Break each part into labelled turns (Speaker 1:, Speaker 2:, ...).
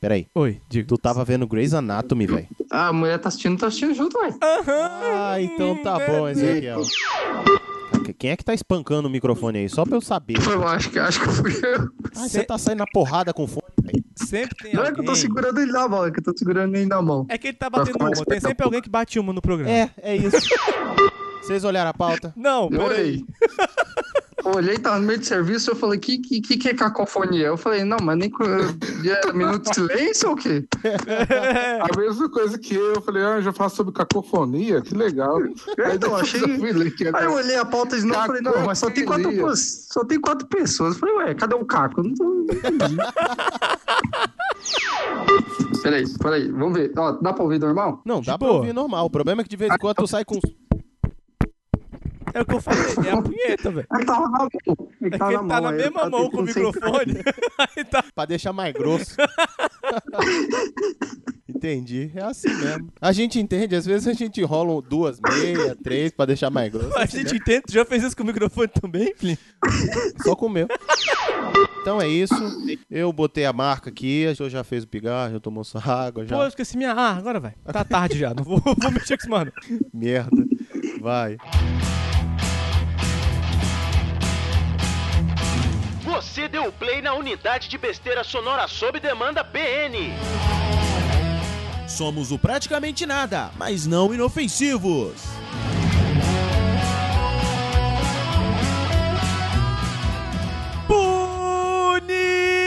Speaker 1: peraí.
Speaker 2: Oi, digo.
Speaker 1: Tu tava vendo Grey's Anatomy, velho.
Speaker 3: Ah, a mulher tá assistindo, tá assistindo junto, ué.
Speaker 1: Ah, então tá bom, Ezequiel. Quem é que tá espancando o microfone aí? Só pra eu saber.
Speaker 3: Foi lá, acho que, acho que fui eu.
Speaker 1: Ah, você tá saindo na porrada com fone, velho.
Speaker 2: Sempre tem
Speaker 3: Não é
Speaker 2: alguém...
Speaker 3: que eu tô segurando ele na mão, é que eu tô segurando ele na mão.
Speaker 2: É que ele tá
Speaker 3: Pra
Speaker 2: batendo
Speaker 3: ficar
Speaker 2: uma.
Speaker 3: mais
Speaker 2: Tem sempre
Speaker 3: perto.
Speaker 2: alguém que bate uma no programa.
Speaker 1: É, é isso. Vocês olharam a pauta?
Speaker 2: Não,
Speaker 3: Eu
Speaker 2: peraí.
Speaker 3: olhei.
Speaker 2: tá-
Speaker 3: Eu olhei, tava no meio de serviço, eu falei, que, que, que, que é cacofonia? Eu falei, não, mas nem... co- É, minuto de silêncio ou o quê?
Speaker 4: A mesma coisa que eu, eu falei, ah, eu já faço sobre cacofonia, que legal. Aí
Speaker 3: Então,
Speaker 4: depois
Speaker 3: achei-
Speaker 4: eu fui ler que é era-
Speaker 3: Aí eu olhei a pauta e não, eu falei, não, mas só tem quatro,
Speaker 4: Cacofonia.
Speaker 3: pos- só tem quatro pessoas. Eu falei, ué, cadê o Caco? Eu Não tô... não entendi. peraí, peraí, vamos ver. Ó, dá pra ouvir normal?
Speaker 1: Não, dá
Speaker 2: De
Speaker 1: pra
Speaker 2: boa.
Speaker 1: ouvir normal. O problema é que de vez em quando tu sai com.
Speaker 2: É o que eu falei. É a punheta, velho.
Speaker 3: Ele tava na mão. Ele
Speaker 2: É que ele tá na
Speaker 3: aí eu
Speaker 2: mesma
Speaker 3: tava
Speaker 2: mão com o
Speaker 3: tentando sem-
Speaker 2: microfone. Aí tá.
Speaker 1: pra deixar mais grosso. Entendi. É assim mesmo. A gente entende, às vezes a gente enrola duas, meia, três, pra deixar mais grosso.
Speaker 2: A gente entende. Tu já fez isso com o microfone também, Flynn?
Speaker 1: Só comeu. Então é isso. Eu botei a marca aqui, a Jo já fez o pigar, já tomou sua água, já.
Speaker 2: Pô, eu esqueci minha. Ah, agora vai. Tá tarde já. Não vou, vou mexer com isso, mano.
Speaker 1: Merda. Vai.
Speaker 5: Você deu play na unidade de besteira sonora sob demanda PN.
Speaker 6: Somos o praticamente nada, mas não inofensivos.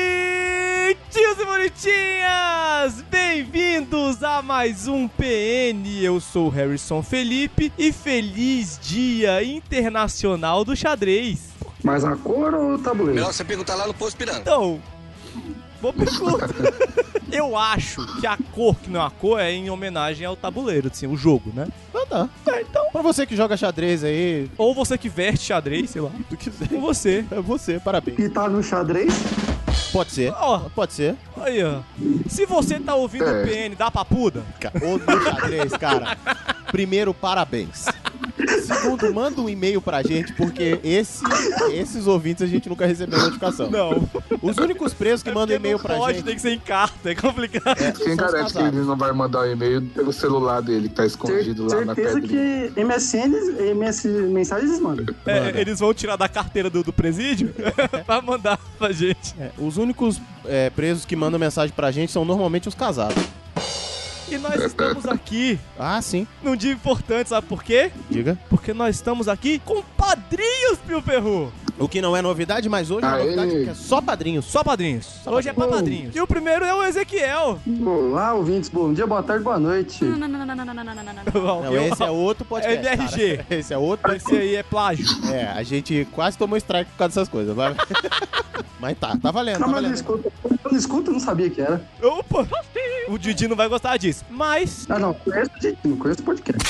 Speaker 2: Bonitinhos e bonitinhas! Bem-vindos a mais um PN. Eu sou o Harrison Felipe e feliz Dia Internacional do Xadrez.
Speaker 3: Mas a cor ou o tabuleiro?
Speaker 7: Melhor você perguntar lá no posto pirando.
Speaker 2: Então, boa pergunta. Eu acho que a cor que não é a cor é em homenagem ao tabuleiro, assim, o jogo, né?
Speaker 1: Então tá. então. Pra você que joga xadrez aí,
Speaker 2: Ou você que veste xadrez, sei lá.
Speaker 1: tu quiser.
Speaker 2: Ou você.
Speaker 1: É você, parabéns.
Speaker 3: E tá no xadrez?
Speaker 1: Pode ser.
Speaker 2: Ó,
Speaker 1: Pode ser.
Speaker 2: aí, ó. Se você tá ouvindo
Speaker 1: É.
Speaker 2: o PN da papuda,
Speaker 1: Ca- Ô, do xadrez, cara. Primeiro, parabéns. Segundo, manda um e-mail pra gente, porque esse- esses ouvintes a gente nunca recebeu notificação.
Speaker 2: não. É
Speaker 1: Os únicos presos que mandam
Speaker 2: Porque
Speaker 1: e-mail
Speaker 2: não
Speaker 1: pra
Speaker 2: pode,
Speaker 1: gente.
Speaker 2: tem que ser em carta, é complicado.
Speaker 4: Quem
Speaker 1: são os
Speaker 4: garante que
Speaker 1: casados.
Speaker 4: ele não vai mandar o e-mail pelo celular dele que tá escondido lá na
Speaker 3: certeza
Speaker 4: pedrinha?
Speaker 3: que MSN, MS, mensagens mandam.
Speaker 2: É, eles vão tirar da carteira do, do presídio pra mandar pra gente.
Speaker 1: É, os únicos é, presos que mandam mensagem pra gente são normalmente os casados.
Speaker 2: E nós estamos aqui
Speaker 1: Ah, sim.
Speaker 2: num dia importante, sabe por quê?
Speaker 1: Diga.
Speaker 2: Porque nós estamos aqui com padrinhos, Pio Ferru.
Speaker 1: O que não é novidade, mas hoje é
Speaker 4: Aê.
Speaker 1: novidade porque é só padrinhos.
Speaker 2: Só padrinhos. Hoje é pra padrinhos. E o primeiro é o Ezequiel.
Speaker 3: Olá, ouvintes, bom dia, boa tarde, boa noite.
Speaker 8: No, no, no, no, no, no, no, no, no, no.
Speaker 1: Não, esse é outro podcast.
Speaker 2: É MRG.
Speaker 1: cara. Esse é outro.
Speaker 2: Esse aí é plágio.
Speaker 1: É, a gente quase tomou strike por causa dessas coisas. Mas, mas tá, tá valendo, tá
Speaker 3: Não, mas não
Speaker 1: valendo.
Speaker 3: escuta, eu não escuto, eu não sabia que era.
Speaker 2: Opa! O Didi não vai gostar disso. Mas.
Speaker 3: Ah, não, conheço o gente, não conheço o podcast.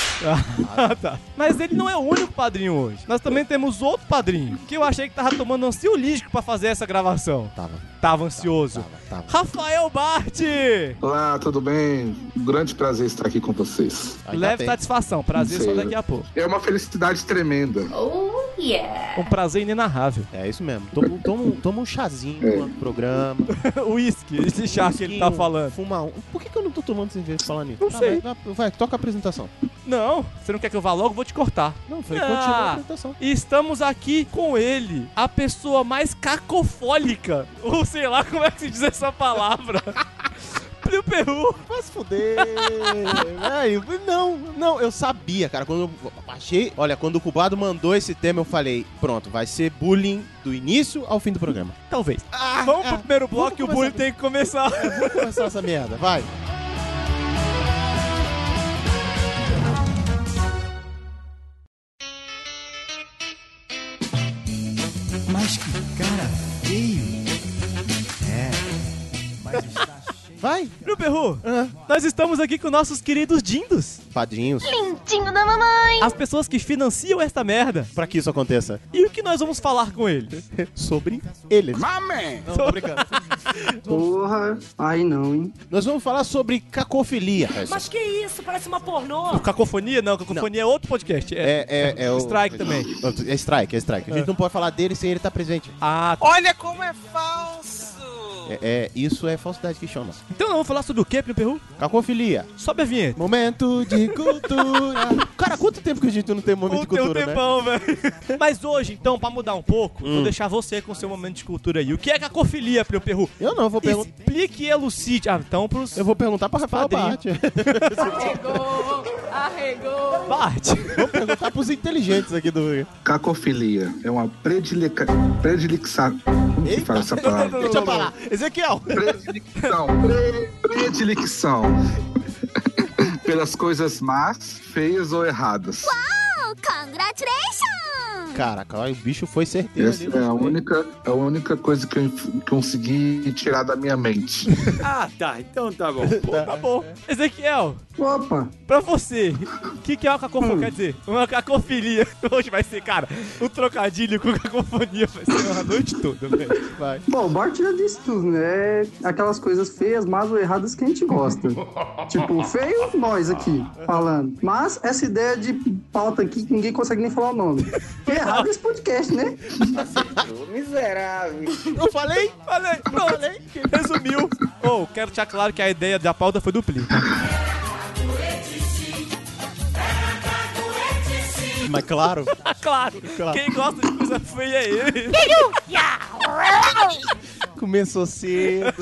Speaker 2: Ah, tá. Mas ele não é o único padrinho hoje. Nós também temos outro padrinho. Que eu achei que tava tomando ansiolítico pra fazer essa gravação.
Speaker 1: Tava,
Speaker 2: Tava ansioso.
Speaker 1: tava, tava.
Speaker 2: Rafael Bart!
Speaker 4: Olá, tudo bem? Um grande prazer estar aqui com vocês.
Speaker 1: Ainda
Speaker 2: Leve tá
Speaker 1: bem.
Speaker 2: satisfação. Prazer só
Speaker 4: Sim.
Speaker 2: daqui a pouco.
Speaker 4: É uma felicidade tremenda.
Speaker 8: Oh,
Speaker 7: é?
Speaker 8: yeah.
Speaker 2: Um prazer inenarrável.
Speaker 1: É isso mesmo. Toma, toma um- toma um chazinho
Speaker 3: É.
Speaker 1: durante o programa.
Speaker 2: Whisky, esse chá que ele tá
Speaker 1: Whiskinho,
Speaker 2: falando.
Speaker 1: Fuma um. Por que, que eu não tô tomando cerveja falando nisso? Ah,
Speaker 2: Não sei.
Speaker 1: Vai, vai- vai, toca a apresentação.
Speaker 2: Não, você não quer que eu vá logo? Vou te cortar.
Speaker 1: Não, eu falei,
Speaker 2: Ah.
Speaker 1: continua a apresentação.
Speaker 2: E estamos aqui com ele, a pessoa mais cacofólica. Ou sei lá como é que se diz essa palavra. Plio Peru.
Speaker 1: Vai se fuder. velho. não, não, eu sabia, cara. Quando eu achei. Olha, quando o Cubado mandou esse tema, eu falei: pronto, vai ser bullying do início ao fim do programa.
Speaker 2: Talvez. Vamos pro primeiro bloco
Speaker 1: Ah, Vamos
Speaker 2: que
Speaker 1: começar
Speaker 2: o bullying tem que começar.
Speaker 1: Vamos começar essa merda, vai. Mas que cara feio. É. Mas É, está cheio. Vai,
Speaker 2: Plio Peru, nós estamos aqui com nossos queridos dindos.
Speaker 1: padrinhos.
Speaker 8: Tinho da mamãe.
Speaker 2: As pessoas que financiam esta merda.
Speaker 1: Pra que isso aconteça?
Speaker 2: E o que nós vamos falar com Então, eles?
Speaker 1: Sobre eles.
Speaker 2: Não, tô brincando.
Speaker 3: Porra, aí não, hein.
Speaker 1: Nós vamos falar sobre cacofilia.
Speaker 4: É
Speaker 8: Mas que isso? Parece uma pornô.
Speaker 2: Cacofonia? Não, cacofonia é outro podcast. É.
Speaker 1: É, é, é o...
Speaker 2: Strike também.
Speaker 1: É tá
Speaker 2: tá.
Speaker 1: strike, é strike. A gente não pode falar dele sem ele estar presente.
Speaker 2: Ah,
Speaker 9: Olha como é falso!
Speaker 1: É, é, isso é falsidade que chama.
Speaker 2: Então eu vou falar sobre o que, Plínio Perru?
Speaker 1: Cacofilia.
Speaker 2: Sobe a vinheta.
Speaker 1: Momento de cultura. Cara, quanto tempo que a gente não tem momento de cultura, né? Hum.
Speaker 2: velho. Mas hoje, então, pra mudar um pouco, vou deixar você com seu momento de cultura aí. O que é cacofilia, Plínio Perru?
Speaker 1: Eu não, eu vou perguntar.
Speaker 2: Explique e elucide. Ah, então pros...
Speaker 1: Eu vou perguntar pra Rafael Bart.
Speaker 2: Padrinho.
Speaker 7: Arregou, arregou.
Speaker 2: Bate.
Speaker 1: vou perguntar pros inteligentes aqui do.
Speaker 4: Cacofilia é uma predileca... predilexa... Como se fala essa palavra?
Speaker 1: Deixa eu falar. Ezequiel.
Speaker 4: Predilecção. Pre- Predilecção. Pelas coisas más, feias ou erradas.
Speaker 7: Oh, Congratulations!
Speaker 1: Caraca, o bicho foi certeiro.
Speaker 4: Essa
Speaker 1: ali,
Speaker 4: é a
Speaker 1: gostei.
Speaker 4: única, é a única coisa que eu inf- consegui tirar da minha mente.
Speaker 9: Ah, tá. Então tá bom.
Speaker 2: Tá bom. Ezequiel,
Speaker 3: Opa,
Speaker 2: pra você, o que, que é uma
Speaker 1: Hum.
Speaker 2: cacofonia? Quer dizer, uma cacofilia. Hoje vai ser, cara, um trocadilho com cacofonia. Vai ser a noite toda, velho.
Speaker 1: Vai.
Speaker 3: bom, o Bart já disse tudo, né? Aquelas coisas feias, más ou erradas que a gente gosta. tipo, feio, nós aqui, falando. Mas essa ideia de pauta aqui que ninguém consegue nem falar o nome. Errado esse podcast, né?
Speaker 7: Miserável.
Speaker 1: Eu falei?
Speaker 2: Falei, pronto. Resumiu. Ou, quero deixar claro que a ideia da pauta foi do Plínio.
Speaker 1: Mas claro.
Speaker 2: Claro, quem gosta de coisa feia é ele.
Speaker 1: Começou cedo.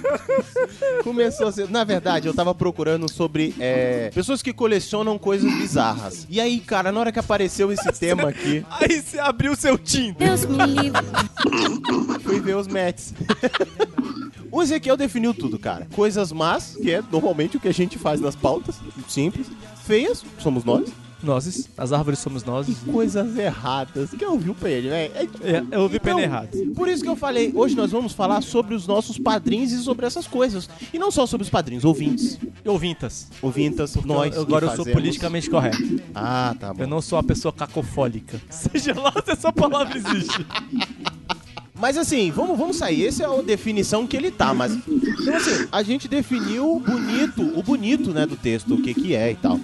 Speaker 1: Começou cedo. Na verdade, eu tava procurando sobre é, pessoas que colecionam coisas bizarras. E aí, cara, na hora que apareceu esse tema aqui,
Speaker 2: Aí você abriu seu Tinder.
Speaker 7: Deus me livre.
Speaker 1: fui ver os Mets. O Ezequiel definiu tudo, cara. Coisas más, que é normalmente o que a gente faz nas pautas, simples. Feias, somos nós.
Speaker 2: Nozes, as árvores somos nós.
Speaker 1: E coisas erradas. Quem ouviu pra ele, né? É-
Speaker 2: É, eu ouvi
Speaker 1: Então,
Speaker 2: pena errada.
Speaker 1: Por isso que eu falei, hoje nós vamos falar sobre os nossos padrinhos e sobre essas coisas. E não só sobre os padrinhos, ouvintes.
Speaker 2: Ouvintas.
Speaker 1: Ouvintas,
Speaker 2: Porque
Speaker 1: nós.
Speaker 2: eu- agora
Speaker 1: que
Speaker 2: eu sou
Speaker 1: fazemos.
Speaker 2: politicamente correto.
Speaker 1: Ah, tá bom.
Speaker 2: Eu não sou uma pessoa cacofólica. Seja lá se essa palavra existe.
Speaker 1: Mas assim, vamos, vamos sair. Essa é a definição que ele tá, mas. Então, assim, a gente definiu bonito, o bonito, né, do texto, o que que é e tal.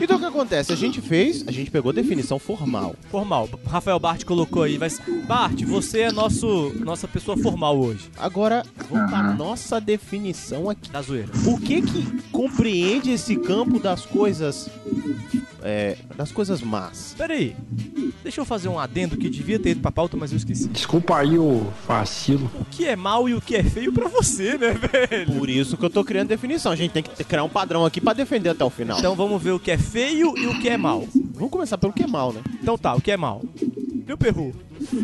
Speaker 1: Então o que acontece? A gente fez, a gente pegou a definição formal.
Speaker 2: Formal. Rafael Bart colocou aí, mas. Bart, você é nosso, nossa pessoa formal hoje.
Speaker 1: Agora, vamos pra nossa definição aqui.
Speaker 2: Da zoeira.
Speaker 1: O que que compreende esse campo das coisas. É, das coisas más?
Speaker 2: Pera aí. Deixa eu fazer um adendo que devia ter ido pra pauta, mas eu esqueci.
Speaker 9: Desculpa aí o vacilo.
Speaker 2: O que é mal e o que é feio pra você, né, velho?
Speaker 1: Por isso que eu tô criando definição. A gente tem que criar um padrão aqui pra defender até o final.
Speaker 2: Então vamos ver o que é feio e o que é mal.
Speaker 1: vamos começar pelo que é mal, né?
Speaker 2: Então tá, o que é mal? Meu perru.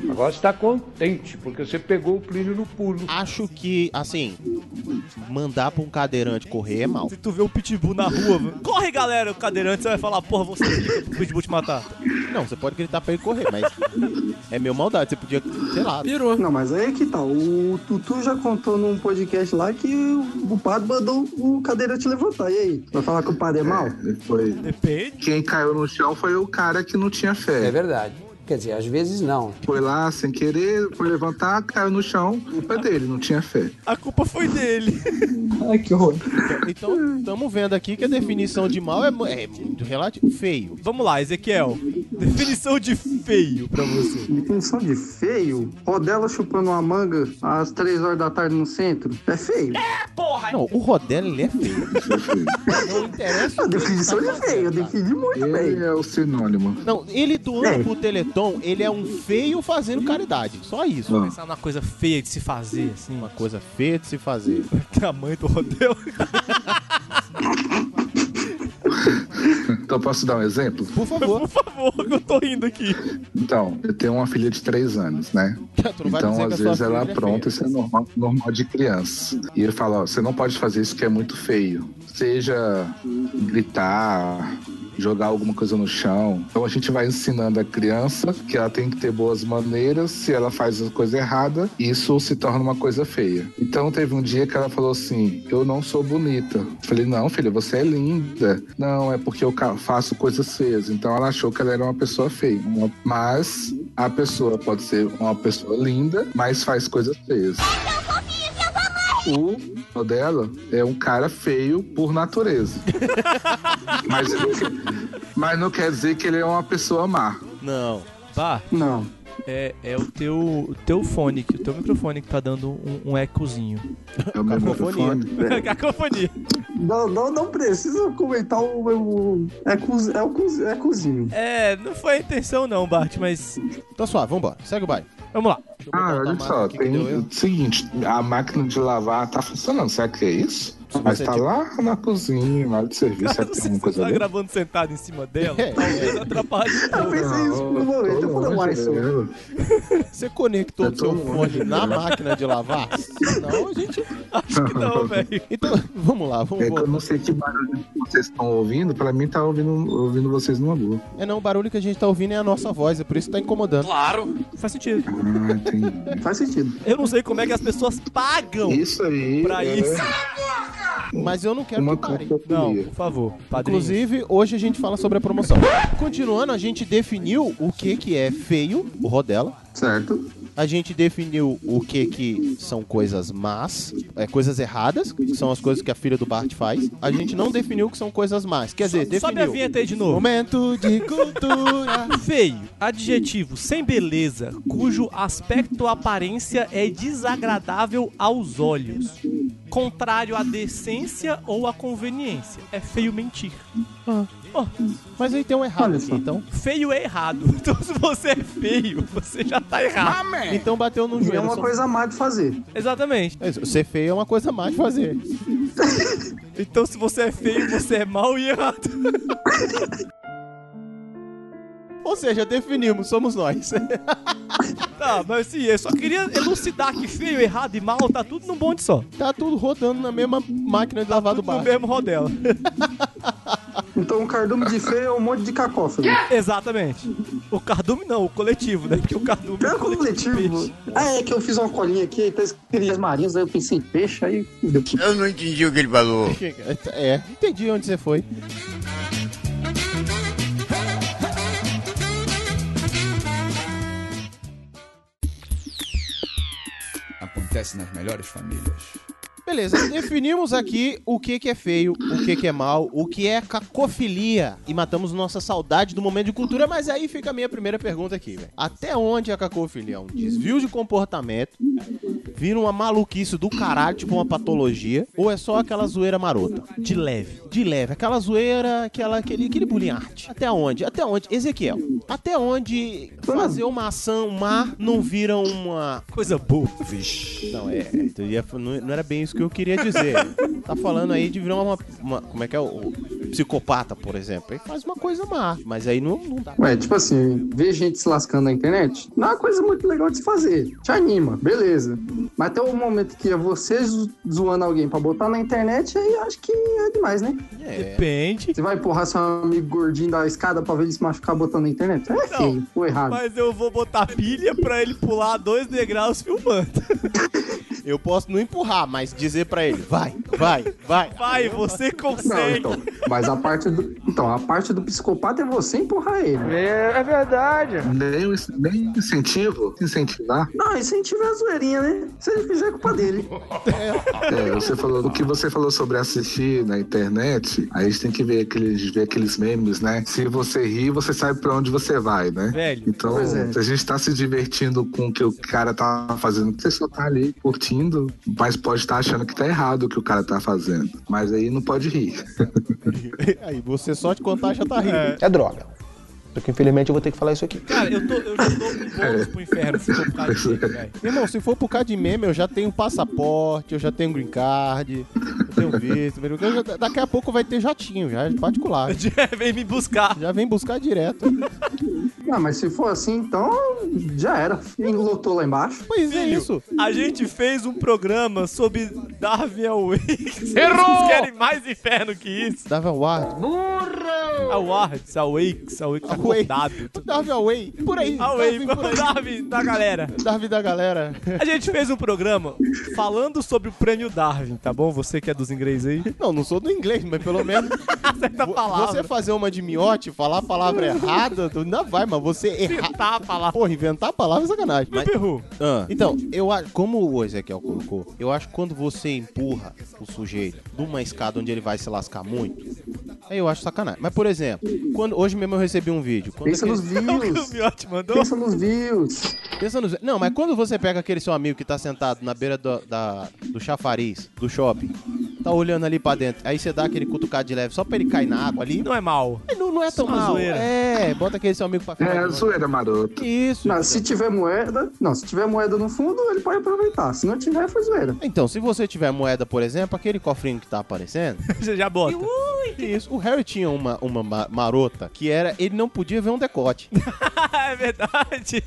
Speaker 10: Agora você está contente, porque você pegou o Plínio no pulo.
Speaker 1: Acho que, assim, mandar pra um cadeirante correr é mal.
Speaker 2: Se tu vê um pitbull na rua, velho, corre galera, o cadeirante, você vai falar, porra, você liga pro pitbull te matar.
Speaker 1: Não, você pode gritar pra ele correr, mas é meu maldade. Você podia, sei lá.
Speaker 9: Pirou.
Speaker 3: Não, mas aí que tá. O Tutu já contou num podcast lá que o padre mandou o cadeirante levantar. E aí? Vai falar que o padre é mal?
Speaker 4: Foi.
Speaker 2: Depende.
Speaker 4: Quem caiu no chão foi o cara que não tinha fé.
Speaker 10: É verdade. Quer dizer, às vezes não.
Speaker 4: Foi lá sem querer, foi levantar, caiu no chão. Culpa dele, não tinha fé.
Speaker 2: A culpa foi dele.
Speaker 3: Ai, que horror.
Speaker 1: Então, estamos vendo aqui que a definição de mal é, mu- é muito relativo. Feio.
Speaker 2: Vamos lá, Ezequiel. Definição de feio pra você.
Speaker 3: Definição de feio? Rodela chupando uma manga às três horas da tarde no centro? É feio.
Speaker 1: Não, o Rodela, ele é feio. Não interessa.
Speaker 3: A
Speaker 1: o que ele
Speaker 4: é
Speaker 3: definição
Speaker 1: tá
Speaker 3: de feio, eu
Speaker 1: fazendo, cara.
Speaker 3: defini muito
Speaker 10: Tá
Speaker 3: bem.
Speaker 4: Ele é o sinônimo.
Speaker 1: Não, ele
Speaker 4: É.
Speaker 1: doando pro Teleton, ele é um feio fazendo caridade. Só isso.
Speaker 4: Ó,
Speaker 2: Pensar numa é coisa feia de se fazer, assim.
Speaker 1: Uma coisa feia de se fazer.
Speaker 2: Tamanho do rodel.
Speaker 4: Então posso dar um exemplo?
Speaker 1: Por favor.
Speaker 2: Por favor, que eu tô rindo aqui.
Speaker 4: Então, eu tenho uma filha de três anos, né?
Speaker 1: Tu não vai
Speaker 4: então,
Speaker 1: dizer que a
Speaker 4: às
Speaker 1: sua
Speaker 4: vezes ela
Speaker 1: filha é
Speaker 4: apronta,
Speaker 1: feia.
Speaker 4: isso é normal, normal de criança. E ele fala, ó, você não pode fazer isso que é muito feio. Seja gritar, jogar alguma coisa no chão. Então a gente vai ensinando a criança que ela tem que ter boas maneiras, se ela faz a coisa errada, isso se torna uma coisa feia. Então teve um dia que ela falou assim, eu não sou bonita. Eu falei, não, filha, você é linda. Não, é porque eu ca- faço coisas feias. Então ela achou que ela era uma pessoa feia. Uma- Mas a pessoa pode ser uma pessoa linda, mas faz coisas feias. O dela é um cara feio por natureza. mas, mas não quer dizer que ele é uma pessoa má.
Speaker 1: Não.
Speaker 2: Bah,
Speaker 3: Não.
Speaker 2: É, é o teu, o teu fone, que- o teu microfone que tá dando um, um ecozinho.
Speaker 4: É o meu microfone?
Speaker 2: Cacofonia.
Speaker 3: Não, não, não precisa comentar o meu. É, cuz, é, o cuz, é cozinho.
Speaker 2: É, não foi a intenção não, Bart, mas...
Speaker 1: Então suave, vambora. Segue o baile.
Speaker 2: Vamos lá.
Speaker 4: Ah, olha só, tem o seguinte, a máquina de lavar tá funcionando, será que é isso? Mas
Speaker 1: você
Speaker 4: tá
Speaker 1: tiver-
Speaker 4: lá na cozinha, na área de serviço, será que tem alguma
Speaker 2: Você
Speaker 4: coisa
Speaker 2: tá
Speaker 4: ali?
Speaker 2: gravando sentado em cima
Speaker 4: um
Speaker 1: É.
Speaker 2: dela?
Speaker 4: É,
Speaker 2: Talvez atrapalhe um
Speaker 3: Eu
Speaker 2: pouco.
Speaker 3: pensei isso por um momento. Eu falei, uai, sou.
Speaker 1: Você conectou o seu fone na máquina de lavar? Não, gente.
Speaker 2: Acho que não, velho.
Speaker 1: Então, vamos lá, vamos
Speaker 4: É que eu
Speaker 1: voltar.
Speaker 4: não sei que barulho vocês estão ouvindo, pra mim tá ouvindo, ouvindo vocês numa boa.
Speaker 1: É não, o barulho que a gente tá ouvindo é a nossa voz, é por isso que tá incomodando.
Speaker 2: Faz sentido.
Speaker 4: Ah, entendi.
Speaker 3: Faz sentido.
Speaker 2: Eu não sei como é que as pessoas pagam
Speaker 4: Isso aí.
Speaker 2: pra
Speaker 4: é
Speaker 2: isso.
Speaker 1: Mas eu não quero
Speaker 4: Uma
Speaker 1: é que parem.
Speaker 2: Não,
Speaker 4: cacofonia.
Speaker 2: por favor, padrinho.
Speaker 1: Inclusive, hoje a gente fala sobre a promoção. Continuando, a gente definiu o que que é feio, o rodela.
Speaker 3: Certo?
Speaker 1: A gente definiu o que que são coisas más, é, coisas erradas, que são as coisas que a filha do Bart faz. A gente não definiu o que são coisas más. Quer dizer, definiu.
Speaker 2: Sobe a vinheta aí de novo.
Speaker 1: Momento de cultura.
Speaker 2: Feio, adjetivo sem beleza, cujo aspecto ou aparência é desagradável aos olhos. Contrário à decência ou à conveniência. É feio mentir.
Speaker 1: Mas aí tem um errado
Speaker 3: Olha
Speaker 1: aqui,
Speaker 3: só.
Speaker 1: então.
Speaker 2: Feio é errado. Então se você é feio, você já tá errado.
Speaker 1: Então bateu no
Speaker 3: E
Speaker 1: joelho.
Speaker 3: é uma
Speaker 1: só-
Speaker 3: coisa má de fazer.
Speaker 2: Exatamente.
Speaker 1: Mas Ser feio é uma coisa má de fazer.
Speaker 2: Então se você é feio, você é mal e errado.
Speaker 1: Ou seja, definimos, somos nós.
Speaker 2: Tá, mas assim, eu só queria elucidar que feio, errado e mal tá tudo num bonde só.
Speaker 1: tá tudo rodando na mesma máquina de
Speaker 3: Tá
Speaker 1: lavar do
Speaker 2: No
Speaker 1: bar.
Speaker 2: mesmo rodela.
Speaker 3: Então o cardume de feio é um monte de cacófono.
Speaker 2: Exatamente. O cardume não, o coletivo, né? Porque o cardume
Speaker 3: É o coletivo.
Speaker 2: peixe.
Speaker 3: Ah, é que eu fiz uma colinha aqui, tá escrito as marinhas, aí eu pensei em peixe, aí fudeu.
Speaker 11: Eu não entendi o que ele falou.
Speaker 1: É, entendi onde você foi.
Speaker 11: Acontece nas melhores famílias.
Speaker 1: Beleza, definimos aqui o que, que é feio, o que, que é mal, o que é cacofilia. E matamos nossa saudade do momento de cultura, mas aí fica a minha primeira pergunta aqui, velho. Até onde a cacofilia é um desvio de comportamento, vira uma maluquice do caralho, tipo uma patologia, ou é só aquela zoeira marota?
Speaker 2: De leve.
Speaker 1: De leve, aquela zoeira, aquela, aquele, aquele bullying arte. Até onde? Até onde? Ezequiel, até onde fazer uma ação má não vira uma
Speaker 2: Coisa boa.
Speaker 1: não, é. tu ia- não, não era bem isso que eu queria dizer. Tá falando aí de virar uma. uma- como é que é? O, o psicopata, por exemplo. Ele faz uma coisa má, mas aí não, não dá.
Speaker 3: Ué, tipo assim, ver gente se lascando na internet não é uma coisa muito legal de se fazer. Te anima, beleza. Mas até o momento que é você zo- zoando alguém pra botar na internet, aí acho que é demais, né?
Speaker 1: É.
Speaker 2: Depende.
Speaker 3: Você vai empurrar seu amigo gordinho da escada pra ver ele se machucar botando na internet? É feio, ou errado.
Speaker 2: Mas eu vou botar pilha pra ele pular dois degraus filmando.
Speaker 1: Eu posso não empurrar, mas dizer pra ele: vai, vai, vai.
Speaker 2: Vai, você
Speaker 3: Não,
Speaker 2: consegue.
Speaker 3: então, mas a parte do. Então, a parte do psicopata é você empurrar ele.
Speaker 4: Nem, o- nem incentivo, incentivar.
Speaker 3: Não, incentivar a zoeirinha, né? Se ele fizer, é culpa dele.
Speaker 4: É, você falou, o que você falou sobre assistir na internet, aí a gente tem que ver aqueles, ver aqueles memes, né? Se você ri, você sabe pra onde você vai, né?
Speaker 2: Velho.
Speaker 4: Então,
Speaker 3: Pois é.
Speaker 4: se a gente tá se divertindo com o que o cara tá fazendo, você só tá ali curtindo, mas pode estar achando que tá errado o que o cara tá fazendo. Mas aí não pode rir.
Speaker 1: Aí você só te contar já tá rindo.
Speaker 12: É droga. Porque infelizmente eu vou ter que falar isso aqui.
Speaker 2: Cara, eu, tô, eu já tô com bônus pro inferno se for ficar de jeito, velho.
Speaker 1: Irmão, se for por causa de meme, eu já tenho passaporte, eu já tenho green card, eu tenho visto. eu já- daqui a pouco vai ter jatinho, já de particular.
Speaker 2: Vem me buscar.
Speaker 1: Já vem buscar direto.
Speaker 3: Não, mas se for assim, então já era. Enlotou lá embaixo.
Speaker 1: Pois é
Speaker 2: Filho,
Speaker 1: isso.
Speaker 2: A gente fez um programa sobre Darwin Awakes. Errou! Vocês querem mais inferno que isso?
Speaker 1: Dava um ar.
Speaker 2: Awards, Awakes, Awakes tá
Speaker 1: Awakes.
Speaker 2: acordado.
Speaker 1: Dava away. Por aí.
Speaker 2: Awake,
Speaker 1: Darwin, por aí.
Speaker 2: Darwin da tá, galera.
Speaker 1: Darwin da galera.
Speaker 2: A gente fez um programa falando sobre o prêmio Darwin, tá bom? Você que é dos ingleses aí.
Speaker 1: Não, não sou do inglês, mas pelo menos
Speaker 2: Acerta a
Speaker 1: vo-
Speaker 2: palavra.
Speaker 1: você fazer uma de miote, falar a palavra errada, tu- ainda vai, mas você errar.
Speaker 2: Acertar a palavra.
Speaker 1: Porra, inventar a palavra é sacanagem. Mas,
Speaker 2: Perru.
Speaker 1: Ah, então, eu acho, como o Ezequiel colocou, eu acho que quando você empurra o sujeito de uma escada onde ele vai se lascar muito, Aí eu acho sacanagem. Mas, por exemplo, quando, hoje mesmo eu recebi um vídeo. Quando
Speaker 3: Pensa
Speaker 2: é
Speaker 3: nos
Speaker 2: então
Speaker 3: views. Pensa nos views.
Speaker 1: Pensa nos Não, mas quando você pega aquele seu amigo que tá sentado na beira do, da- do chafariz, do shopping, tá olhando ali pra dentro, aí você dá aquele cutucado de leve só pra ele cair na água ali.
Speaker 2: Não é mal.
Speaker 1: Não, não é tão
Speaker 3: Uma
Speaker 1: mal.
Speaker 3: zoeira.
Speaker 1: É, bota aquele seu amigo pra ficar.
Speaker 3: É,
Speaker 4: zoeira maroto.
Speaker 1: Isso.
Speaker 3: Não, se tiver moeda. Não, se tiver moeda no fundo, ele pode aproveitar. Se não tiver, foi zoeira.
Speaker 1: Então, se você tiver moeda, por exemplo, aquele cofrinho que tá aparecendo.
Speaker 2: Você já bota.
Speaker 1: Isso. O Harry tinha uma, uma ma- marota que era. Ele não podia ver um decote.
Speaker 2: é verdade.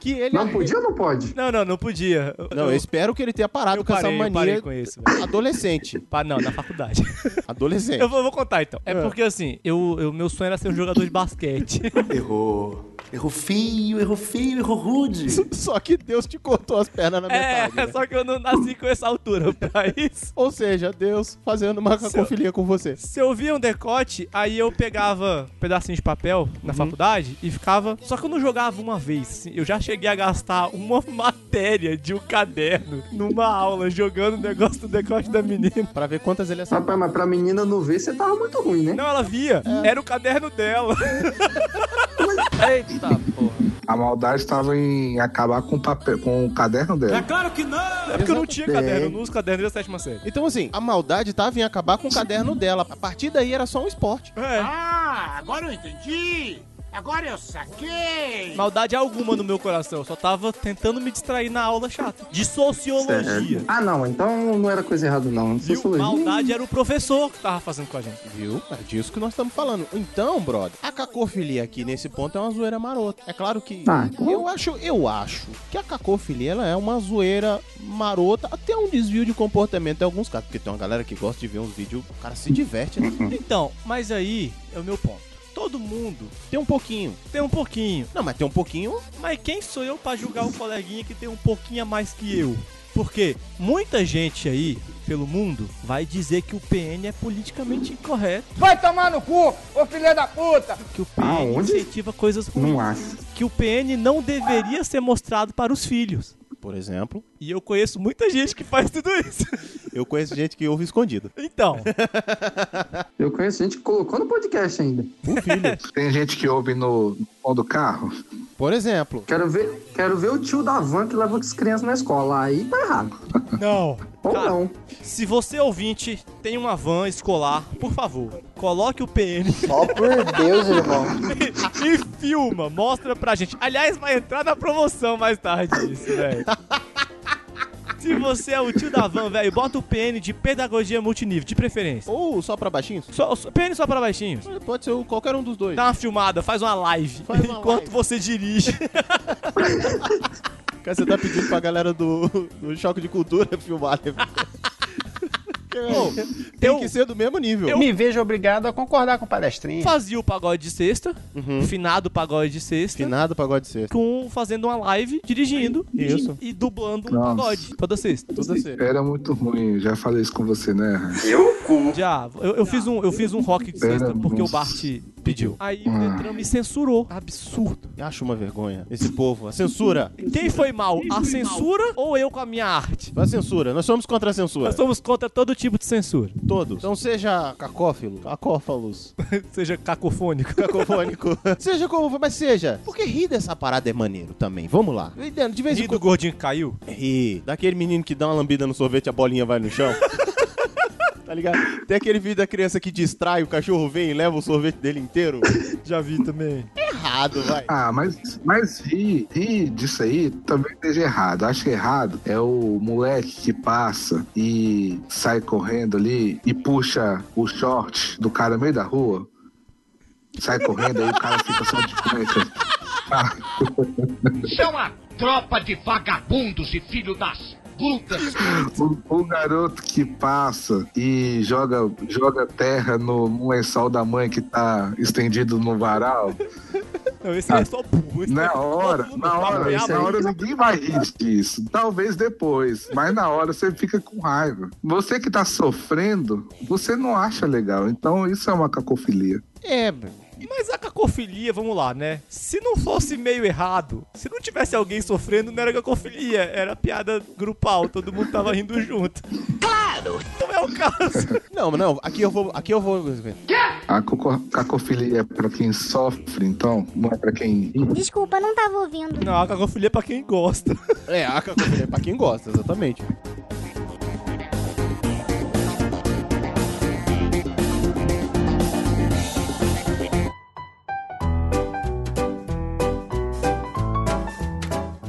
Speaker 1: Que ele
Speaker 3: Não podia ou não pode?
Speaker 2: Não, não, não podia.
Speaker 1: Não, eu espero que ele tenha parado
Speaker 2: eu
Speaker 1: com
Speaker 2: parei,
Speaker 1: essa
Speaker 2: eu
Speaker 1: mania.
Speaker 2: parei com isso,
Speaker 1: Adolescente.
Speaker 2: Pa- não, na faculdade.
Speaker 1: Adolescente.
Speaker 2: Eu vou, vou contar então. É
Speaker 1: É.
Speaker 2: porque assim, eu, eu- meu sonho era ser um jogador de basquete. Errou. Errou feio, errou feio, errou rude.
Speaker 1: Só que Deus te cortou as pernas na
Speaker 2: É,
Speaker 1: metade. né?
Speaker 2: só que eu não nasci com essa altura pra isso.
Speaker 1: Ou seja, Deus fazendo uma
Speaker 2: Seu-
Speaker 1: cacofilia com você.
Speaker 2: Se eu via um decote, aí eu pegava um pedacinho de papel na faculdade e ficava. Só que eu não jogava uma vez. assim, Eu já cheguei a gastar uma matéria de um caderno numa aula jogando o negócio do decote da menina.
Speaker 1: Pra ver quantas ele acertou.
Speaker 3: Rapaz, mas pra menina não ver, você tava muito ruim, né?
Speaker 2: Não, ela via.
Speaker 13: É.
Speaker 2: Era o caderno dela.
Speaker 3: Eita, porra.
Speaker 4: A maldade estava em acabar com o, papel, com o caderno dela.
Speaker 2: claro que não! É porque eu não tinha caderno, eu não uso caderno da sétima série.
Speaker 1: Então, assim, a maldade tava em acabar com o caderno dela. A partir daí era só um esporte.
Speaker 2: É.
Speaker 13: Ah, agora eu entendi! Agora eu saquei!
Speaker 2: Maldade alguma no meu coração, eu só tava tentando me distrair na aula chata. De sociologia.
Speaker 3: Ah, não, então não era coisa errada, não. Sociologia.
Speaker 2: Maldade era o professor que tava fazendo com a gente.
Speaker 1: Viu? É disso que nós estamos falando. Então, brother, a cacofilia aqui nesse ponto é uma zoeira marota. É claro que
Speaker 3: Ah,
Speaker 1: eu acho, eu acho que a cacofilia ela é uma zoeira marota, até um desvio de comportamento em alguns casos, porque tem uma galera que gosta de ver uns vídeos, o cara se diverte, né?
Speaker 2: Então, mas aí é o meu ponto. Todo mundo
Speaker 1: Tem um pouquinho.
Speaker 2: tem um pouquinho.
Speaker 1: Não, mas tem um pouquinho.
Speaker 2: Mas quem sou eu pra julgar o coleguinha que tem um pouquinho a mais que eu? Porque muita gente aí pelo mundo vai dizer que o PN é politicamente incorreto,
Speaker 13: Vai tomar no cu, ô filha da puta!
Speaker 2: que o PN incentiva coisas ruins,
Speaker 3: Não acho.
Speaker 2: que o PN não deveria ser mostrado para os filhos.
Speaker 1: Por exemplo,
Speaker 2: E eu conheço muita gente que faz tudo isso.
Speaker 1: eu conheço gente que ouve escondido.
Speaker 2: Então,
Speaker 3: Eu conheço gente que colocou no podcast ainda.
Speaker 4: Tem gente que ouve no no som do carro.
Speaker 1: Por exemplo.
Speaker 3: Quero ver, quero ver o tio da van que leva as crianças na escola. Aí tá errado.
Speaker 2: não.
Speaker 3: Ou não.
Speaker 2: Se você ouvinte tem uma van escolar, por favor, coloque o PN
Speaker 14: Ó, por Deus, irmão.
Speaker 2: e filma, mostra pra gente. Aliás, vai entrar na promoção mais tarde isso, velho. Se você é o tio da van, velho, bota o PN de pedagogia multinível, de preferência.
Speaker 1: Ou só pra baixinhos?
Speaker 2: Só, só- PN só pra baixinhos.
Speaker 1: Pode ser o- qualquer um dos dois.
Speaker 2: Dá uma filmada, faz uma live
Speaker 1: Faz uma
Speaker 2: enquanto você dirige.
Speaker 1: Cara, você tá pedindo pra galera do, do Choque de Cultura filmar, né? Pô, tem que ser do mesmo nível.
Speaker 14: Eu me vejo obrigado a concordar com o palestrinho.
Speaker 2: Fazia o pagode de sexta,
Speaker 14: Uhum.
Speaker 2: finado pagode de sexta.
Speaker 1: Finado pagode de sexta.
Speaker 2: Com, fazendo uma live, dirigindo
Speaker 1: Isso.
Speaker 2: e, e dublando um
Speaker 4: Nossa.
Speaker 2: pagode toda sexta.
Speaker 1: Toda sexta.
Speaker 4: Era muito ruim, já falei isso com você, né? Hans?
Speaker 2: Já, eu, eu fiz um, eu fiz um rock de sexta porque o Bart pediu. Aí o Detran me censurou. Absurdo.
Speaker 1: Acho uma vergonha. Esse povo. A censura.
Speaker 2: Quem foi mal? A censura ou eu com a minha arte?
Speaker 1: A censura. Nós somos contra a censura.
Speaker 2: Nós somos contra todo tipo de censura.
Speaker 1: Todos. Então seja cacófilo, cacófalos,
Speaker 2: Seja cacofônico.
Speaker 1: cacofônico. seja como for, mas seja. Porque rir dessa parada é maneiro também. Vamos lá. De vez em
Speaker 2: E do
Speaker 1: quando.
Speaker 2: gordinho que caiu?
Speaker 1: Rir. Daquele menino que dá uma lambida no sorvete e a bolinha vai no chão. Tá ligado? Tem aquele vídeo da criança que distrai, o cachorro vem e leva o sorvete dele inteiro.
Speaker 2: Já vi também.
Speaker 1: Errado, vai.
Speaker 4: Ah, mas, mas rir, rir disso aí também esteja errado. Acho que errado é o moleque que passa e sai correndo ali e puxa o short do cara no meio da rua. Sai correndo, aí o cara fica só de frente. Ah,
Speaker 13: São a é tropa de vagabundos e filho das putas!
Speaker 4: o, o garoto que passa e joga, joga terra no, no lençol da mãe que tá estendido no varal.
Speaker 2: Não, esse aí é só burro.
Speaker 4: Ah. Na hora, na hora, na hora "Ah, ninguém vai rir disso. Talvez depois, mas na hora você fica com raiva. Você que tá sofrendo, você não acha legal. Então isso é uma cacofilia.
Speaker 1: É,
Speaker 2: Mas a cacofilia, vamos lá, né? Se não fosse meio errado, se não tivesse alguém sofrendo, não era cacofilia, era piada grupal, todo mundo tava rindo junto.
Speaker 13: Claro!
Speaker 5: errado.
Speaker 2: Não é o caso.
Speaker 1: Não, mas não, aqui eu vou. Aqui eu vou.
Speaker 4: A coco- cacofilia é pra quem sofre, então, não é pra quem ri.
Speaker 15: Desculpa, não tava ouvindo.
Speaker 2: Não, a cacofilia é pra quem gosta.
Speaker 1: É, a cacofilia é pra quem gosta, exatamente.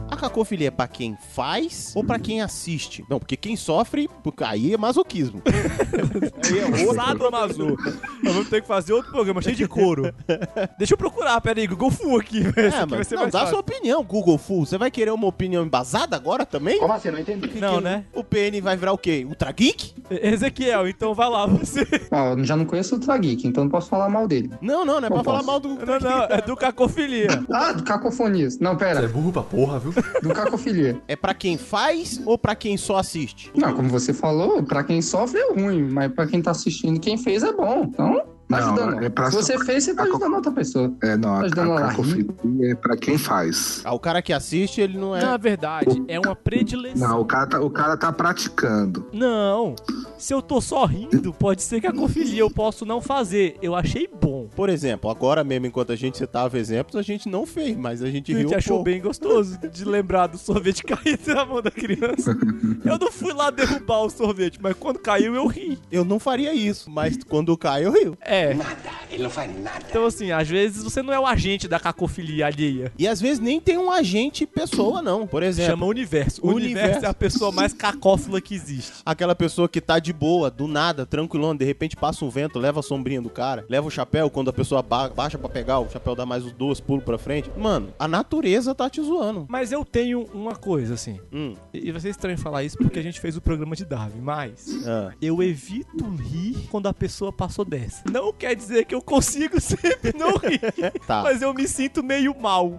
Speaker 1: A cacofilia é pra quem faz ou pra quem assiste? Não, porque quem sofre, aí é masoquismo.
Speaker 2: é Sado Mazu. Nós vamos ter que fazer outro programa cheio de couro. Deixa eu procurar, pera aí, Google Full aqui. velho. Isso
Speaker 1: É,
Speaker 2: aqui vai
Speaker 1: mas
Speaker 2: ser
Speaker 1: não,
Speaker 2: mais
Speaker 1: dá a
Speaker 2: fácil.
Speaker 1: sua opinião, Google Full. Você vai querer uma opinião embasada agora também?
Speaker 2: Como assim? Não entendi. Não, né?
Speaker 1: O PN vai virar o quê? Ultra Geek?
Speaker 2: Ezequiel, então vai lá você.
Speaker 3: Ah, eu já não conheço o Trageek, então não posso falar mal dele.
Speaker 1: Não, não, não é pra
Speaker 3: Não
Speaker 1: falar
Speaker 3: posso.
Speaker 1: mal do.
Speaker 2: Não, não, é do Cacofilia.
Speaker 3: Ah, do Cacofonias. Não, pera. Você é burro pra porra, viu? Do Cacofilia.
Speaker 1: É pra quem faz ou pra quem só assiste?
Speaker 3: Não, como você falou, pra quem sofre é ruim, mas pra quem tá assistindo, quem fez é bom. Então, tá
Speaker 4: Não,
Speaker 3: ajudando.
Speaker 4: é pra
Speaker 3: Se você
Speaker 4: so-
Speaker 3: fez, você tá ajudando outra pessoa.
Speaker 4: É, não, a,
Speaker 3: Mas dando
Speaker 4: a
Speaker 3: ela
Speaker 4: cacofilia é pra quem faz.
Speaker 1: Ah, o cara que assiste, ele não é.
Speaker 2: Na verdade, é uma predileção.
Speaker 4: Não, o cara tá, o cara tá praticando.
Speaker 2: Não. Se eu tô só rindo, pode ser que a confilia eu posso não fazer. Eu achei bom.
Speaker 1: Por exemplo, agora mesmo, enquanto a gente citava exemplos, a gente não fez, mas a gente
Speaker 2: A
Speaker 1: riu.
Speaker 2: gente
Speaker 1: um
Speaker 2: achou
Speaker 1: pouco.
Speaker 2: bem gostoso de lembrar do sorvete caindo na mão da criança. Eu não fui lá derrubar o sorvete, mas quando caiu eu ri.
Speaker 1: Eu não faria isso, mas quando cai eu rio.
Speaker 2: É. Nada, ele não faz nada. Então assim, às vezes você não é o agente da cacofilia alheia.
Speaker 1: E às vezes nem tem um agente pessoa, não. Por exemplo.
Speaker 2: Chama universo. O universo é a pessoa mais cacófila que existe.
Speaker 1: Aquela pessoa que tá de boa, do nada, tranquilão, de repente passa um vento, leva a sombrinha do cara, leva o chapéu, quando a pessoa ba- baixa pra pegar, o chapéu dá mais os dois pulos pra frente. Mano, a natureza tá te zoando.
Speaker 2: Mas eu tenho uma coisa, assim.
Speaker 1: Hum.
Speaker 2: E e vai ser estranho falar isso porque a gente fez o programa de Darwin, mas
Speaker 1: Ah.
Speaker 2: eu evito rir quando a pessoa passou dessa. Não quer dizer que eu consigo sempre não rir,
Speaker 1: Tá.
Speaker 2: mas eu me sinto meio mal.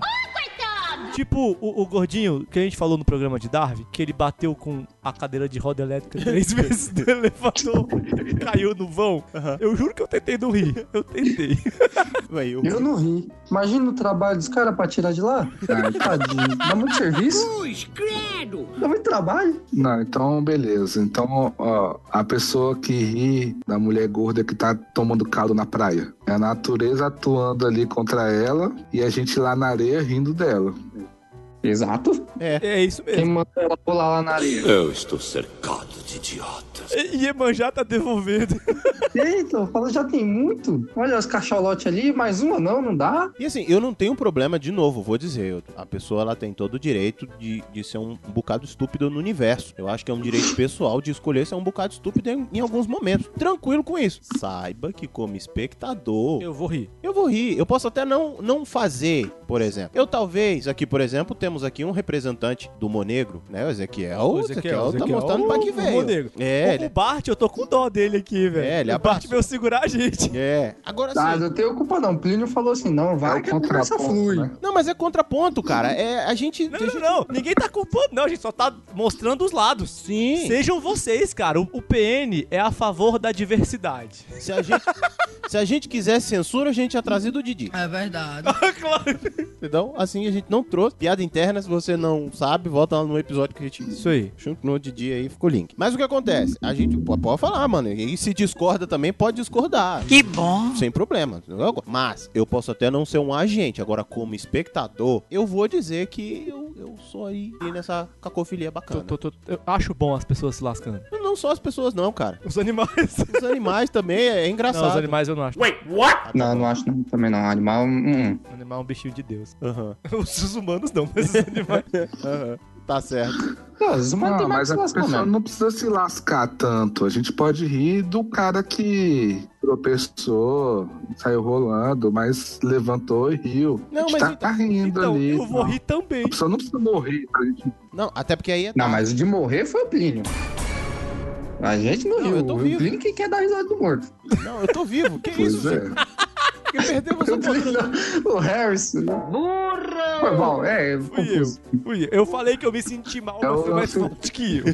Speaker 2: Tipo, o, o gordinho que a gente falou no programa de Darwin, que ele bateu com a cadeira de roda elétrica três vezes no elevador e caiu no vão. Eu juro que eu tentei não rir. Eu tentei.
Speaker 1: Ué, eu...
Speaker 3: Eu não ri. Imagina o trabalho dos caras pra tirar de lá. Tadinho. Dá muito serviço.
Speaker 13: credo!
Speaker 3: Dá muito trabalho.
Speaker 4: Não, então beleza. Então, ó, a pessoa que ri da mulher gorda que tá tomando caldo na praia. É a natureza atuando ali contra ela e a gente lá na areia rindo dela.
Speaker 3: Exato.
Speaker 2: É, é isso mesmo.
Speaker 3: Quem manda ela pular lá na areia?
Speaker 13: Eu estou cercado de idiotas.
Speaker 1: É.
Speaker 2: E Iemanjá tá devolvendo.
Speaker 3: Eita, fala, já tem muito. Olha os cachalotes ali, mais uma não, não dá.
Speaker 1: E assim, eu não tenho problema, de novo, vou dizer. eu- A pessoa ela tem todo o direito de, de ser um bocado estúpido no universo. Eu acho que é um direito pessoal de escolher ser um bocado estúpido em, em alguns momentos. Tranquilo com isso. Saiba que, como espectador,
Speaker 2: Eu vou rir.
Speaker 1: eu vou rir. Eu posso até não, não fazer, por exemplo. Eu talvez, aqui, por exemplo, temos aqui um representante do Monegro, né? O Ezequiel. O Ezequiel, tá mostrando pra que veio.
Speaker 2: É,
Speaker 1: É,
Speaker 2: o
Speaker 1: ele-
Speaker 2: Bart, eu tô com dó dele aqui, velho.
Speaker 1: É, ele
Speaker 2: o Bart veio segurar a gente.
Speaker 1: É. Agora sim.
Speaker 3: Ah, não tenho culpa não. Plínio falou assim, não, vai que a conversa flui.
Speaker 1: Não, mas é contraponto, cara. É, a gente.
Speaker 2: Não, não, não. Ninguém tá culpando, não. A gente só tá mostrando os lados.
Speaker 1: Sim.
Speaker 2: Sejam vocês, cara. O, o PN é a favor da diversidade.
Speaker 1: Se a gente, se a gente quisesse censura, a gente tinha trazido o Didi.
Speaker 16: É verdade.
Speaker 2: Ah,
Speaker 1: Entendeu? Assim a gente não trouxe. Piada interna, se você não sabe, volta lá no episódio que a gente.
Speaker 2: Isso aí.
Speaker 1: Chuncnou de dia aí, ficou link. Mas o que acontece? A gente pô- pode falar, mano. E se discorda também, pode discordar.
Speaker 16: Que bom.
Speaker 1: Sem problema. entendeu? Mas eu posso até não ser um agente. Agora, como espectador, eu vou dizer que eu, eu sou aí nessa cacofilia bacana.
Speaker 2: Tô- tô- eu acho bom as pessoas se lascando.
Speaker 1: Não só as pessoas, não, cara.
Speaker 2: Os animais.
Speaker 1: Os animais também é engraçado. Ah, tá
Speaker 2: Não, os animais eu não acho.
Speaker 13: Wait, what?
Speaker 3: Não, não acho não, também não. Animal, hum.
Speaker 2: O animal é um bichinho de Deus.
Speaker 1: Aham.
Speaker 2: Os humanos não, mas os animais.
Speaker 1: Aham. Tá certo.
Speaker 4: Não, mas a pessoa
Speaker 1: né?
Speaker 4: não precisa se lascar tanto. A gente pode rir do cara que tropeçou, saiu rolando, mas levantou e riu.
Speaker 1: Não,
Speaker 4: a gente
Speaker 1: mas
Speaker 4: tá,
Speaker 1: então-
Speaker 4: tá rindo
Speaker 1: então,
Speaker 4: ali.
Speaker 1: eu vou rir
Speaker 2: também.
Speaker 4: A pessoa não precisa morrer pra gente.
Speaker 1: Não, até porque aí é.
Speaker 3: Não, mas o de morrer foi o Plínio. A gente não,
Speaker 1: Não,
Speaker 3: riu.
Speaker 1: eu tô
Speaker 3: O
Speaker 1: vivo.
Speaker 3: Plínio que quer dar risada do morto.
Speaker 1: Não, eu tô vivo. Que
Speaker 4: Pois
Speaker 1: isso,
Speaker 4: é.
Speaker 1: gente? Quem perdeu você
Speaker 3: Então, O Harrison.
Speaker 13: Burro!
Speaker 3: Foi bom, é.
Speaker 2: Fui eu. Fui eu. Eu falei que eu me senti mal,
Speaker 4: É
Speaker 2: mas
Speaker 4: o
Speaker 2: foi mais
Speaker 4: lance-
Speaker 2: forte que eu.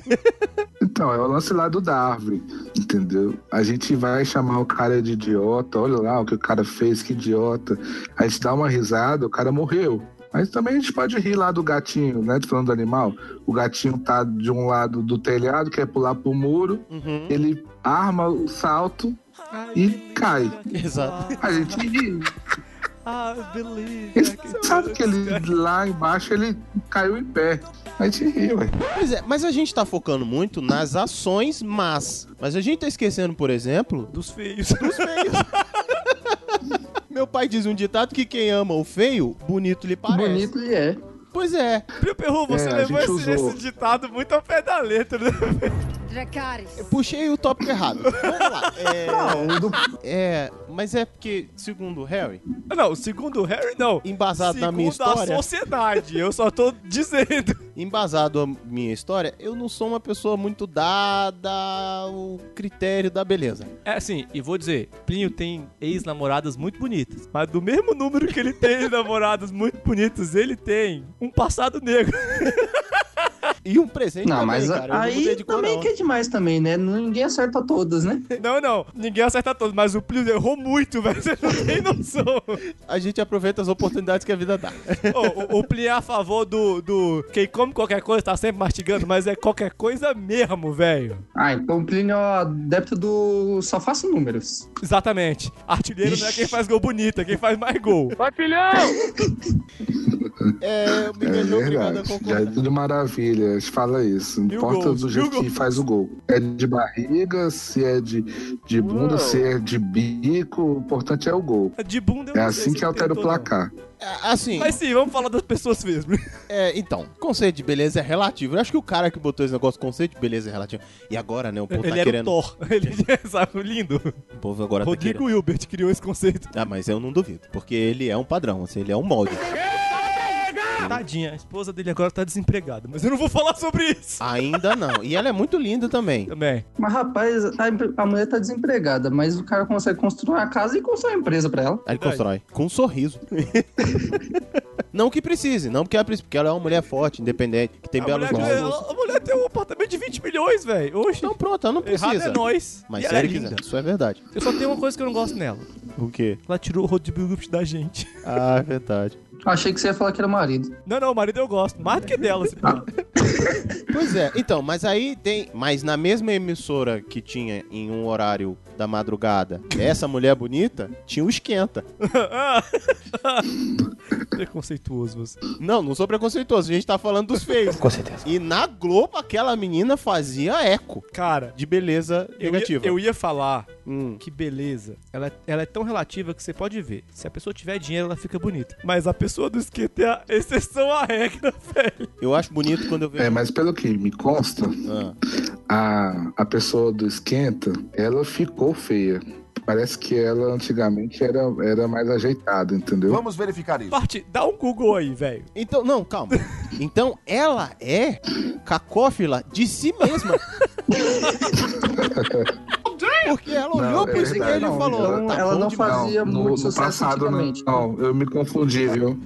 Speaker 4: Então, é o lance lá do Darwin, entendeu? A gente vai chamar o cara de idiota, olha lá o que o cara fez, que idiota. A gente dá uma risada, o cara morreu. Mas também a gente pode rir lá do gatinho, né? Falando do animal. O gatinho tá de um lado do telhado, quer pular pro muro.
Speaker 1: Uhum.
Speaker 4: Ele arma o salto e cai.
Speaker 1: Exato.
Speaker 4: A gente ri.
Speaker 2: Ah, beleza.
Speaker 4: Ele sabe que é ele lá embaixo ele caiu em pé. A gente ri, ué.
Speaker 1: Pois é, mas a gente tá focando muito nas ações mas. Mas a gente tá esquecendo, por exemplo,
Speaker 2: dos feios.
Speaker 1: Dos feios. Meu pai diz um ditado que quem ama o feio, bonito lhe parece.
Speaker 2: Bonito
Speaker 1: lhe é. Pois é.
Speaker 2: Pio Perru, você
Speaker 1: É, a
Speaker 2: levou
Speaker 1: gente
Speaker 2: esse,
Speaker 1: usou.
Speaker 2: esse ditado muito ao pé da letra, né?
Speaker 1: Eu puxei o tópico errado. Vamos lá. É... é, mas é porque, segundo o Harry...
Speaker 2: Não, segundo o Harry, não.
Speaker 1: Embasado na minha
Speaker 2: Segundo a
Speaker 1: história...
Speaker 2: sociedade, eu só tô dizendo.
Speaker 1: Embasado a minha história, eu não sou uma pessoa muito dada ao critério da beleza.
Speaker 2: É assim, e vou dizer, Plínio tem ex-namoradas muito bonitas, mas do mesmo número que ele tem namoradas muito bonitas, ele tem um passado negro.
Speaker 1: E um presente
Speaker 3: Não, mas aí também que é demais também, né? Ninguém acerta todas, né?
Speaker 2: Não, não, ninguém acerta todos, mas o Plínio errou muito, velho, você não tem noção.
Speaker 1: A gente aproveita as oportunidades que a vida dá.
Speaker 2: Ô, o, o Plínio é a favor do, do... Quem come qualquer coisa tá sempre mastigando, mas é qualquer coisa mesmo, velho.
Speaker 3: Ah, então o Plínio é adepto do só faço números.
Speaker 2: Exatamente. Artilheiro não é quem faz gol bonito, é quem faz mais gol. Vai, Plínio!
Speaker 1: É, eu me
Speaker 4: É verdade. Já é tudo maravilha. Fala isso. Não
Speaker 2: E o
Speaker 4: importa
Speaker 2: gol?
Speaker 4: do
Speaker 2: E o
Speaker 4: jeito
Speaker 2: gol?
Speaker 4: que faz o gol. É de barriga, se é de, de bunda,
Speaker 2: Uau.
Speaker 4: se é de bico. O importante é o gol.
Speaker 2: De bunda eu
Speaker 4: É
Speaker 2: não sei
Speaker 4: assim
Speaker 2: se
Speaker 4: que altera o
Speaker 2: tentou, não.
Speaker 4: placar.
Speaker 1: Assim.
Speaker 2: Mas sim, vamos falar das pessoas mesmo.
Speaker 1: É, então, conceito de beleza é relativo. Eu acho que o cara que botou esse negócio, conceito de beleza é relativo. E agora, né, o povo
Speaker 2: Ele
Speaker 1: tá
Speaker 2: era um
Speaker 1: querendo. Tá
Speaker 2: o Thor. Ele sabe, lindo.
Speaker 1: O povo agora tá
Speaker 2: Rodrigo
Speaker 1: querendo.
Speaker 2: Hilbert criou esse conceito.
Speaker 1: Ah, mas eu não duvido, porque ele é um padrão, assim, ele é um molde.
Speaker 2: Tadinha, a esposa dele agora tá desempregada, mas eu não vou falar sobre isso.
Speaker 1: Ainda não. E ela é muito linda também.
Speaker 2: Também.
Speaker 3: Mas rapaz, a, a mulher tá desempregada, mas o cara consegue construir uma casa e construir uma empresa pra ela.
Speaker 1: Aí ele constrói. Com um sorriso. não que precise, não porque ela precisa, porque ela é uma mulher forte, independente, que tem
Speaker 2: A
Speaker 1: belos
Speaker 2: mulher,
Speaker 1: olhos.
Speaker 2: ganhou- a mulher tem um apartamento de 20 milhões, velho. Oxe. Então
Speaker 1: pronto, ela não precisa.
Speaker 2: Errado é nós.
Speaker 1: Mas se
Speaker 2: E ela é
Speaker 1: ele
Speaker 2: linda.
Speaker 1: quiser, isso é verdade.
Speaker 2: Eu só tenho uma coisa que eu não gosto nela.
Speaker 1: O quê?
Speaker 2: Ela tirou o Rodrigo Hilbert da gente.
Speaker 1: Ah, é verdade.
Speaker 3: Achei que você ia falar que era marido.
Speaker 2: Não, não, o marido eu gosto. Mais do que dela. se pá.
Speaker 1: Pois é, então, mas aí tem. Mas na mesma emissora que tinha em um horário da madrugada essa mulher bonita, tinha o esquenta.
Speaker 2: Preconceituoso você.
Speaker 1: Não, não sou preconceituoso, a gente tá falando dos feios.
Speaker 12: Com certeza.
Speaker 1: E na Globo aquela menina fazia eco.
Speaker 2: Cara.
Speaker 1: De beleza
Speaker 2: Eu ia,
Speaker 1: negativa. Hum,
Speaker 2: eu ia falar que beleza, ela, ela é tão relativa que você pode ver. Se a pessoa tiver dinheiro, ela fica bonita. Mas a pessoa do esquenta é a exceção à regra, velho.
Speaker 1: Eu acho bonito quando eu vejo.
Speaker 4: É, mas pelo que me consta,
Speaker 2: Ah.
Speaker 4: a, a pessoa do esquenta, ela ficou feia. Parece que ela antigamente era, era mais ajeitada, entendeu?
Speaker 1: verificar isso.
Speaker 2: Parte, dá um Google aí, velho.
Speaker 1: Então, não, calma. Então, ela é cacófila de si mesma. Porque ela olhou pro
Speaker 4: verdade,
Speaker 1: espelho
Speaker 4: não,
Speaker 1: e falou.
Speaker 4: então
Speaker 1: "Tá
Speaker 3: ela
Speaker 1: bom
Speaker 3: não
Speaker 1: demais."
Speaker 3: fazia
Speaker 4: no,
Speaker 3: muito
Speaker 4: no
Speaker 3: sucesso
Speaker 4: passado, não,
Speaker 3: antigamente.
Speaker 4: não, eu me confundi, viu?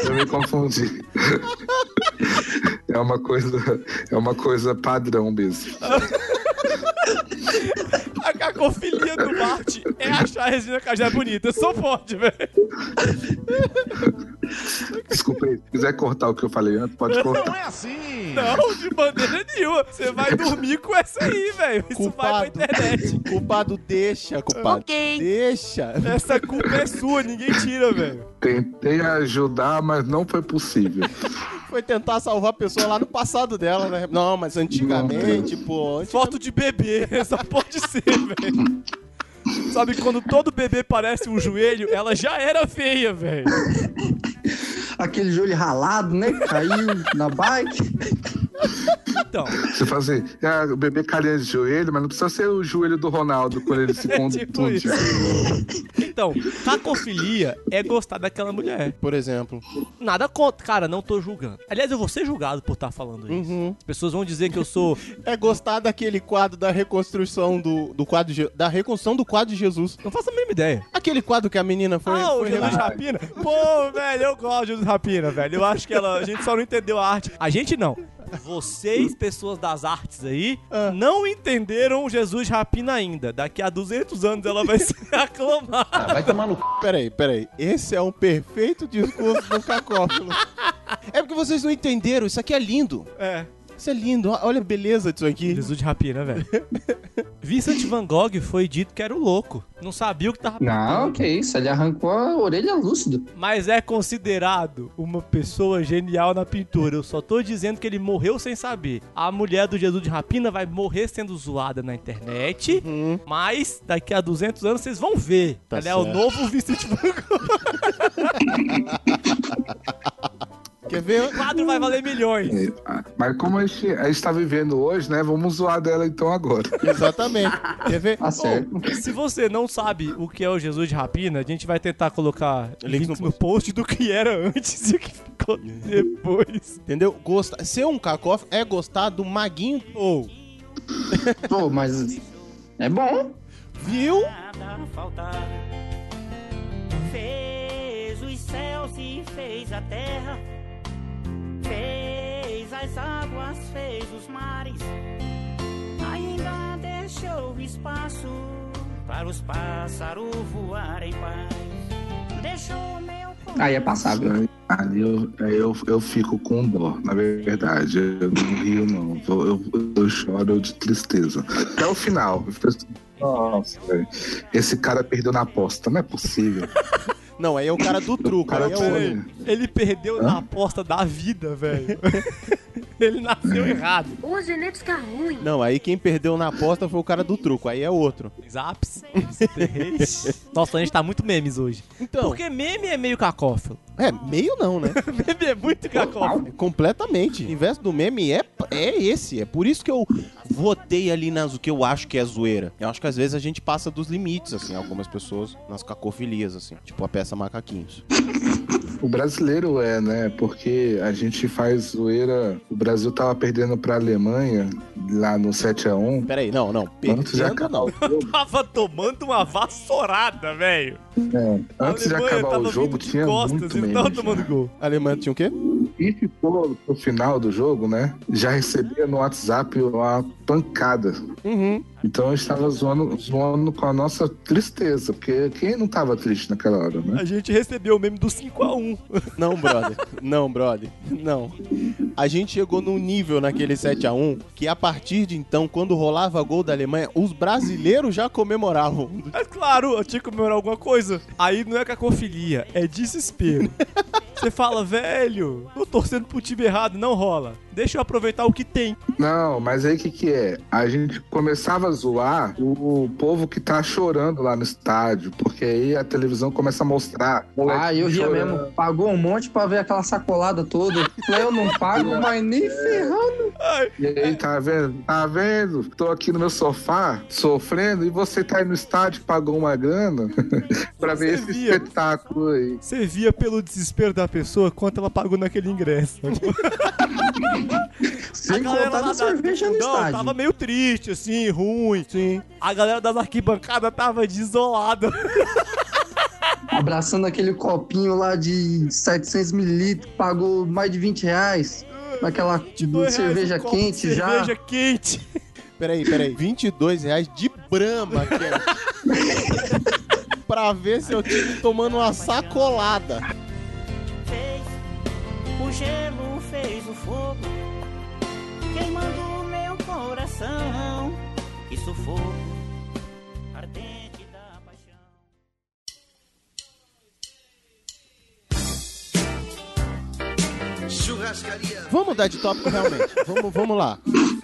Speaker 4: eu, eu me confundi. É uma coisa, é uma coisa padrão mesmo.
Speaker 2: A cacofilia do Marte é achar a Regina Cajá bonita. Só pode, velho.
Speaker 4: Desculpa aí, se quiser cortar o que eu falei antes, pode cortar.
Speaker 2: é assim. Não, de bandeira nenhuma. Você vai dormir com essa aí, velho. Isso vai pra internet.
Speaker 1: Culpado deixa, culpado. Deixa.
Speaker 2: Essa culpa é sua, ninguém tira, velho.
Speaker 4: Tentei ajudar, mas não foi possível.
Speaker 1: Foi tentar salvar a pessoa lá no passado dela, né? Não, mas antigamente, pô.
Speaker 2: Foto de bebê, só pode ser, velho. Sabe, quando todo bebê parece um joelho, ela já era feia, velho.
Speaker 3: Aquele joelho ralado, né? Caiu na bike.
Speaker 2: Então.
Speaker 4: Você fala assim, ah, o bebê carinha de joelho, mas não precisa ser o joelho do Ronaldo quando ele se
Speaker 2: É
Speaker 4: contunde.
Speaker 2: tipo isso. Então, cacofilia é gostar daquela mulher.
Speaker 1: Por exemplo.
Speaker 2: Nada contra. Cara, não tô julgando. Aliás, eu vou ser julgado por estar falando isso. As pessoas vão dizer que eu sou.
Speaker 1: É gostar daquele quadro da reconstrução do, do quadro de- da reconstrução do quadro de Jesus.
Speaker 2: Não faço a mínima ideia.
Speaker 1: Aquele quadro que a menina foi.
Speaker 2: ah, o
Speaker 1: foi
Speaker 2: Jesus
Speaker 1: revelada.
Speaker 2: Rapina? Pô, velho, eu gosto de Jesus Rapina, velho. Eu acho que ela. A gente só não entendeu a arte. A gente não. Vocês, pessoas das artes aí, não entenderam o Jesus Rapina ainda. Daqui a 200 anos ela vai ser aclamada.
Speaker 1: vai tomar no c... Peraí, peraí. Esse é um perfeito discurso do Cacófilo. É porque vocês não entenderam. Isso aqui é lindo.
Speaker 2: É.
Speaker 1: Isso é lindo. Ó, Olha a beleza disso aqui.
Speaker 2: Jesus de rapina, velho. Vincent Van Gogh foi dito que era o louco. Não sabia o que tava
Speaker 3: Não, que isso, ele arrancou a orelha lúcido.
Speaker 2: mas é considerado uma pessoa genial na pintura. Eu só tô dizendo que ele morreu sem saber. A mulher do Jesus de Rapina vai morrer sendo zoada na internet, mas daqui a 200 anos vocês vão ver.
Speaker 1: Tá
Speaker 2: Ela é o
Speaker 1: certo.
Speaker 2: novo Vincent Van Gogh.
Speaker 1: Quer ver?
Speaker 2: O quadro vai valer milhões.
Speaker 4: É, ah, Mas como a gente, a gente tá vivendo hoje, né? Vamos zoar dela então agora.
Speaker 1: Exatamente. Quer ver?
Speaker 4: Tá certo.
Speaker 2: Bom, se você não sabe o que é o Jesus de Rapina, a gente vai tentar colocar links, no, post. do que era antes e o que ficou depois.
Speaker 1: Entendeu? Gosta... Ser um cacófilo é gostar do maguinho
Speaker 2: ou.
Speaker 3: Pô, mas. É bom.
Speaker 1: Viu?
Speaker 15: Nada faltar. Fez os céus e fez a terra. Fez as águas, fez os mares. Ainda deixou espaço para os pássaros voarem em paz. Deixou meu corpo.
Speaker 3: Aí é passável.
Speaker 4: Aí eu, aí eu, eu fico com dó, na verdade. Eu não rio, não. Eu, eu- eu choro de tristeza. Até o final. Eu fico assim, Nossa, velho. esse cara perdeu na aposta. Não é possível.
Speaker 1: Não, aí é o cara do truco.
Speaker 4: cara
Speaker 1: aí é o-
Speaker 4: foi-
Speaker 2: Ele perdeu na aposta da vida, velho. Ele nasceu errado.
Speaker 7: Uma genética ruim.
Speaker 1: Não, aí quem perdeu na aposta foi o cara do truco. Aí é outro.
Speaker 2: Zaps. Nossa, a gente tá muito memes hoje.
Speaker 1: Então.
Speaker 2: Porque meme é meio cacófilo.
Speaker 1: É, meio não, né?
Speaker 2: meme é muito cacófilo.
Speaker 1: Completamente. O inverso do meme é, é esse. É por isso que eu votei ali nas o que eu acho que é zoeira. Eu acho que às vezes a gente passa dos limites, assim, algumas pessoas nas cacofilias, assim. Tipo a peça Macaquinhos.
Speaker 4: O brasileiro é, né? Porque a gente faz zoeira. O Brasil tava perdendo pra Alemanha lá no 7x1.
Speaker 1: Peraí, não, não.
Speaker 4: Antes de, aca-
Speaker 1: Perdendo não.
Speaker 2: Tava tomando uma vassourada, velho.
Speaker 4: é, antes de
Speaker 2: Alemanha
Speaker 4: acabar
Speaker 2: tava
Speaker 4: o jogo,
Speaker 2: vindo de
Speaker 4: tinha
Speaker 2: costas então
Speaker 4: muito
Speaker 2: e
Speaker 4: meme.
Speaker 2: tava tomando gol.
Speaker 1: A Alemanha tinha o quê?
Speaker 4: E ficou no final do jogo, né? Já recebia no WhatsApp uma pancada.
Speaker 3: Uhum.
Speaker 4: Então eu estava zoando, zoando com a nossa tristeza, porque quem não tava triste naquela hora, né?
Speaker 2: A gente recebeu o meme do 5x1.
Speaker 1: Não, brother. Não, brother. Não. A gente chegou num nível naquele 7x1 que a partir de então, quando rolava gol da Alemanha, os brasileiros já comemoravam.
Speaker 2: Mas claro, eu tinha que comemorar alguma coisa. Aí não é cacofilia, é desespero. Você fala, velho, tô torcendo pro time errado, não rola. Deixa eu aproveitar o que tem.
Speaker 4: Não, mas aí o que, que é? A gente começava a zoar o, o povo que tá chorando lá no estádio, porque aí a televisão começa a mostrar.
Speaker 3: Ah, eu ria
Speaker 4: chorando.
Speaker 3: mesmo. Pagou um monte pra ver aquela sacolada toda. Eu não pago, mas nem ferrando.
Speaker 4: E aí, tá vendo? Tá vendo? Tô aqui no meu sofá, sofrendo, e você tá aí no estádio, pagou uma grana pra ver esse
Speaker 2: via.
Speaker 4: espetáculo aí.
Speaker 2: Você via pelo desespero da pessoa quanto ela pagou naquele ingresso.
Speaker 3: Sem contar da cerveja no
Speaker 2: não,
Speaker 3: estádio.
Speaker 2: tava meio triste, assim, ruim. Sim. A galera das arquibancadas tava desolada.
Speaker 3: Abraçando aquele copinho lá de 700 mililitros, pagou mais de 20 reais. Naquela
Speaker 2: dois reais
Speaker 3: cerveja
Speaker 2: um copo de
Speaker 3: quente já.
Speaker 2: Cerveja quente.
Speaker 1: Peraí, peraí. 22 reais de brama, cara. pra ver seu time tomando uma sacolada.
Speaker 15: Fez o gelo, fez o fogo, queimando o meu coração. Que sufoco, ardente da paixão.
Speaker 5: Churrascaria.
Speaker 1: Vamos mudar de tópico realmente. Vamos, vamos lá.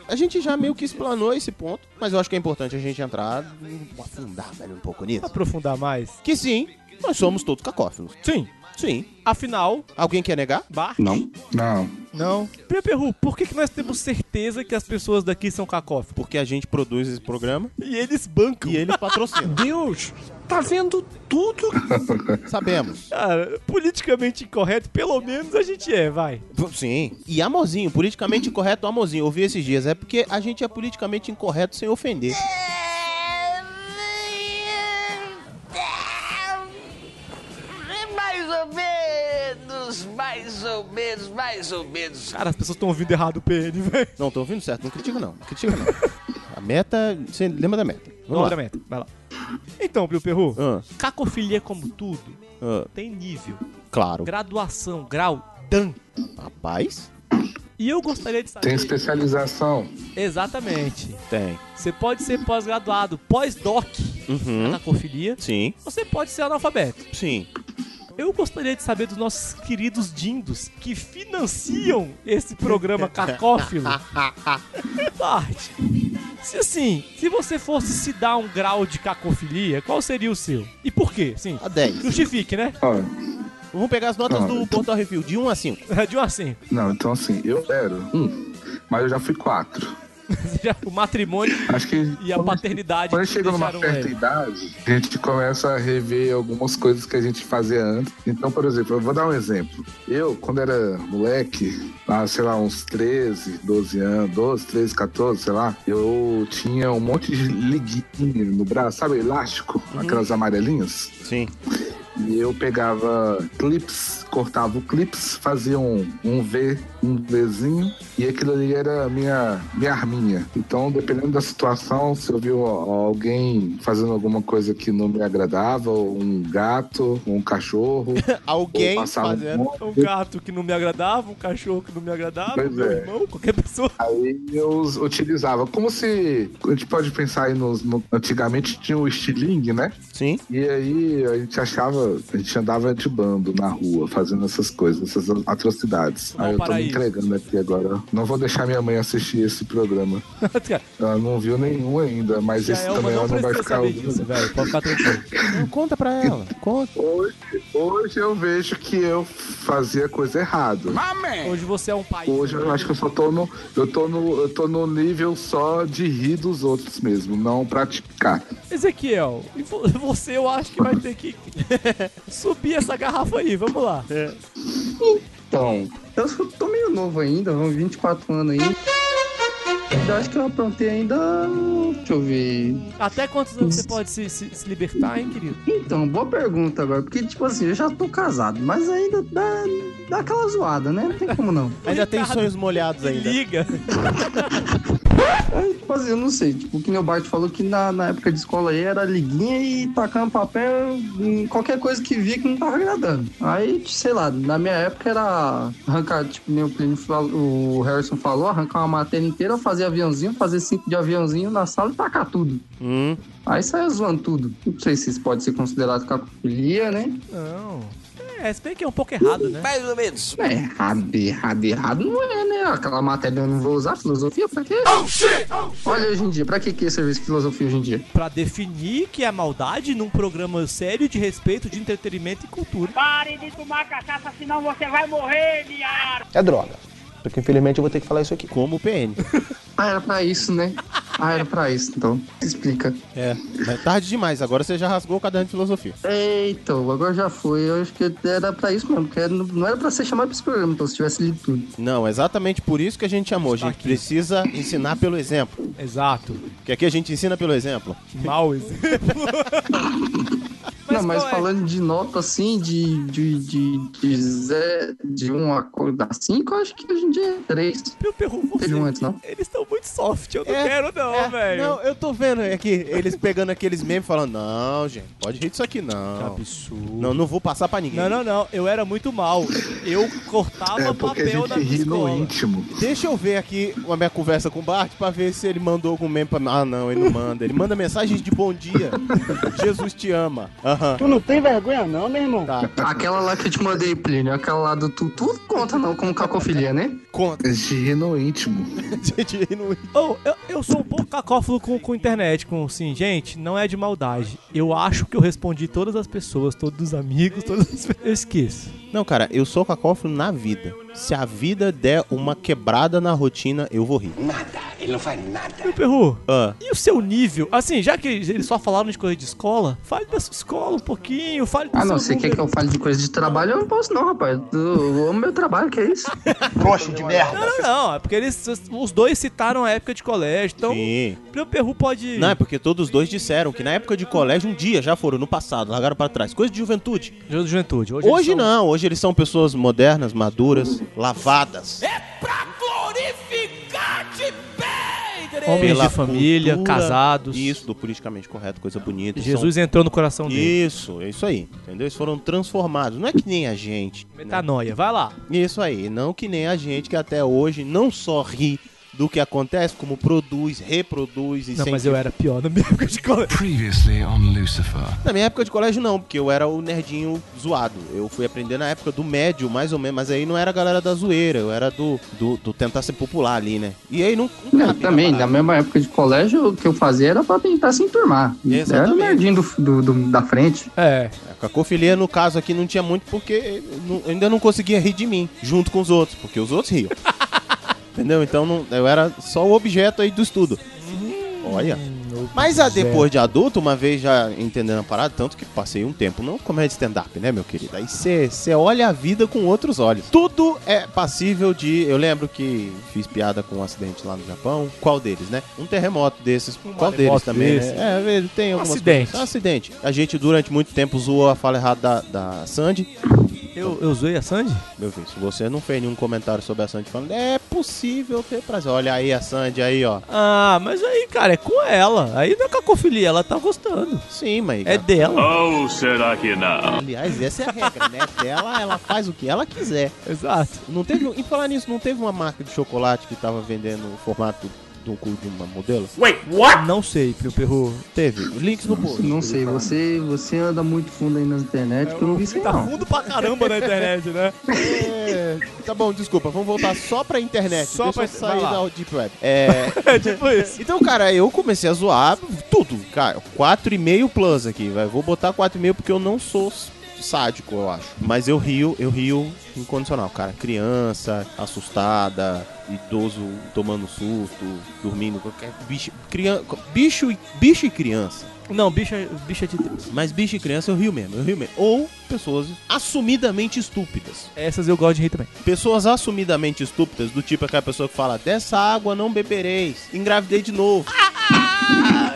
Speaker 1: A gente já meio que explanou esse ponto, mas eu acho que é importante a gente entrar, hum, afundar, velho, um pouco nisso.
Speaker 2: Aprofundar mais.
Speaker 1: Que sim, nós somos todos cacófilos.
Speaker 2: Sim.
Speaker 1: Sim.
Speaker 2: Afinal,
Speaker 1: Alguém quer negar?
Speaker 2: Bart?
Speaker 4: Não. Não.
Speaker 2: Não. Primeiro, Perru, por que, que nós temos certeza que as pessoas daqui são cacófilos?
Speaker 1: Porque a gente produz esse programa.
Speaker 2: E eles bancam.
Speaker 1: E eles patrocinam.
Speaker 2: Deus, tá vendo tudo?
Speaker 1: Sabemos.
Speaker 2: Cara, politicamente incorreto, pelo menos a gente é, vai.
Speaker 1: Sim. E amorzinho, politicamente incorreto, amorzinho. Eu vi esses dias. É porque a gente é politicamente incorreto sem ofender.
Speaker 5: Mais ou menos, mais ou menos,
Speaker 16: mais ou menos.
Speaker 2: Cara, as pessoas estão ouvindo errado o PN, velho.
Speaker 1: Não, tô ouvindo certo. Não critica, não. Não critica, não. A meta... Você lembra da meta. Vamos
Speaker 2: Vamos da
Speaker 1: lá.
Speaker 2: meta. um Vai lá. Então, Blue Perru, cacofilia é como tudo
Speaker 1: Ah.
Speaker 2: tem nível,
Speaker 1: Claro.
Speaker 2: graduação, grau, dan.
Speaker 1: Rapaz.
Speaker 2: E eu gostaria de saber.
Speaker 4: Tem especialização.
Speaker 2: Exatamente.
Speaker 1: Tem.
Speaker 2: Você pode ser pós-graduado, pós-doc,
Speaker 1: Uhum.
Speaker 2: cacofilia.
Speaker 1: Sim.
Speaker 2: Você pode ser analfabeto.
Speaker 1: Sim.
Speaker 2: Eu gostaria de saber dos nossos queridos dindos que financiam esse programa cacófilo. Bart, se assim, se você fosse se dar um grau de cacofilia, qual seria o seu? E por quê? Sim.
Speaker 1: A 10.
Speaker 2: Justifique, né?
Speaker 1: Vamos pegar as notas
Speaker 4: Não,
Speaker 1: do
Speaker 4: eu
Speaker 1: Portal Refil, de 1 a 5.
Speaker 2: de 1 a 5.
Speaker 4: Não, então assim, eu era um, mas eu já fui quatro.
Speaker 2: O matrimônio
Speaker 4: Acho que
Speaker 2: e a paternidade.
Speaker 4: quando chega numa
Speaker 2: deixaram
Speaker 4: certa
Speaker 2: ele.
Speaker 4: idade, a gente começa a rever algumas coisas que a gente fazia antes. Então, por exemplo, eu vou dar um exemplo. Eu, quando era moleque, lá, sei lá, uns 13, 12 anos, 12, 13, 14, sei lá, eu tinha um monte de liguinha no braço, sabe, elástico,
Speaker 2: Uhum.
Speaker 4: aquelas amarelinhas.
Speaker 1: Sim.
Speaker 4: E eu pegava clips, cortava o clips, fazia um, um V, um Vzinho, e aquilo ali era a minha, minha arminha. Então, dependendo da situação, se eu vi ó, alguém fazendo alguma coisa que não me agradava, ou um gato, ou um cachorro.
Speaker 1: Alguém
Speaker 4: ou passava um
Speaker 2: fazendo
Speaker 4: monte,
Speaker 2: um gato que não me agradava, um cachorro que não me agradava,
Speaker 4: Pois
Speaker 2: meu
Speaker 4: é.
Speaker 2: irmão, qualquer pessoa.
Speaker 4: Aí eu us- utilizava. Como se. A gente pode pensar aí nos. no- antigamente tinha o estilingue, né?
Speaker 1: Sim.
Speaker 4: E aí a gente achava. A gente andava de bando na rua, fazendo essas coisas, essas atrocidades.
Speaker 2: Não,
Speaker 4: aí eu tô
Speaker 2: para
Speaker 4: me
Speaker 2: aí.
Speaker 4: entregando aqui agora. Não vou deixar minha mãe assistir esse programa.
Speaker 2: Cara,
Speaker 4: Ela não viu nenhum ainda, mas
Speaker 2: Já
Speaker 4: esse
Speaker 2: é uma-
Speaker 4: também
Speaker 2: não
Speaker 4: ela não vai
Speaker 2: precisa
Speaker 4: ficar
Speaker 2: saber
Speaker 4: ouvindo.
Speaker 2: disso, velho. Pode ficar tranquilo. Não, conta pra ela. Conta.
Speaker 4: Hoje, hoje eu vejo que eu fazia coisa errada.
Speaker 2: Hoje você é um pai.
Speaker 4: Hoje eu acho que eu só tô no. Eu tô no. Eu tô no nível só de rir dos outros mesmo, não praticar.
Speaker 2: Ezequiel, e vo- você eu acho que vai ter que subir essa garrafa aí, vamos lá.
Speaker 4: Então.
Speaker 3: Eu sou- tô meio novo ainda, vão 24 anos ainda. Eu acho que eu aprontei ainda. Deixa eu ver.
Speaker 2: Até quantos anos você pode se, se, se libertar, hein, querido?
Speaker 3: Então, boa pergunta agora, porque, tipo assim, eu já tô casado, mas ainda dá, dá aquela zoada, né? Não tem como não.
Speaker 1: Ainda tem sonhos molhados ainda.
Speaker 2: Liga.
Speaker 3: É, tipo assim, eu não sei, tipo, o que meu Bart falou que na, na época de escola aí era liguinha e tacando papel em qualquer coisa que via que não tava agradando. Aí, sei lá, na minha época era arrancar, tipo, meu primo, falou- o Harrison falou, arrancar uma matéria inteira, fazer aviãozinho, fazer cinco de aviãozinho na sala e tacar tudo. Aí saia zoando tudo. Não sei se isso pode ser considerado cacofilia, né?
Speaker 2: Não. É, se bem que é um pouco errado, né?
Speaker 16: Mais ou menos.
Speaker 3: É, errado, errado, errado não é, né? Aquela matéria eu não vou usar filosofia pra quê? Olha hoje em dia, pra que que serviço de filosofia hoje em dia?
Speaker 2: Pra definir que é maldade num programa sério de respeito, de entretenimento e cultura.
Speaker 13: Pare de tomar cachaça, senão você vai morrer, viado!
Speaker 12: É droga. Só que infelizmente eu vou ter que falar isso aqui.
Speaker 1: Como o PN.
Speaker 3: Ah, era pra isso, né? Ah, era pra isso, então. Explica.
Speaker 1: É, mas tarde demais. Agora você já rasgou o caderno de filosofia.
Speaker 3: Eita, agora já foi. Eu acho que era pra isso mesmo, porque era- não era pra ser chamado pra esse programa, então, se tivesse lido tudo.
Speaker 1: Não, é exatamente por isso que a gente chamou. A gente precisa ensinar pelo exemplo.
Speaker 2: Exato.
Speaker 1: Que aqui a gente ensina pelo exemplo.
Speaker 2: Mal exemplo.
Speaker 3: não, mas é? falando de nota assim, de, de, de, de, zé- de 1 a 5, eu acho que hoje em dia é 3.
Speaker 2: Meu perro,
Speaker 3: Teve um antes, não?
Speaker 2: Eles estão muito soft, eu não quero não,
Speaker 1: é,
Speaker 2: velho.
Speaker 1: Não, eu tô vendo aqui eles pegando aqueles memes e falando: Não, gente, pode rir disso aqui não.
Speaker 2: Que absurdo.
Speaker 1: Não, não vou passar pra ninguém.
Speaker 2: Não, não, não. Eu era muito mal. Eu cortava
Speaker 1: É, porque a
Speaker 2: papel
Speaker 1: gente
Speaker 2: na minha
Speaker 1: ri no
Speaker 2: escola.
Speaker 4: íntimo.
Speaker 1: Deixa eu ver aqui a minha conversa com o Bart pra ver se ele mandou algum meme pra mim. Ah, não, ele não manda. Ele manda mensagem de bom dia. Jesus te ama. Aham.
Speaker 3: não tem vergonha, não, meu irmão? Aquela lá que eu te mandei, Plínio, aquela lá do tu, tudo conta não como cacofilia, né?
Speaker 1: Conta.
Speaker 4: Gino íntimo.
Speaker 2: Oh, eu, eu sou um pouco cacófilo com, com internet, com assim, gente, não é de maldade. Eu acho que eu respondi todas as pessoas, todos os amigos, todas as... Eu esqueço.
Speaker 1: Não, cara, eu sou cacófilo na vida. Se a vida der uma quebrada na rotina, eu vou rir. Ah, Nada.
Speaker 13: Ele não faz nada.
Speaker 2: Meu perru, e o seu nível? Assim, já que eles só falaram de coisa de escola, fale da sua escola um pouquinho, fale do
Speaker 3: Ah, não,
Speaker 2: seu
Speaker 3: você quer que eu fale de coisa de trabalho? Eu não posso, não, rapaz. Eu amo meu trabalho, que é isso? Trouxa de merda.
Speaker 2: Não, não, não. É porque eles, os dois citaram a época de colégio. Então,
Speaker 1: Sim.
Speaker 2: meu perru pode.
Speaker 1: Não, é porque todos os dois disseram que na época de colégio, um dia já foram, no passado, largaram pra trás. Coisa de juventude.
Speaker 2: Ju- Juventude. Hoje,
Speaker 1: Hoje,
Speaker 2: eles são-
Speaker 1: não, hoje eles são pessoas modernas, maduras, lavadas.
Speaker 2: É. Homens
Speaker 1: Pela
Speaker 2: de família,
Speaker 1: cultura,
Speaker 2: casados.
Speaker 1: Isso, do politicamente correto, coisa bonita.
Speaker 2: Jesus um
Speaker 1: São-
Speaker 2: entrou no coração dele.
Speaker 1: Isso, é isso aí. Entendeu? Eles foram transformados. Não é que nem a gente. né?
Speaker 2: Metanoia, vai lá.
Speaker 1: Isso aí, não que nem a gente que até hoje não só ri do que acontece, como produz, reproduz e
Speaker 2: Não,
Speaker 1: sempre
Speaker 2: mas eu era pior na minha época de colégio.
Speaker 11: Previously on Lucifer.
Speaker 1: Na minha época de colégio, não, porque eu era o nerdinho zoado. Eu fui aprender na época do médio, mais ou menos, mas aí não era a galera da zoeira, eu era do, do, do tentar ser popular ali, né? E aí não.
Speaker 3: Não, Ah, também, na mesma época de colégio, o que eu fazia era pra tentar se enturmar. Era o
Speaker 1: Exatamente.
Speaker 3: merdinho do- do- do- da frente.
Speaker 2: É.
Speaker 1: A cacofilia, no caso aqui, não tinha muito porque eu não- eu ainda não conseguia rir de mim, junto com os outros, porque os outros riam. Entendeu? Então não- eu era só o objeto aí do estudo. Olha. Mas a depois de adulto, uma vez já entendendo a parada, tanto que passei um tempo no comédia stand-up, né, meu querido? Aí você olha a vida com outros olhos. Tudo é passível de. Eu lembro que fiz piada com um acidente lá no Japão. Qual deles, né? Um terremoto desses. Qual deles
Speaker 2: maremoto
Speaker 1: também?
Speaker 2: desse.
Speaker 1: Né? É, vejo, tem algumas coisas.
Speaker 2: acidente.
Speaker 1: Um acidente. A gente durante muito tempo zoou a fala errada da, da Sandy.
Speaker 2: Eu, eu zoei a Sandy?
Speaker 1: Meu filho, se você não fez nenhum comentário sobre a Sandy falando, é possível ter prazer. Olha aí a Sandy aí, ó.
Speaker 2: Ah, mas aí, cara, é com ela. Aí não é cacofilia, ela tá gostando.
Speaker 1: Sim, mas.
Speaker 2: É dela.
Speaker 16: Ou será que não?
Speaker 1: Aliás, essa é a regra, né? Dela, ela faz o que ela quiser.
Speaker 2: Exato.
Speaker 1: Não teve, e falar nisso, não teve uma marca de chocolate que tava vendendo o formato do cu de uma modelo?
Speaker 2: Wait, what? Não sei, Pio Perro.
Speaker 1: Teve. Links no post.
Speaker 3: Não sei, você, você anda muito fundo aí nas internet, que eu não vi isso aí, não.
Speaker 2: é Fundo pra caramba na internet, né?
Speaker 1: É, tá bom, desculpa, vamos voltar só pra internet.
Speaker 2: Só
Speaker 1: Só
Speaker 2: pra-
Speaker 1: Deixa pra eu sair
Speaker 2: vai lá.
Speaker 1: da Deep Web. É...
Speaker 2: tipo isso.
Speaker 1: Então, cara, eu comecei a zoar tudo, cara. 4,5 plus aqui, vai. Vou botar 4,5 porque eu não sou s- sádico, eu acho. Mas eu rio, eu rio incondicional, cara. Criança, assustada, idoso tomando susto, dormindo, qualquer bicho, criança, bicho, e- bicho e criança.
Speaker 2: Não, bicha, bicha de Deus.
Speaker 1: Mas bicho e criança eu rio mesmo, eu rio mesmo. Ou pessoas assumidamente estúpidas.
Speaker 2: Essas eu gosto de rir também.
Speaker 1: Pessoas assumidamente estúpidas, do tipo aquela pessoa que fala: dessa água não bebereis, engravidei de novo.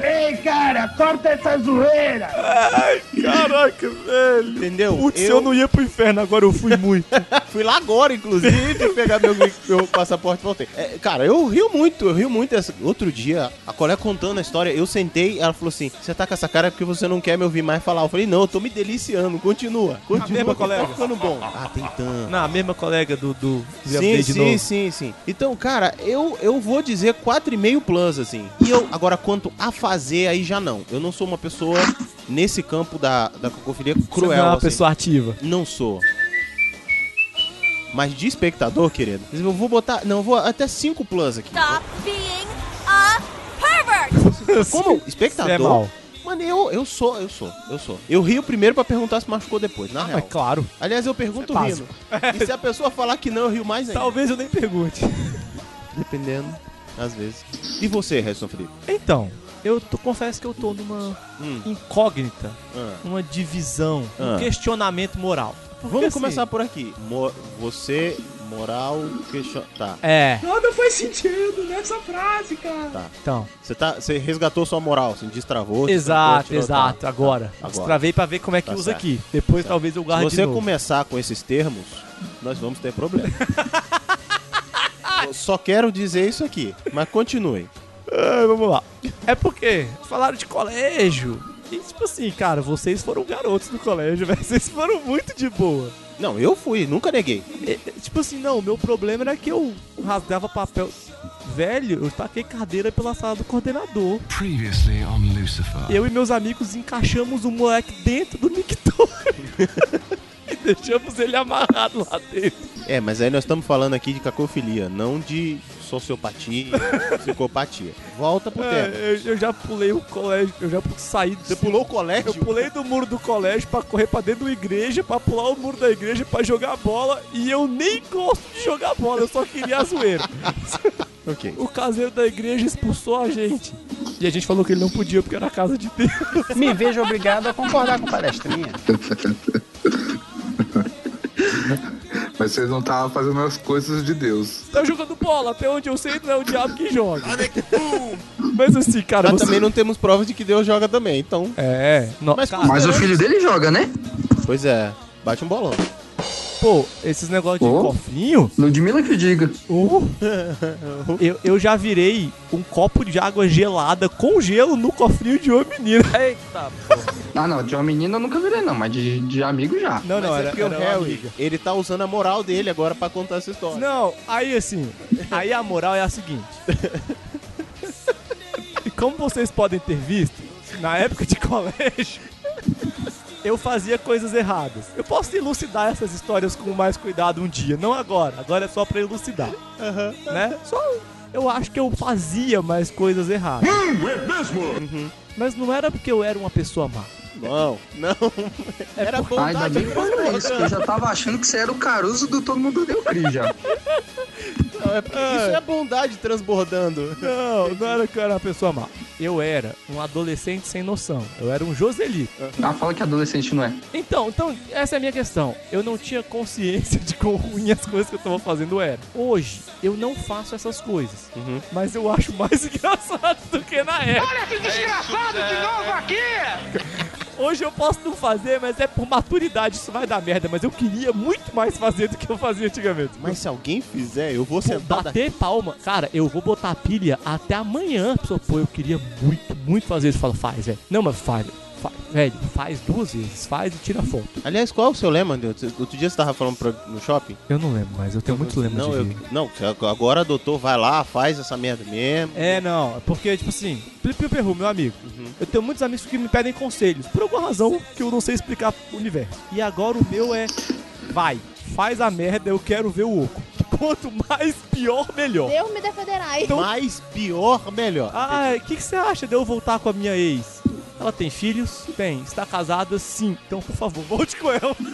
Speaker 13: Ei, cara, corta essa zoeira! Ai,
Speaker 2: Caraca, velho.
Speaker 1: Entendeu?
Speaker 2: Putz, eu... não ia pro inferno, agora eu fui muito.
Speaker 1: Fui lá agora, inclusive, pra pegar meu, meu passaporte e voltei. É, cara, eu rio muito, eu rio muito. Essa- Outro dia, a colega contando a história, eu sentei, ela falou assim: você tá com essa cara porque você não quer me ouvir mais falar. Eu falei: não, eu tô me deliciando, continua. Continua,
Speaker 2: mesma
Speaker 1: que
Speaker 2: colega.
Speaker 1: tá ficando bom. Ah, tem tanto.
Speaker 2: Na mesma colega do. do
Speaker 1: Sim,
Speaker 2: Update de
Speaker 1: sim,
Speaker 2: novo.
Speaker 1: sim, sim. Então, cara, eu, eu vou dizer 4,5 plus, assim. E eu, agora, quanto a fazer, aí já não. Eu não sou uma pessoa, nesse campo da, da cocofilia,
Speaker 2: Você não
Speaker 1: cruel.
Speaker 2: é uma
Speaker 1: assim.
Speaker 2: pessoa ativa.
Speaker 1: Não sou. Mas de espectador, querido, eu vou botar. Não, eu vou até 5 plus aqui.
Speaker 7: Stop being a pervert!
Speaker 1: Como espectador.
Speaker 2: Você é mau.
Speaker 1: Mano, eu, eu sou, eu sou, eu sou. Eu rio primeiro pra perguntar se machucou depois, na
Speaker 2: Ah,
Speaker 1: real.
Speaker 2: mas claro.
Speaker 1: Aliás, eu pergunto
Speaker 2: Isso é
Speaker 1: rindo. E se a pessoa falar que não, eu rio mais ainda.
Speaker 2: Talvez eu nem pergunte.
Speaker 1: Dependendo, às vezes. E você, Redson Felipe?
Speaker 2: Então, eu tô- confesso que eu tô numa incógnita, numa divisão, um
Speaker 1: Hum. Ah.
Speaker 2: questionamento moral. Porque,
Speaker 1: Vamos
Speaker 2: assim,
Speaker 1: começar por aqui. Mo- você, moral, questão. Tá.
Speaker 2: É.
Speaker 13: Nada faz sentido nessa frase, cara.
Speaker 1: Tá.
Speaker 2: Então.
Speaker 1: Você tá, você resgatou sua moral, você destravou.
Speaker 2: Exato,
Speaker 1: destravou, tirou- tá,
Speaker 2: exato.
Speaker 1: tá,
Speaker 2: agora.
Speaker 1: agora.
Speaker 2: Destravei pra ver como é que
Speaker 1: Tá
Speaker 2: usa
Speaker 1: certo.
Speaker 2: aqui. Depois
Speaker 1: Tá.
Speaker 2: talvez eu
Speaker 1: Se
Speaker 2: guarde de
Speaker 1: você
Speaker 2: novo.
Speaker 1: começar com esses termos, nós vamos ter problema. Eu só quero dizer isso aqui, mas continue.
Speaker 2: Ah, vamos lá. É porque falaram de colégio. E tipo assim, cara, vocês foram garotos do colégio, velho. Vocês foram muito de boa.
Speaker 1: Não, eu fui, nunca neguei.
Speaker 2: É, é, tipo assim, não, o meu problema era que eu rasgava papel. Velho, eu taquei cadeira pela sala do coordenador.
Speaker 11: Previously on Lucifer.
Speaker 2: Eu e meus amigos encaixamos o moleque dentro do mictório. e deixamos ele amarrado lá dentro.
Speaker 1: É, mas aí nós estamos falando aqui de cacofilia, não de sociopatia, psicopatia. Volta pro tema.
Speaker 2: É, eu, eu já pulei o colégio, eu já pu- saí. Você
Speaker 1: pulou o colégio?
Speaker 2: Eu pulei do muro do colégio pra correr pra dentro da igreja, pra pular o muro da igreja pra jogar bola. E eu nem gosto de jogar bola, eu só queria a zoeira.
Speaker 1: Ok.
Speaker 2: O caseiro da igreja expulsou a gente. E a gente falou que ele não podia porque era a casa de Deus.
Speaker 14: Me vejo obrigado a concordar com palestrinha.
Speaker 4: Mas vocês não estavam fazendo as coisas de Deus.
Speaker 2: Tá jogando bola, até onde eu sei, não é o diabo que joga. Mas assim, cara.
Speaker 1: Mas também não temos provas de que Deus joga também, então.
Speaker 2: É. no-
Speaker 1: Mas,
Speaker 2: cara-
Speaker 1: mas o filho
Speaker 2: dele joga, né?
Speaker 1: Pois é, bate um bolão.
Speaker 2: Pô, esses negócios de cofrinho.
Speaker 3: Ludmilla que diga.
Speaker 2: Eu, eu já virei um copo de água gelada com gelo no cofrinho de uma menina. Eita,
Speaker 3: Ah, não, de uma menina eu nunca virei, não, mas de, de amigo já.
Speaker 1: Não, não, é porque o Harry, ele tá usando a moral dele agora pra contar essa história.
Speaker 2: Não, aí assim, aí a moral é a seguinte. E como vocês podem ter visto, na época de colégio, eu fazia coisas erradas. Eu posso elucidar essas histórias com mais cuidado um dia, não agora. Agora é só pra elucidar, né? Só eu acho que eu fazia mais coisas erradas. Uhum. Mas não era porque eu era uma pessoa má.
Speaker 1: Não, não. Era
Speaker 3: Ah, ainda bem que falou isso, que eu já tava achando que você era o Caruso do Todo Mundo Deu Cri já.
Speaker 1: Não, é porque isso é bondade transbordando.
Speaker 2: Não, não era que eu era uma pessoa má. Eu era um adolescente sem noção. Eu era um Joselito.
Speaker 3: Ah, fala que adolescente não é.
Speaker 2: Então, então, essa é a minha questão. Eu não tinha consciência de quão ruim as coisas que eu tava fazendo eram. Hoje, eu não faço essas coisas. Mas eu acho mais engraçado do que na época.
Speaker 13: Olha esse desgraçado de novo aqui!
Speaker 2: Hoje eu posso não fazer, mas é por maturidade, isso vai dar merda. Mas eu queria muito mais fazer do que eu fazia antigamente.
Speaker 1: Mas tá se alguém fizer, eu vou
Speaker 2: Pô,
Speaker 1: sentar daqui.
Speaker 2: bater palma. Cara, eu vou botar a pilha até amanhã. Pessoal, pô, eu queria muito, muito fazer isso. Fala, faz, velho. Não, mas faz, faz, velho. Faz duas vezes, faz e tira foto.
Speaker 1: Aliás, qual é o seu lema, Deus? Outro dia você tava falando pra- no shopping?
Speaker 2: Eu não lembro mais, eu tenho muitos lembros
Speaker 1: Não,
Speaker 2: de
Speaker 1: eu,
Speaker 2: vida.
Speaker 1: não, você ag- agora, doutor, vai lá, faz essa merda mesmo.
Speaker 2: É, não, é porque, tipo assim, Felipe Perru, meu amigo, eu tenho muitos amigos que me pedem conselhos, por alguma razão que eu não sei explicar pro universo. E agora o meu é, vai, faz a merda, eu quero ver o oco. Quanto mais pior, melhor.
Speaker 7: Deus me defenderai.
Speaker 1: Então- Mais pior, melhor.
Speaker 2: Ah, o que, que você acha de eu voltar com a minha ex? Ela tem filhos? Tem. Está casada? Sim. Então, por favor, volte com ela.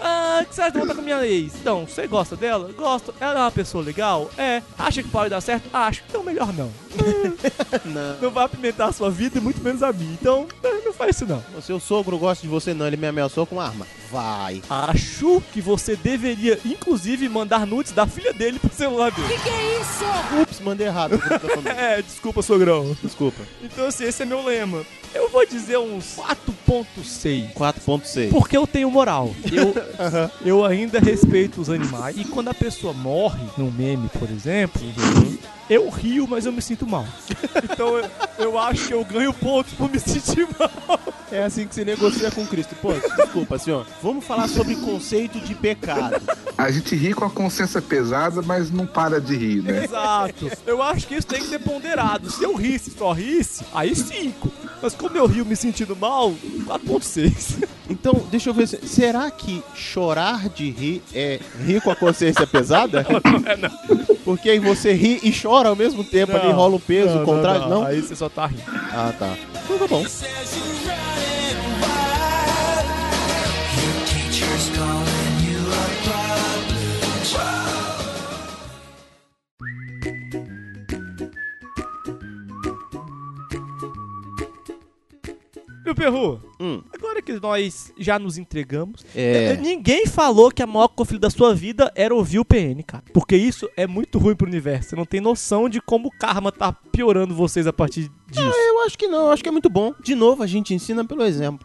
Speaker 2: ah, o que você acha de eu voltar com a minha ex? Então, você gosta dela? Gosto. Ela é uma pessoa legal? É. Acha que pode dar certo? Acho. Então, melhor não.
Speaker 1: Não.
Speaker 2: Não vai apimentar a sua vida e muito menos a minha. Então, eh, não faz isso não.
Speaker 1: O seu sogro gosta de você, não. Ele me ameaçou com arma. Vai.
Speaker 2: Acho que você deveria, inclusive, mandar nudes da filha dele pro celular dele.
Speaker 7: Que que é isso?
Speaker 1: Ups, mandei errado.
Speaker 2: é, desculpa, sogrão.
Speaker 1: Desculpa.
Speaker 2: Então, assim, esse é meu lema. Eu vou dizer uns 4.6.
Speaker 1: 4.6.
Speaker 2: Porque eu tenho moral. Eu, eu ainda respeito os animais. E quando a pessoa morre, num meme, por exemplo, eu rio, mas eu me sinto mal. Uhum. Então eu, eu acho que eu ganho pontos por me sentir mal.
Speaker 1: É assim que se negocia com Cristo. Pô, desculpa, senhor. Vamos falar sobre conceito de pecado.
Speaker 4: A gente ri com a consciência pesada, mas não para de rir, né?
Speaker 2: Exato. Eu acho que isso tem que ser ponderado. Se eu risse, só risse, aí 5. Mas como eu rio me sentindo mal, 4.6.
Speaker 1: Então, deixa eu ver. se- Será que chorar de rir é rir com a consciência pesada? Não,
Speaker 2: não é, não.
Speaker 1: Porque aí você ri e chora ao mesmo tempo, ali
Speaker 2: Não,
Speaker 1: rola o peso,
Speaker 2: não,
Speaker 1: é o contrário, não?
Speaker 2: não, Aí você só tá rindo.
Speaker 1: Ah, tá. Então tá bom.
Speaker 2: Meu perru, agora que nós já nos entregamos,
Speaker 1: Hum. É.
Speaker 2: eh, ninguém falou que a maior conflito da sua vida era ouvir o PN, cara. Porque isso é muito ruim pro universo. Você não tem noção de como o karma tá piorando vocês a partir disso.
Speaker 1: Eu acho que não, eu acho que é muito bom. De novo, a gente ensina pelo exemplo.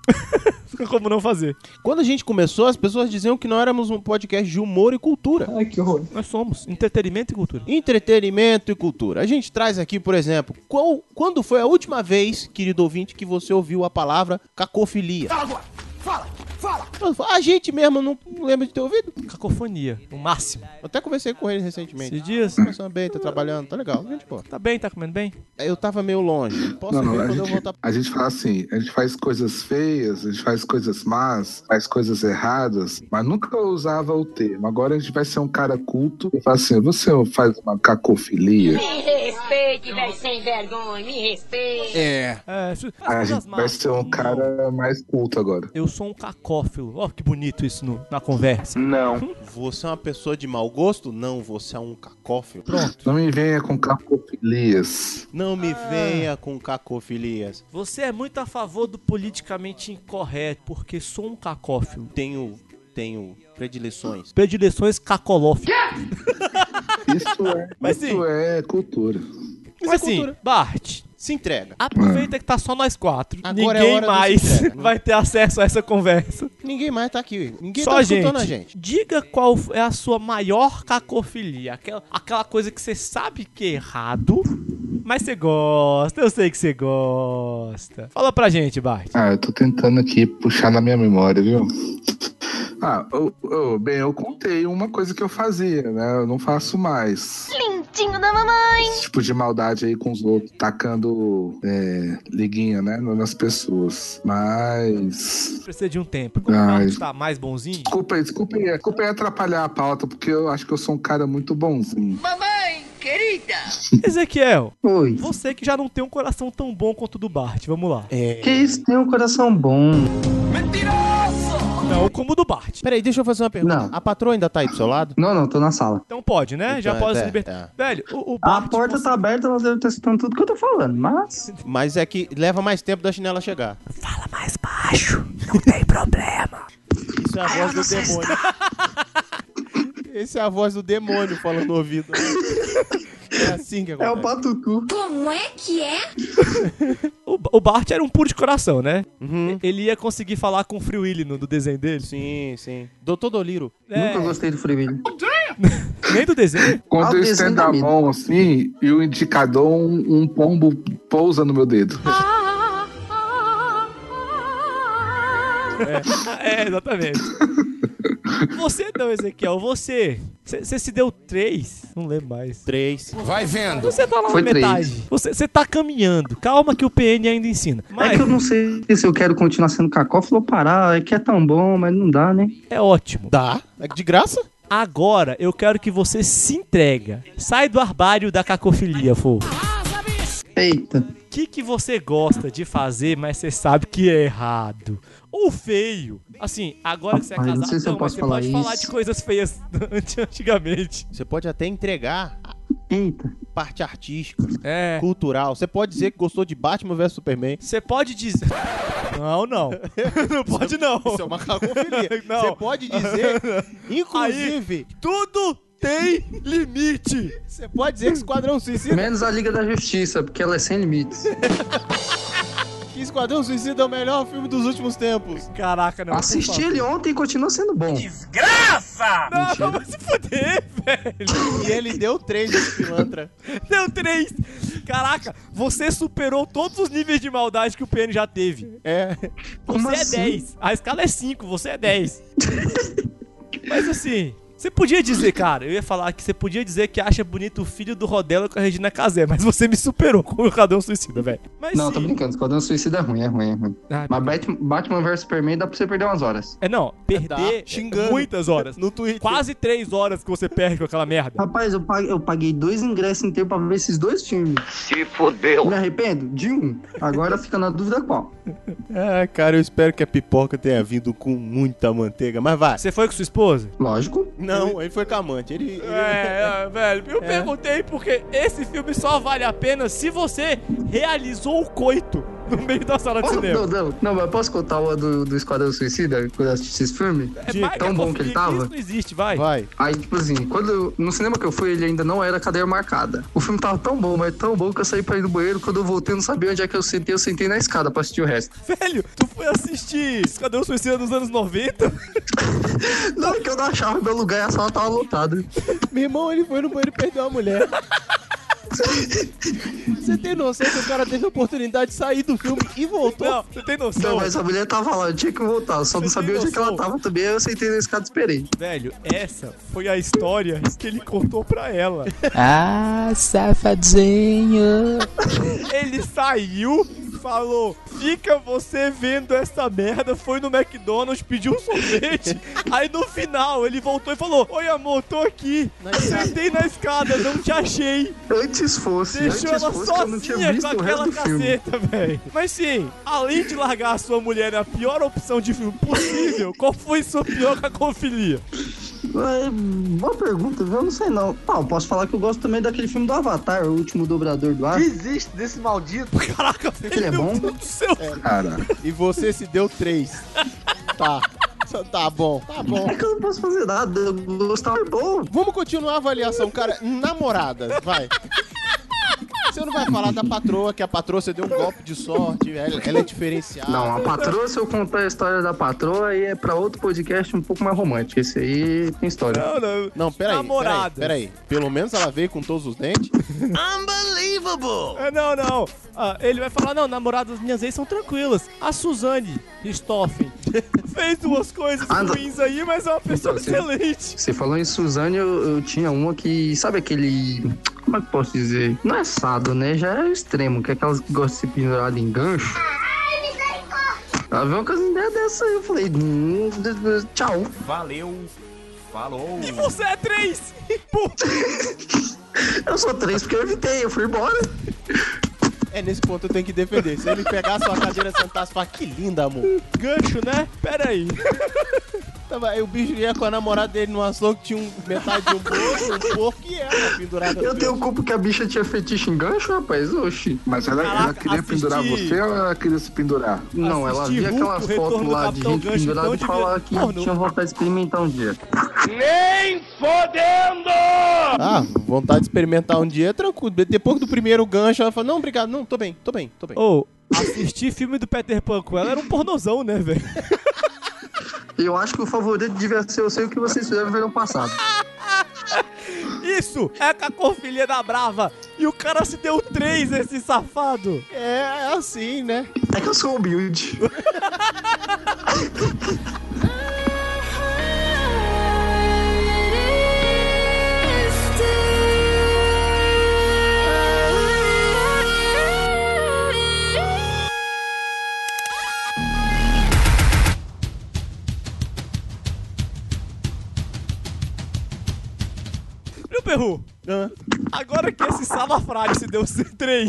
Speaker 2: Fica como não fazer.
Speaker 1: Quando a gente começou, as pessoas diziam que não éramos um podcast de humor e cultura.
Speaker 3: Ai, que horror.
Speaker 2: Nós somos entretenimento e cultura.
Speaker 1: Entretenimento e cultura. A gente traz aqui, por exemplo, qual- quando foi a última vez, querido ouvinte, que você ouviu a palavra cacofilia?
Speaker 13: agora! Fala! Fala!
Speaker 1: A gente mesmo não lembra de ter ouvido?
Speaker 2: Cacofonia, o máximo.
Speaker 1: Eu até conversei com ele recentemente.
Speaker 2: Esses dias?
Speaker 1: Começando bem, tá trabalhando, tá legal. Gente, pô.
Speaker 2: Tá bem, tá comendo bem?
Speaker 1: Eu tava meio longe. Posso
Speaker 4: Não, não,
Speaker 1: ver
Speaker 4: a
Speaker 1: quando eu
Speaker 4: gente,
Speaker 1: voltar.
Speaker 4: a gente fala assim, a gente faz coisas feias, a gente faz coisas más, faz coisas erradas, mas nunca usava o termo. Agora a gente vai ser um cara culto e fala assim, você faz uma cacofilia.
Speaker 17: Me respeite, velho, sem vergonha, me respeite.
Speaker 4: É.
Speaker 2: É, isso- as
Speaker 4: A
Speaker 2: coisas
Speaker 4: gente vai um
Speaker 2: más.
Speaker 4: ser um cara mais culto agora.
Speaker 2: Eu sou um cacófilo. gosto. Ó, que bonito isso no- na conversa.
Speaker 4: Hum.
Speaker 1: Não. Você é uma pessoa de mau gosto? Não, você é um cacófilo. Pronto.
Speaker 4: Não me venha com cacofilias.
Speaker 1: Não me venha com cacofilias.
Speaker 2: Você é muito a favor do politicamente incorreto, porque sou um cacófilo.
Speaker 1: Tenho. Tenho predileções.
Speaker 2: Predileções cacolófilas.
Speaker 4: Isso é, isso é cultura.
Speaker 2: Mas assim, Bart,
Speaker 1: se entrega.
Speaker 2: Aproveita que tá só nós quatro.
Speaker 1: Ah. Agora é
Speaker 2: Ninguém
Speaker 1: hora do se
Speaker 2: mais
Speaker 1: entrega, né?
Speaker 2: vai ter acesso a essa conversa.
Speaker 1: Ninguém mais tá aqui. Ninguém
Speaker 2: só
Speaker 1: tá
Speaker 2: a gente.
Speaker 1: escutando a gente.
Speaker 2: Diga qual é a sua maior cacofilia. Aquela, aquela coisa que você sabe que é errado, mas você gosta. Eu sei que você gosta. Fala pra gente, Bart.
Speaker 4: Ah, eu tô tentando aqui puxar na minha memória, viu? Ah, eu- eu- bem, eu contei uma coisa que eu fazia, né? Eu não faço mais.
Speaker 7: Lindinho da mamãe.
Speaker 4: Esse tipo de maldade aí com os outros, tacando é, liguinha, né? Nas pessoas. Mas.
Speaker 2: Precisa de um tempo. Como o
Speaker 4: Ai.
Speaker 2: Marcos tá mais bonzinho,
Speaker 4: Desculpa aí, desculpa aí, desculpa aí atrapalhar a pauta, porque eu acho que eu sou um cara muito bonzinho.
Speaker 17: Mamãe, querida!
Speaker 2: Ezequiel,
Speaker 3: Oi.
Speaker 2: você que já não tem um coração tão bom quanto o do Bart, vamos lá.
Speaker 1: É.
Speaker 3: Que isso tem um coração bom.
Speaker 2: Não como o do Bart.
Speaker 1: Peraí, deixa eu fazer uma pergunta. A patroa ainda tá aí do seu lado?
Speaker 3: Não, não, tô na sala.
Speaker 2: Então pode, né? já
Speaker 1: Então,
Speaker 2: pode
Speaker 1: é,
Speaker 2: se libertar. Velho, o, o
Speaker 3: A
Speaker 2: Bart. tipo,
Speaker 3: porta tá aberta, elas devem estar escutando tudo que eu tô falando, mas.
Speaker 1: Mas é que leva mais tempo da chinela chegar.
Speaker 2: Fala mais baixo, não tem problema.
Speaker 1: Isso é a voz do demônio. Esse é a voz do demônio falando no ouvido. É assim
Speaker 2: um
Speaker 1: que
Speaker 3: É
Speaker 1: acontece.
Speaker 3: o patucu.
Speaker 7: Como é que é?
Speaker 2: O, Ba- o Bart era um puro de coração, né?
Speaker 3: Uhum.
Speaker 2: Ele ia conseguir falar com o Free Willy no do desenho dele.
Speaker 1: Sim, sim. Doutor Doliro.
Speaker 2: É,
Speaker 3: Nunca gostei do Freewheel.
Speaker 2: nem do desenho.
Speaker 4: Quando eu
Speaker 3: Alves
Speaker 4: estendo a
Speaker 3: ainda
Speaker 4: mão assim, e o indicador, um, um pombo pousa no meu dedo.
Speaker 1: Ah, ah,
Speaker 2: É, é, exatamente. Você não, Ezequiel, você. Você você se deu três? Não lembro mais.
Speaker 1: Três.
Speaker 2: Vai vendo. Você tá lá
Speaker 3: Foi
Speaker 2: na
Speaker 3: três.
Speaker 2: metade. Você, você tá caminhando. Calma que o PN ainda ensina.
Speaker 3: É que eu não sei se eu quero continuar sendo cacófilo ou parar. É que é tão bom, mas não dá, né?
Speaker 2: É ótimo.
Speaker 1: Dá. É de graça?
Speaker 2: Agora eu quero que você se entrega. Sai do arbário da cacofilia, fofo.
Speaker 3: Eita.
Speaker 2: O que, que você gosta de fazer, mas você sabe que é errado? Ou feio? Assim, agora que você é
Speaker 3: Rapaz,
Speaker 2: casado,
Speaker 3: não sei se eu
Speaker 2: mas
Speaker 3: posso
Speaker 2: você
Speaker 3: falar
Speaker 2: pode falar
Speaker 3: isso.
Speaker 2: de coisas feias de antigamente.
Speaker 1: Você pode até entregar a
Speaker 3: Eita.
Speaker 1: parte artística,
Speaker 2: É.
Speaker 1: cultural. Você pode dizer que gostou de Batman vs Superman.
Speaker 2: Você pode dizer. Não, não. Não pode, não.
Speaker 1: Isso é uma cacofilia.
Speaker 2: Não.
Speaker 1: Você pode dizer, inclusive,
Speaker 2: Tudo tem limite.
Speaker 1: você pode dizer que Esquadrão Suicida,
Speaker 3: Menos a Liga da Justiça, porque ela é sem limites.
Speaker 1: que Esquadrão Suicida é o melhor filme dos últimos tempos.
Speaker 2: Caraca, não. É
Speaker 3: Assisti ele ontem e continua sendo bom.
Speaker 2: Não, vai se fuder, velho.
Speaker 1: E ele deu três de pilantra.
Speaker 2: Deu três. Caraca, você superou todos os níveis de maldade que o PN já teve.
Speaker 1: É.
Speaker 3: Como
Speaker 2: Você
Speaker 3: assim?
Speaker 2: é 10. A escala é 5, você é 10. Mas assim, você podia dizer, cara, eu ia falar que você podia dizer que acha bonito o filho do Rodela com a Regina Casé, mas você me superou com o Cadão Suicida, velho. Mas
Speaker 3: Não,
Speaker 2: sim.
Speaker 3: tô brincando. Esquadrão Suicida é ruim, é ruim, é ruim.
Speaker 2: Ah,
Speaker 3: Mas Batman, Batman vs Superman dá pra você perder umas horas.
Speaker 2: É não, perder
Speaker 1: Tá, xingando.
Speaker 2: muitas horas.
Speaker 1: No Twitter.
Speaker 2: Quase 3 horas que você perde com aquela merda.
Speaker 3: Rapaz, eu paguei, eu paguei dois ingressos inteiros pra ver esses dois filmes.
Speaker 13: Se fodeu.
Speaker 3: Me arrependo? De um. Agora fica na dúvida qual.
Speaker 1: Ah, cara, eu espero que a pipoca tenha vindo com muita manteiga, mas vai.
Speaker 2: Você foi com sua esposa?
Speaker 3: Lógico.
Speaker 1: Não, ele foi com a amante. Ele, ele-
Speaker 2: É, é, velho, eu perguntei porque esse filme só vale a pena se você realizou o coito no meio da sala de
Speaker 3: Oh,
Speaker 2: cinema.
Speaker 3: não, não, não, mas posso contar o do, do Esquadrão Suicida quando eu assisti esse filme?
Speaker 2: É mais
Speaker 3: Tão bom que ele
Speaker 2: cacofonia,
Speaker 3: tava.
Speaker 2: Isso não existe, vai.
Speaker 1: Vai.
Speaker 3: Aí, tipo assim, quando eu- no cinema que eu fui, ele ainda não era cadeia marcada. O filme tava tão bom, mas tão bom que eu saí pra ir no banheiro. Quando eu voltei, eu não sabia onde é que eu sentei. Eu sentei na escada pra assistir o resto.
Speaker 2: Velho, tu foi assistir Esquadrão Suicida nos anos 90?
Speaker 3: Na hora que eu não achava meu lugar, a sala tava lotada.
Speaker 1: Meu irmão, ele foi no banheiro e perdeu a mulher. Você tem noção que o cara teve a oportunidade de sair do filme e voltou?
Speaker 2: Não, você tem noção?
Speaker 3: Não, Então, mas a mulher tava lá, eu tinha que voltar. Eu só não
Speaker 2: Você tem
Speaker 3: sabia onde é que ela
Speaker 2: noção?
Speaker 3: tava também. aí Eu sentei na escada e esperei.
Speaker 2: Velho, essa foi a história que ele contou pra ela.
Speaker 14: Ah, safadinho.
Speaker 2: Ele saiu, falou: fica você vendo essa merda. Foi no McDonald's, pediu um sorvete. aí no final ele voltou e falou: Oi amor, tô aqui.
Speaker 3: é
Speaker 2: Sentei na escada, não te achei.
Speaker 3: Antes fosse.
Speaker 2: Deixou
Speaker 3: antes
Speaker 2: ela
Speaker 3: fosse que eu não tinha
Speaker 2: sozinha com
Speaker 3: visto o resto
Speaker 2: aquela
Speaker 3: do filme.
Speaker 2: caceta, velho. Mas sim, além de largar a sua mulher na pior opção de filme possível, qual foi sua pior cacofilia?
Speaker 3: É, boa pergunta, viu? eu não sei não. Ah, eu posso falar que eu gosto também daquele filme do Avatar, o último dobrador do ar.
Speaker 18: Existe desse maldito.
Speaker 2: Caraca,
Speaker 3: velho. Ele é bom?
Speaker 1: É, E você se deu três. tá. Tá bom, tá bom.
Speaker 3: É que eu não posso fazer nada, eu gostava é bom.
Speaker 1: Vamos continuar a avaliação, cara. Namorada, vai. Você não vai falar da patroa, que a patroa você deu um golpe de sorte, ela, ela é diferenciada.
Speaker 3: Não, a patroa, se eu contar a história da patroa, aí é pra outro podcast um pouco mais romântico. Esse aí tem história.
Speaker 2: Não, não.
Speaker 1: Não, peraí.
Speaker 2: Namoradas.
Speaker 1: Peraí, peraí. Pelo menos ela veio com todos os dentes.
Speaker 2: Unbelievable! É, não, não. Ah, ele vai falar, não, namoradas minhas ex são tranquilas. A Suzane Ristoffen fez duas coisas
Speaker 3: Ah, não.
Speaker 2: ruins aí, mas é uma pessoa
Speaker 3: Então,
Speaker 2: excelente.
Speaker 3: Você falou em Suzane, eu, eu tinha uma que. Sabe aquele. Como é que eu posso dizer? Não é sado, né? Já é o extremo, que é aquelas que gostam de se pendurar em gancho. Ela veio com as ideias dessa aí, eu falei, "Hum, d- d- tchau.
Speaker 18: Valeu. Falou.
Speaker 2: E você é três! Puta!
Speaker 3: Eu sou três porque eu evitei, eu fui embora.
Speaker 1: É, nesse ponto eu tenho que defender. Se ele pegar a sua cadeira e sentar e falar, que linda, amor.
Speaker 2: Gancho, né? Pera aí.
Speaker 1: Tava, aí o bicho ia com a namorada dele numa açougue que tinha um- metade de um porco, um porco e ela pendurada. no
Speaker 3: Eu tenho
Speaker 1: gancho.
Speaker 3: culpa que a bicha tinha fetiche em gancho, rapaz. Oxi.
Speaker 4: Mas ela, ela
Speaker 1: Caraca,
Speaker 4: queria pendurar
Speaker 1: assisti-
Speaker 4: você ou ela queria se pendurar?
Speaker 3: Não, ela via aquelas fotos lá de gente pendurada e falava que tinha vontade de experimentar um dia.
Speaker 13: Nem fodendo!
Speaker 1: Ah, vontade de experimentar um dia é tranquilo. Depois do primeiro gancho, ela fala, não, obrigado, não, tô bem, tô bem, tô bem.
Speaker 2: Ou, assistir filme do Peter Pan com ela era um pornozão, né, velho?
Speaker 3: Eu acho que o favorito devia ser eu sei o que vocês fizeram no verão passado.
Speaker 2: Isso é cacofilia da brava. E o cara se deu três, esse safado.
Speaker 1: É, é assim, né?
Speaker 3: É que eu sou humilde.
Speaker 2: Meu perru, agora que esse salafrário se deu três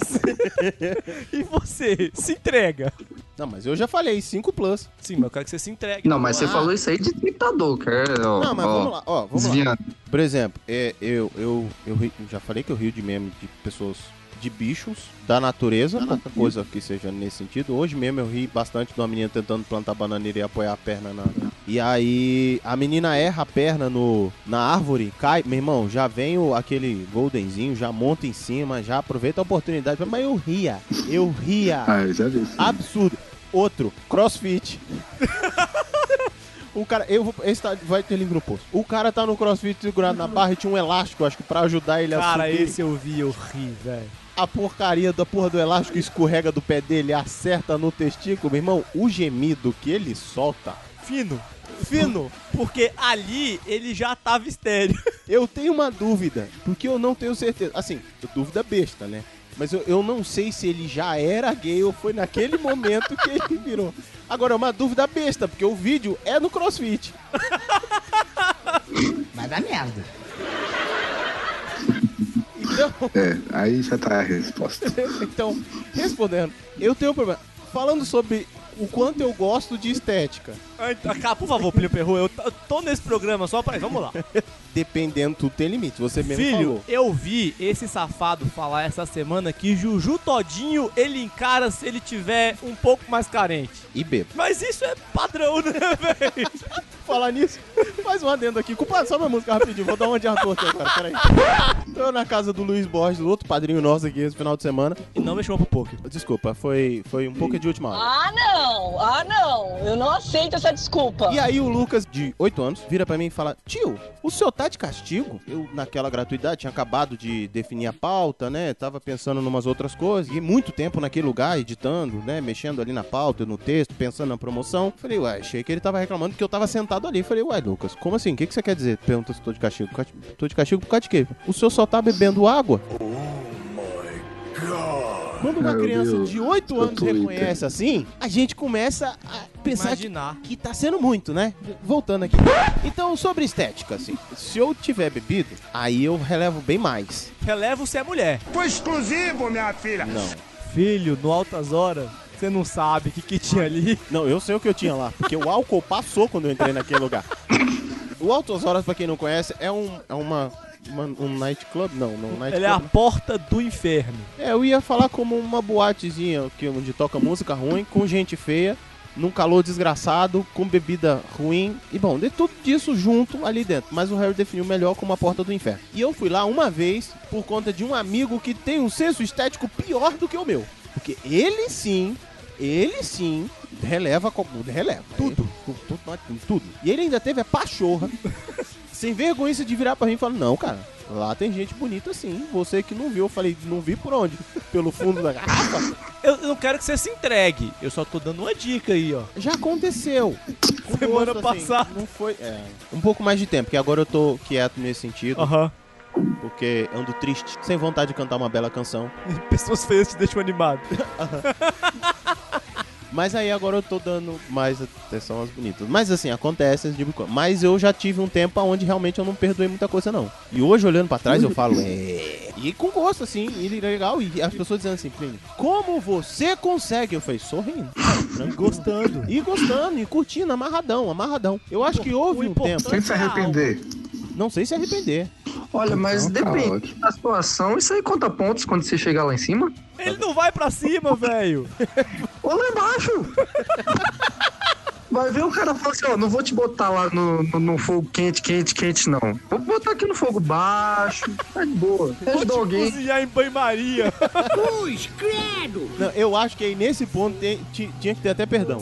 Speaker 2: e você se entrega.
Speaker 1: Não, mas eu já falei, 5 plus.
Speaker 2: Sim, mas eu quero que você se entregue.
Speaker 3: Não, mas você falou isso aí de ditador, cara. Ó,
Speaker 1: Não, mas
Speaker 3: ó,
Speaker 1: vamos lá, ó, vamos lá.
Speaker 3: desviando.
Speaker 1: Por exemplo, é, eu, eu, eu ri- já falei que eu rio de meme de pessoas, de bichos, da natureza, qualquer coisa que seja nesse sentido. Hoje mesmo eu ri bastante de uma menina tentando plantar bananeira e apoiar a perna na... E aí a menina erra a perna no, na árvore, cai. Meu irmão, já vem o, aquele goldenzinho, já monta em cima, já aproveita a oportunidade. Mas eu ria, eu ria.
Speaker 4: Ah, eu já vi. isso.
Speaker 1: Absurdo. Outro, crossfit. O cara, eu vou, esse tá- vai ter link no post. O cara tá no crossfit segurado na barra e tinha um elástico, acho que pra ajudar
Speaker 3: é
Speaker 1: ele a
Speaker 2: Cara,
Speaker 1: subir.
Speaker 2: esse eu vi, eu ri, velho.
Speaker 1: A porcaria da porra do elástico escorrega do pé dele, acerta no testículo, meu irmão. O gemido que ele solta.
Speaker 2: Fino, fino, porque ali ele já tava estéreo.
Speaker 1: Eu tenho uma dúvida, porque eu não tenho certeza. Assim, dúvida besta, né? Mas eu, eu não sei se ele já era gay ou foi naquele momento que ele virou. Agora, é uma dúvida besta, porque o vídeo é no crossfit.
Speaker 18: Vai dar merda.
Speaker 1: Então,
Speaker 4: É, aí já tá a resposta.
Speaker 1: então, respondendo, eu tenho um problema. Falando sobre o quanto eu gosto de estética,
Speaker 2: Ah, então, Cara, por favor, Plínio Perru, eu t- eu tô nesse programa só pra... Vamos lá.
Speaker 1: dependendo, tudo tem limite. Você mesmo
Speaker 2: Filho,
Speaker 1: falou.
Speaker 2: eu vi esse safado falar essa semana que Juju Todinho ele encara se ele tiver um pouco mais carente.
Speaker 1: E bebo.
Speaker 2: Mas isso é padrão, né, velho?
Speaker 1: Falar nisso, faz um adendo aqui. Culpado, sobe a música rapidinho. Vou dar uma de Arthur aqui agora, peraí. Tô na casa do Luiz Borges, outro padrinho nosso aqui esse final de semana.
Speaker 2: E não me chamou pro poker.
Speaker 1: Desculpa, foi, foi um pouco de última hora.
Speaker 19: Ah, não! Ah, não! Eu não aceito essa desculpa.
Speaker 1: E aí o Lucas, de 8 anos, vira pra mim e fala: Tio, o senhor tá de castigo? Eu, naquela gratuidade, tinha acabado de definir a pauta, né? Tava pensando em umas outras coisas. E muito tempo naquele lugar, editando, né? Mexendo ali na pauta, no texto, pensando na promoção. Falei, ué, achei que ele tava reclamando que eu tava sentado ali. Falei, ué, Lucas, como assim? O que, que você quer dizer? Pergunta se eu tô de castigo. Cati-
Speaker 4: Oh
Speaker 1: Tô de castigo por causa de quê? O senhor só tá bebendo água?
Speaker 13: God.
Speaker 1: Quando uma
Speaker 4: Meu
Speaker 1: criança
Speaker 4: Deus,
Speaker 1: de 8
Speaker 4: seu
Speaker 1: anos
Speaker 4: Twitter.
Speaker 1: reconhece assim, a gente começa a pensar
Speaker 2: Imaginar.
Speaker 1: Que, que tá sendo muito, né? Voltando aqui. Então, sobre estética, assim, se eu tiver bebido, aí eu relevo bem mais.
Speaker 2: Relevo se é mulher.
Speaker 13: Foi exclusivo, minha filha.
Speaker 2: Filho, no Altas Horas, você não sabe o que, que tinha ali.
Speaker 1: Não, eu sei o que eu tinha lá, porque o álcool passou quando eu entrei naquele lugar. O Altos Horas, pra quem não conhece, é um. É uma, uma- um nightclub? Não, não um nightclub.
Speaker 2: Ele é a
Speaker 1: não.
Speaker 2: porta do inferno.
Speaker 1: É, eu ia falar como uma boatezinha que, onde toca música ruim, com gente feia, num calor desgraçado, com bebida ruim. E bom, de tudo isso junto ali dentro. Mas o Harry definiu melhor como a porta do inferno. E eu fui lá uma vez por conta de um amigo que tem um senso estético pior do que o meu. Porque ele sim. Ele sim releva, co- releva tudo, tudo, tudo, tudo. E ele ainda teve a pachorra sem vergonha de virar pra mim e falar, não, cara, lá tem gente bonita sim. Você que não viu, eu falei, não vi por onde? Pelo fundo da garrafa?
Speaker 2: Eu eu não quero que você se entregue. Eu só tô dando uma dica aí, ó.
Speaker 1: Já aconteceu. Com
Speaker 2: Semana
Speaker 1: gosto, assim,
Speaker 2: passada.
Speaker 1: não foi. É. Um pouco mais de tempo, porque agora eu tô quieto nesse sentido.
Speaker 2: Aham.
Speaker 1: Porque ando triste, sem vontade de cantar uma bela canção.
Speaker 2: Pessoas feias te deixam animado.
Speaker 1: Mas aí agora eu tô dando mais atenção às bonitas. Mas assim, acontece esse tipo de coisa. Mas eu já tive um tempo onde realmente eu não perdoei muita coisa, não. E hoje, olhando pra trás, eu falo, é. E com gosto, assim, e legal. E as pessoas dizendo assim, Plínio, como você consegue? Eu falei, sorrindo. gostando. E gostando, e curtindo, amarradão, amarradão. Eu acho que houve um tempo.
Speaker 4: Sem se arrepender.
Speaker 1: Não sei se arrepender.
Speaker 3: Olha, mas
Speaker 1: Então tá
Speaker 3: depende da situação, isso aí conta pontos quando você chegar lá em cima?
Speaker 2: Ele não vai pra cima, velho.
Speaker 3: Ou lá embaixo! Vai ver o cara fala assim, ó, não vou te botar lá no, no, no fogo quente, quente, quente, não. Vou botar aqui no fogo baixo, tá de boa.
Speaker 1: é
Speaker 2: Vou te
Speaker 3: Ajuda alguém.
Speaker 2: cozinhar em banho-maria.
Speaker 1: Cruz, credo! eu acho que aí nesse ponto tem- ti- tinha que ter até perdão.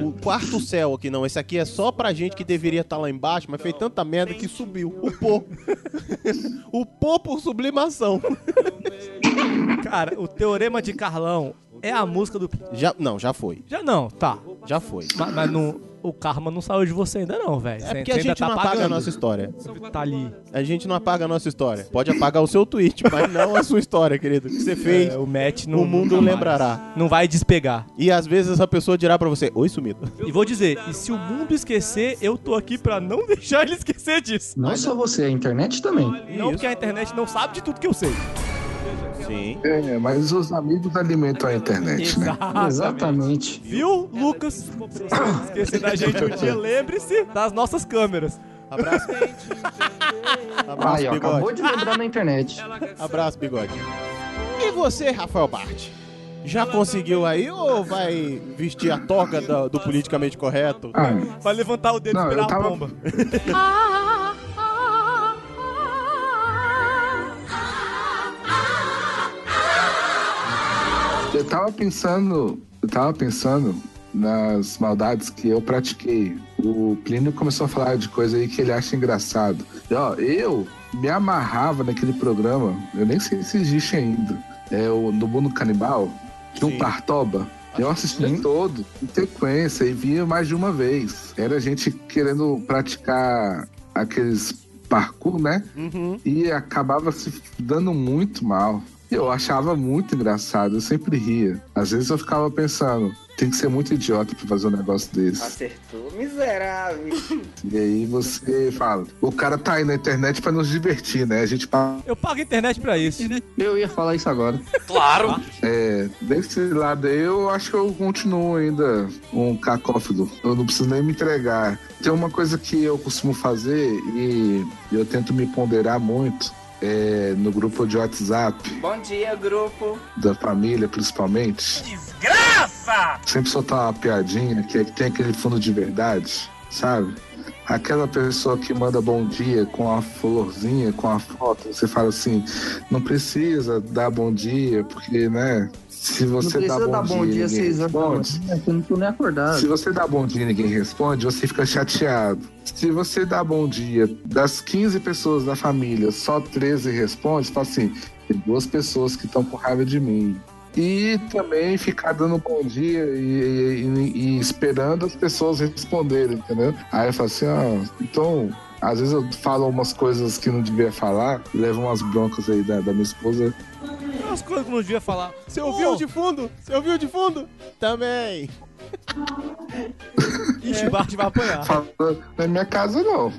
Speaker 1: O quarto céu aqui não, esse aqui é só pra gente que deveria estar lá embaixo, mas fez tanta merda que subiu. O pô. o pô por sublimação.
Speaker 2: Cara, o Teorema de Carlão é a música do...
Speaker 1: Já, não, já foi.
Speaker 2: Já não, tá.
Speaker 1: Já foi.
Speaker 2: Ma- Mas, não- o karma não saiu de você ainda tá não, velho.
Speaker 1: É porque a gente não apaga a nossa história.
Speaker 2: Tá ali.
Speaker 1: A gente não apaga a nossa história. Pode apagar o seu tweet, mas não a sua história, querido. O que você fez,
Speaker 2: É, o match não,
Speaker 1: o mundo
Speaker 2: nunca mais.
Speaker 1: lembrará.
Speaker 2: Não vai despegar.
Speaker 1: E às vezes a pessoa dirá pra você, oi sumido.
Speaker 2: E vou dizer, e se o mundo esquecer, eu tô aqui pra não deixar ele esquecer disso.
Speaker 3: Não é só você, a internet também.
Speaker 2: Não porque a internet não sabe de tudo que eu sei.
Speaker 1: Sim.
Speaker 4: É, mas os amigos alimentam a internet, né?
Speaker 1: Ah, tá
Speaker 3: Exatamente.
Speaker 2: Tá, Viu, Lucas? Se você esquecer da gente um dia, lembre-se das nossas câmeras.
Speaker 1: Abraço.
Speaker 3: Aí, ó, acabou de lembrar na internet.
Speaker 1: Abraço, bigode. E você, Rafael Bart? Já conseguiu aí ou vai vestir a toca da- do, politicamente correto?
Speaker 4: Ah.
Speaker 2: Vai levantar o dedo e
Speaker 1: Não,
Speaker 2: esperar
Speaker 1: eu tava-
Speaker 2: a bomba.
Speaker 1: ah, ah.
Speaker 4: Eu tava pensando, eu tava pensando nas maldades que eu pratiquei. O Plínio começou a falar de coisa aí que ele acha engraçado. E, ó, eu me amarrava naquele programa, eu nem sei se existe ainda. É o No Mundo Canibal, de um Partoba. Eu assisti todo, em sequência, e via mais de uma vez. Era gente querendo praticar aqueles parkour, né? E acabava se dando muito mal. Eu achava muito engraçado, eu sempre ria. Às vezes eu ficava pensando, tem que ser muito idiota pra fazer um negócio desse.
Speaker 18: Acertou, miserável.
Speaker 4: E aí você fala, o cara tá aí na internet pra nos divertir, né? A gente passa.
Speaker 2: Eu pago a internet pra isso.
Speaker 3: Eu ia falar isso agora.
Speaker 4: Claro! É, desse lado aí eu acho que eu continuo ainda um cacófilo. Eu não preciso nem me entregar. Tem uma coisa que eu costumo fazer e eu tento me ponderar muito. é, no grupo de WhatsApp,
Speaker 18: Bom dia, grupo.
Speaker 4: da família principalmente.
Speaker 18: Graça!
Speaker 4: sempre soltar uma piadinha que tem aquele fundo de verdade, sabe? Aquela pessoa que manda bom dia com a florzinha, com a foto, você fala assim, não precisa dar bom dia, porque, né? Se
Speaker 3: não
Speaker 4: você dá
Speaker 3: precisa
Speaker 4: bom,
Speaker 3: dar tá bom dia,
Speaker 4: ninguém
Speaker 3: seis horas da
Speaker 4: responde.
Speaker 3: manhã, que eu não tô nem acordado.
Speaker 4: Se você dá bom dia e ninguém responde, você fica chateado. Se você dá bom dia, das 15 pessoas da família, só 13 respondem, você fala assim, tem duas pessoas que estão com raiva de mim. E também ficar dando bom dia e, e- e- e esperando as pessoas responderem, entendeu? Aí eu falo assim, ah, então... Às vezes eu falo umas coisas que não devia falar, levo umas broncas aí da, da minha esposa.
Speaker 2: umas coisas que eu não devia falar. Você ouviu de fundo? Você ouviu de fundo? Também. Ixi, o Bart vai apanhar.
Speaker 4: Falando, não é minha casa, não.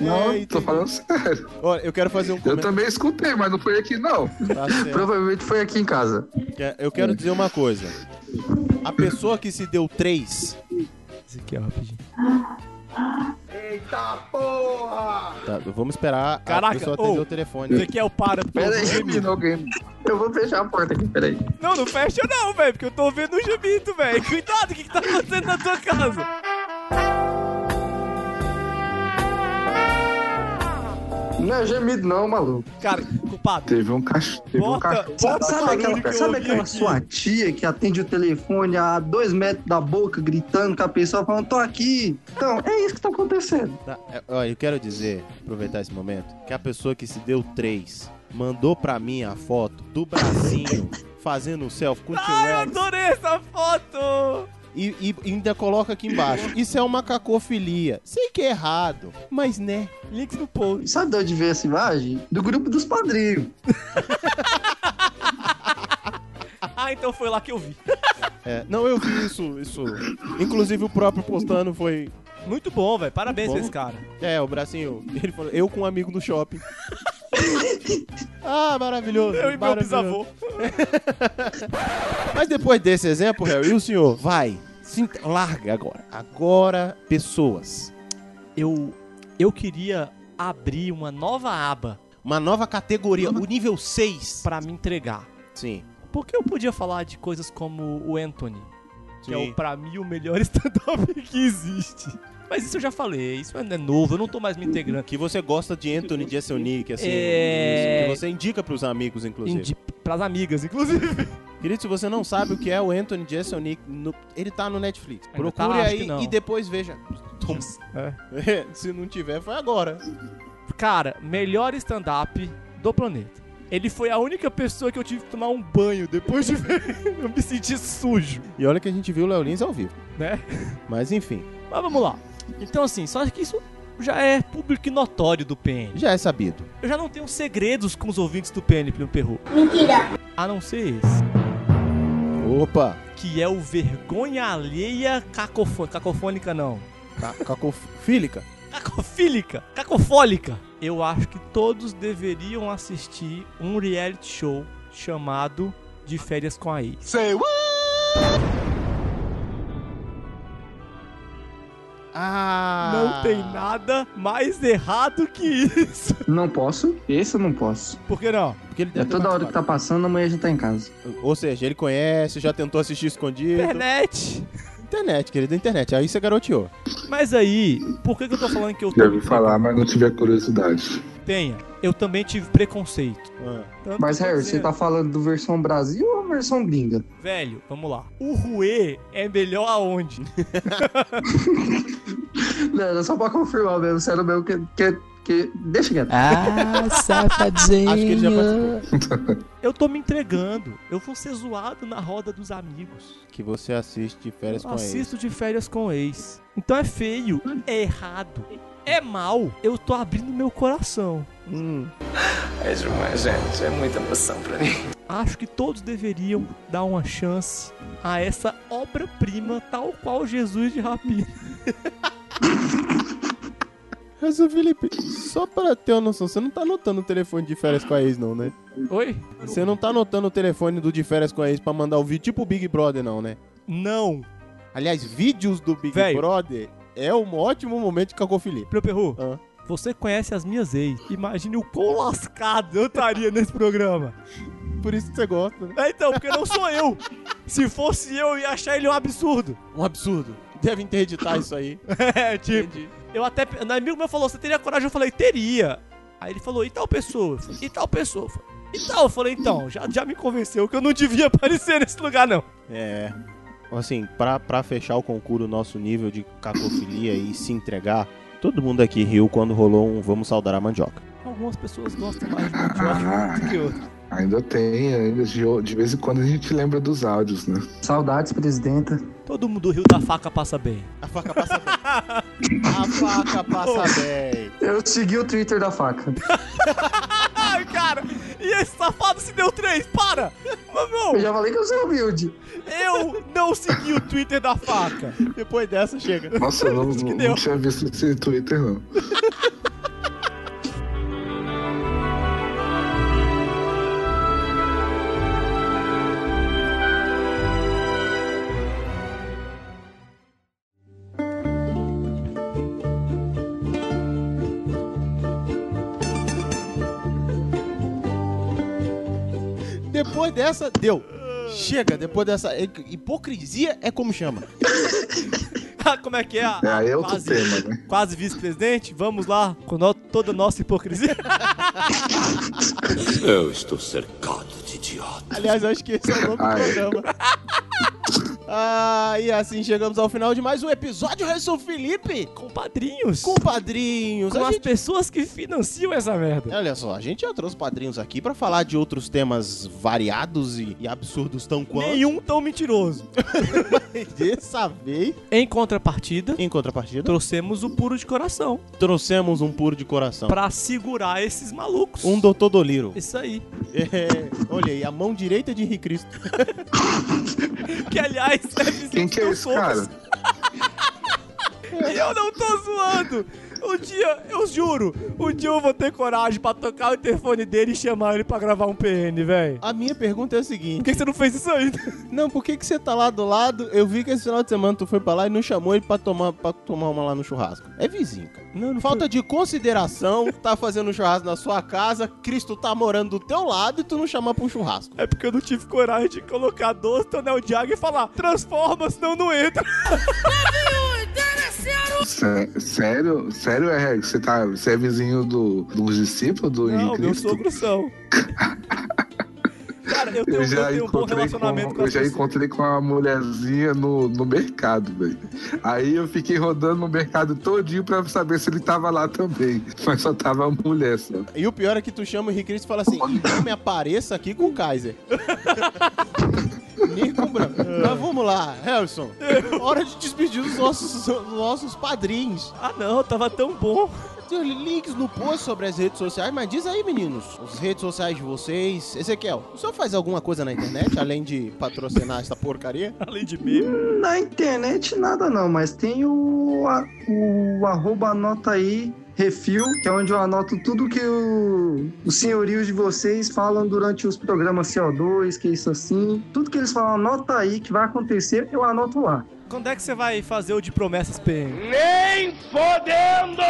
Speaker 4: Não, tô falando sério.
Speaker 1: Olha, eu quero fazer um
Speaker 4: Eu também escutei, mas não foi aqui, não.
Speaker 2: é.
Speaker 1: certo.
Speaker 4: Provavelmente foi aqui em casa.
Speaker 1: Que- Eu quero dizer uma coisa. A pessoa que se deu três. Esse aqui é rapidinho.
Speaker 13: Eita porra!
Speaker 1: Tá, vamos esperar a
Speaker 2: Caraca,
Speaker 1: pessoa atender
Speaker 2: ô,
Speaker 1: o telefone.
Speaker 2: Isso aqui é o para.
Speaker 4: Eu vou fechar a porta aqui, peraí.
Speaker 2: Não, não fecha não, velho, porque eu tô ouvindo um gemido, velho. Cuidado, o que, que tá acontecendo na tua casa?
Speaker 3: Não é gemido, não, maluco. Tá
Speaker 2: Cara, culpado.
Speaker 4: Teve um cachorro. Teve um
Speaker 2: Bota-
Speaker 4: cachorro.
Speaker 2: bota
Speaker 3: Sabe
Speaker 2: barulho
Speaker 3: aquela,
Speaker 2: que eu
Speaker 3: sabe
Speaker 2: ouvi
Speaker 3: aquela
Speaker 2: aqui.
Speaker 3: sua tia que atende o telefone a dois metros da boca, gritando com a pessoa, falando, tô aqui. Então, é isso que tá acontecendo.
Speaker 1: Tá, é, olha, eu quero dizer, aproveitar esse momento, que a pessoa que se deu três mandou pra mim a foto do bracinho fazendo o selfie com o T-Rex
Speaker 2: Adorei essa foto!
Speaker 1: e, e ainda coloca aqui embaixo. Isso é uma cacofilia. Sei que é errado, mas né.
Speaker 2: Links no post.
Speaker 3: Sabe de onde veio essa imagem? Do grupo dos padrinhos.
Speaker 2: Ah, então foi lá que eu vi.
Speaker 1: É, não, eu vi isso, isso. Inclusive o próprio postando foi.
Speaker 2: Muito bom, velho. Parabéns pra esse cara.
Speaker 1: É, o bracinho. Ele falou, eu com um amigo no shopping. ah, maravilhoso.
Speaker 2: Eu e meu
Speaker 1: maravilhoso.
Speaker 2: bisavô.
Speaker 1: Mas depois desse exemplo, Harry, e o senhor? Vai. Se- larga agora. Agora, pessoas.
Speaker 2: Eu. Eu queria abrir uma nova aba.
Speaker 1: Uma nova categoria, o nível 6.
Speaker 2: Pra me entregar.
Speaker 1: Sim.
Speaker 2: Porque eu podia falar de coisas como o Anthony, que é
Speaker 1: Sim.
Speaker 2: o, pra mim o melhor stand-up que existe. Mas isso eu já falei, isso é novo, eu não tô mais me integrando.
Speaker 1: Que você gosta de Anthony Jeselnik, assim.
Speaker 2: É.
Speaker 1: isso, Que você indica pros amigos, inclusive.
Speaker 2: Indi pras amigas, inclusive.
Speaker 1: Querido, se você não sabe o que é o Anthony Jeselnik, no- ele tá no Netflix.
Speaker 2: Ainda tá
Speaker 1: Procure
Speaker 2: lá, acho que
Speaker 1: aí
Speaker 2: não.
Speaker 1: e depois veja. Tom. É, se não tiver, foi agora.
Speaker 2: Cara, melhor stand-up do planeta. Ele foi a única pessoa que eu tive que tomar um banho depois de ver. Eu me senti sujo,
Speaker 1: E olha que a gente viu o Léo Lins ao vivo.
Speaker 2: né?
Speaker 1: Mas enfim,
Speaker 2: Mas vamos lá. Então, assim, só que isso já é público e notório do PN.
Speaker 1: já é sabido.
Speaker 2: Eu já não tenho segredos com os ouvintes do PN, Pleno Perro.
Speaker 7: Mentira.
Speaker 2: A não ser esse.
Speaker 1: Opa!
Speaker 2: que é o vergonha alheia cacofo- cacofônica, não.
Speaker 1: Ca- Cacofílica?
Speaker 2: Cacofílica, cacofólica. Eu acho que todos deveriam assistir um reality show chamado De Férias com a Ex.
Speaker 4: Say
Speaker 1: Ah!
Speaker 2: Não tem nada mais errado que isso.
Speaker 3: Não posso? Esse eu não posso.
Speaker 2: Por que não?
Speaker 1: Porque ele
Speaker 3: É
Speaker 1: deve ter
Speaker 3: toda hora que tá
Speaker 1: participado.
Speaker 3: passando, amanhã a gente tá em casa.
Speaker 1: Ou seja, ele conhece, já tentou assistir escondido.
Speaker 2: Internet.
Speaker 1: Internet, querido, internet. Aí você garoteou.
Speaker 2: Mas aí, por que, que eu tô falando que eu
Speaker 4: Já ouvi falar, mas não tive a curiosidade.
Speaker 2: tenha? Eu também tive preconceito.
Speaker 1: Ah.
Speaker 2: Tanto
Speaker 3: Mas,
Speaker 2: que eu tô
Speaker 3: Harry, você
Speaker 2: dizendo.
Speaker 3: tá falando do versão Brasil ou versão gringa?
Speaker 2: Velho, vamos lá. O Ruê é melhor aonde?
Speaker 3: Não, era só pra confirmar mesmo, sério mesmo, que... que, que... Deixa quieto.
Speaker 2: Ah,
Speaker 3: safadinho.
Speaker 1: Acho que ele já
Speaker 2: Eu tô me entregando. Eu vou ser zoado na roda dos amigos.
Speaker 1: Que você assiste de férias
Speaker 2: Eu
Speaker 1: com ele.
Speaker 2: assisto de férias com ex. Então é feio, é errado, é mal. Eu tô abrindo meu coração.
Speaker 20: É demais, gente. É muita emoção pra mim.
Speaker 2: Acho que todos deveriam dar uma chance a essa obra-prima, tal qual Jesus de Rapina.
Speaker 1: Mas, ô Felipe, só pra ter uma noção, você não tá anotando o telefone de férias com a ex, não, né?
Speaker 2: Oi?
Speaker 1: Você não tá anotando o telefone do de férias com a ex pra mandar o vídeo tipo o Big Brother, não, né?
Speaker 2: Não.
Speaker 1: Aliás, vídeos do Big
Speaker 2: Velho.
Speaker 1: Brother é um ótimo momento de cacofilia.
Speaker 2: Meu perru, você conhece as minhas ex. Imagine o quão lascado eu estaria nesse programa.
Speaker 1: Por isso que você gosta, né?
Speaker 2: É, então, porque não sou eu. Se fosse eu, eu ia achar ele um absurdo.
Speaker 1: Um absurdo. Devem ter editado isso aí.
Speaker 2: É, tipo. Eu até. Um amigo meu falou: Você teria coragem? Eu falei: Teria. Aí ele falou: E tal pessoa? Eu falei, E tal pessoa? Eu falei, E tal? Eu falei: Então, já, já me convenceu que eu não devia aparecer nesse lugar, não.
Speaker 1: É. Assim, pra, pra fechar o concurso, nosso nível de cacofilia e se entregar, todo mundo aqui riu quando rolou um Vamos Saudar a Mandioca.
Speaker 2: Algumas pessoas gostam mais de mandioca do que outras.
Speaker 4: Ainda tem, ainda de, de vez em quando a gente lembra dos áudios, né?
Speaker 3: Saudades, presidenta.
Speaker 2: Todo mundo riu da faca passa bem.
Speaker 1: A faca passa bem. A faca passa bem.
Speaker 3: Eu segui o Twitter da faca.
Speaker 2: Ai, cara, E esse safado se deu três, para! Mas, meu,
Speaker 3: Eu já falei que eu sou humilde.
Speaker 2: Eu não segui o Twitter da faca. Depois dessa, chega.
Speaker 4: Nossa, eu não,
Speaker 2: Isso que
Speaker 4: não
Speaker 2: deu.
Speaker 4: tinha visto esse Twitter, não.
Speaker 1: Depois dessa, deu. Chega, depois dessa. é, Hipocrisia é como chama.
Speaker 2: Ah, Como é que é? a-
Speaker 1: É, aí é outro
Speaker 2: quase,
Speaker 1: tema, né?
Speaker 2: Quase vice-presidente, vamos lá com no- toda a nossa hipocrisia.
Speaker 21: Eu estou cercado de idiotas.
Speaker 1: Aliás, eu acho que esse é o nome
Speaker 21: Ah,
Speaker 1: do
Speaker 21: é.
Speaker 1: programa. Ah, e assim chegamos ao final de mais um episódio, Resson Felipe!
Speaker 2: Compadrinhos!
Speaker 1: Compadrinhos!
Speaker 2: Com as pessoas que financiam essa merda.
Speaker 1: Olha só, a gente já trouxe padrinhos aqui pra falar de outros temas variados e, e absurdos
Speaker 2: É,
Speaker 1: tão quanto.
Speaker 2: Nenhum tão mentiroso.
Speaker 1: Dessa vez.
Speaker 2: Em contrapartida.
Speaker 1: Em contrapartida.
Speaker 2: Trouxemos o puro de coração.
Speaker 1: Trouxemos um puro de coração.
Speaker 2: Pra segurar esses malucos.
Speaker 1: Um doutor Doliro.
Speaker 2: Isso aí.
Speaker 1: É, olha aí, a mão direita de Henrique Cristo.
Speaker 2: que aliás, deve
Speaker 1: Quem que é esse cara?
Speaker 2: E eu não tô zoando! Um dia, eu juro, um dia eu vou ter coragem pra tocar o interfone dele e chamar ele pra gravar um PN, velho.
Speaker 1: A minha pergunta é a seguinte:
Speaker 2: Por que que você não fez isso ainda?
Speaker 1: Não, por que, que você tá lá do lado? Eu vi que esse final de semana tu foi pra lá e não chamou ele pra tomar, pra tomar uma lá no churrasco. É vizinho, cara. Falta de consideração, tá fazendo um churrasco na sua casa, Cristo tá morando do teu lado e tu não chama pra um churrasco.
Speaker 2: É porque eu não tive coragem de colocar 12 tonel de água e falar, transforma, senão não entra.
Speaker 4: Sé- Sério? Sério, é Você, tá, você é vizinho do, dos discípulos do
Speaker 2: Não,
Speaker 4: Henrique
Speaker 2: meu
Speaker 4: Cristo?
Speaker 2: sogro são. Cara, eu tenho,
Speaker 4: Eu
Speaker 2: eu
Speaker 4: já,
Speaker 2: tenho um bom
Speaker 4: encontrei
Speaker 2: relacionamento
Speaker 4: com,
Speaker 2: com,
Speaker 4: eu
Speaker 2: as
Speaker 4: já
Speaker 2: pessoas.
Speaker 4: encontrei com uma mulherzinha no, no mercado, velho. Aí eu fiquei rodando no mercado todinho pra saber se ele tava lá também. Mas só tava a mulher, só.
Speaker 1: E o pior é que tu chama o Henrique Cristo e fala assim: não me apareça aqui com o Kaiser. Nem com o Branco. Mas vamos lá, Harrison. Hora de despedir os nossos, os nossos padrinhos.
Speaker 2: Ah, não, tava tão bom.
Speaker 1: Tem links no post sobre as redes sociais, mas diz aí, meninos, as redes sociais de vocês. Ezequiel, o senhor faz alguma coisa na internet além de patrocinar essa porcaria?
Speaker 2: Além de mim.
Speaker 3: Na internet nada não, mas tem o, a- o arroba anota aí refil, que é onde eu anoto tudo que o- os senhorios de vocês falam durante os programas CO2, que isso assim, tudo que eles falam anota aí que vai acontecer, eu anoto lá.
Speaker 2: Quando é que você vai fazer o de promessas PM?
Speaker 13: Nem fodendo!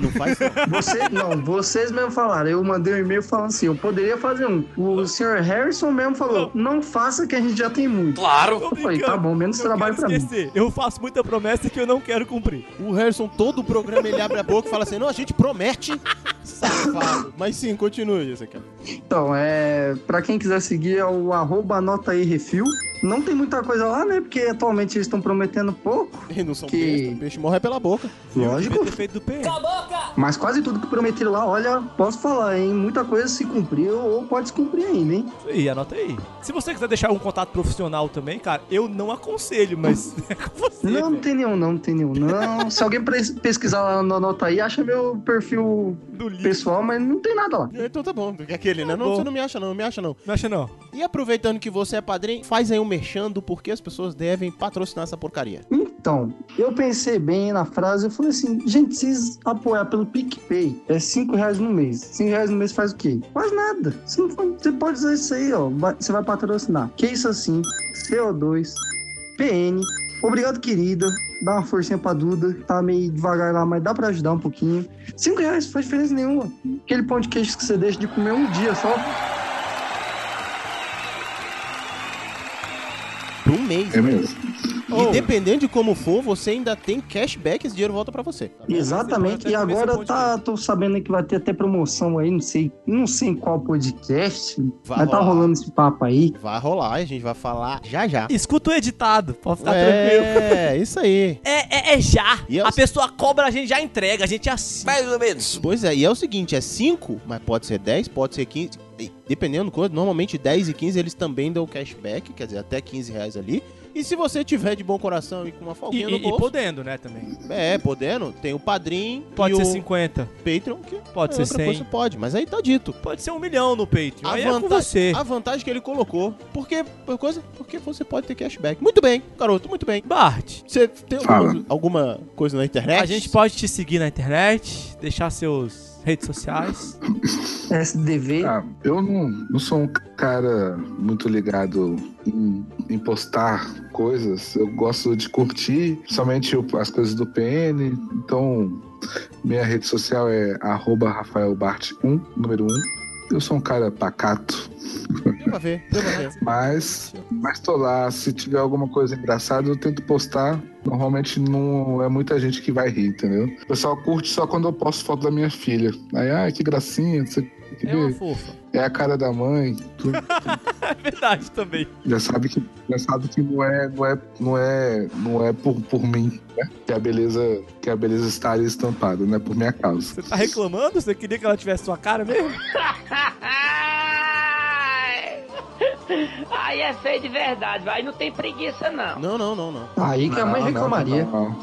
Speaker 1: Não faz
Speaker 3: Você, não, vocês mesmo falaram. Eu mandei um e-mail falando assim: eu poderia fazer um. O senhor Harrison mesmo falou: não faça que a gente já tem muito.
Speaker 2: Claro.
Speaker 3: Eu falei, tá bom, menos trabalho pra mim.
Speaker 2: Esquecer, eu faço muita promessa que eu não quero cumprir.
Speaker 1: O Harrison, todo o programa, ele abre a boca e fala assim: não, a gente promete. Safado. Mas sim, continue, Ezequiel.
Speaker 3: Então, é. Pra quem quiser seguir, é o arroba anota aí refil. Não tem muita coisa lá, né? Porque atualmente eles estão prometendo pouco.
Speaker 1: E não são
Speaker 3: que...
Speaker 1: O peixe morre pela boca.
Speaker 3: Lógico.
Speaker 2: Devia ter feito do PM.
Speaker 3: Mas quase tudo que prometeram lá, olha, posso falar, hein? Muita coisa se cumpriu ou pode se cumprir ainda, hein?
Speaker 2: E anota aí. Se você quiser deixar algum contato profissional também, cara, eu não aconselho, mas é
Speaker 3: não, não tem nenhum, não, não tem nenhum, não. Se alguém pres- pesquisar lá no Anota aí, acha meu perfil pessoal, mas não tem nada lá.
Speaker 1: Então tá bom. Aquele, né?
Speaker 3: Tá
Speaker 1: Não,
Speaker 3: bom.
Speaker 1: você não me acha, não, não me acha, não.
Speaker 2: Não acha, não.
Speaker 1: E aproveitando que você é padrinho, faz aí um merchando porque as pessoas devem patrocinar essa porcaria.
Speaker 3: Então, eu pensei bem na frase, eu falei assim, gente, vocês apoiar pelo PicPay é 5 reais no mês. 5 reais no mês faz o quê? Faz nada. Você, não faz- você pode usar isso aí, ó. vai- Você vai patrocinar. Que isso assim, CO2, PN, obrigado querida, dá uma forcinha pra Duda, tá meio devagar lá, mas dá pra ajudar um pouquinho. 5 reais, não faz diferença nenhuma. Aquele pão de queijo que você deixa de comer um dia só.
Speaker 1: Por um mês.
Speaker 4: É mesmo.
Speaker 1: E dependendo de como for, você ainda tem cashback, esse dinheiro volta pra você.
Speaker 3: Exatamente, e agora tá, tô sabendo que vai ter até promoção aí, não sei, não sei em qual podcast,
Speaker 1: Vai
Speaker 3: mas tá
Speaker 1: rolar.
Speaker 3: rolando esse papo aí.
Speaker 1: Vai rolar, a gente vai falar já já.
Speaker 2: Escuta o editado, pode ficar Tá tranquilo.
Speaker 1: É, isso aí.
Speaker 2: É, é, é já.
Speaker 1: E é o-
Speaker 2: A pessoa cobra, a gente já entrega, a gente é assim.
Speaker 1: Mais ou menos. Pois é, e é o seguinte, é 5, mas pode ser 10, pode ser 15. e dependendo do quanto, normalmente 10 e 15 eles também dão cashback, quer dizer, até 15 reais ali. E se você tiver de bom coração e com uma
Speaker 2: E,
Speaker 1: folguinha
Speaker 2: e,
Speaker 1: no
Speaker 2: e
Speaker 1: bolso...
Speaker 2: podendo, né, também.
Speaker 1: É, podendo, tem o Padrim
Speaker 2: Pode
Speaker 1: e
Speaker 2: ser
Speaker 1: o
Speaker 2: 50.
Speaker 1: Patreon, que
Speaker 2: Pode
Speaker 1: é
Speaker 2: ser
Speaker 1: outra
Speaker 2: 100.
Speaker 1: coisa, pode, mas aí tá dito.
Speaker 2: Pode ser um milhão no Patreon.
Speaker 1: A,
Speaker 2: aí é com
Speaker 1: vanta-
Speaker 2: você.
Speaker 1: a vantagem que ele colocou. Porque, por coisa, porque você pode ter cashback. Muito bem, garoto, muito bem.
Speaker 2: Bart,
Speaker 1: você tem algum- alguma coisa na internet?
Speaker 2: A gente pode te seguir na internet, deixar seus redes sociais.
Speaker 3: SDV?
Speaker 4: Ah, eu não, não sou um cara muito ligado em, em postar coisas. Eu gosto de curtir, somente as coisas do PN. Então, minha rede social é arroba rafaelbart1, número 1. Eu sou um cara pacato.
Speaker 1: Deu pra ver, deu pra ver.
Speaker 4: Mas, mas tô lá. Se tiver alguma coisa engraçada, eu tento postar. Normalmente não é muita gente que vai rir, entendeu? O pessoal curte só quando eu posto foto da minha filha. Aí, ai, que gracinha, não sei o que.
Speaker 2: É uma fofa.
Speaker 4: É a cara da mãe. tu-
Speaker 2: É verdade também.
Speaker 4: já sabe que, já sabe que não é, não é, não é, não é por, por mim, né? Que a beleza, que a beleza está ali estampada, não é por minha causa.
Speaker 2: Tá reclamando? Você queria que ela tivesse sua cara mesmo?
Speaker 17: Aí é feio de verdade, vai. Não tem preguiça, não.
Speaker 1: Não, não, não, não.
Speaker 3: Aí que a mãe
Speaker 4: Não, não,
Speaker 3: reclamaria.
Speaker 4: não, não.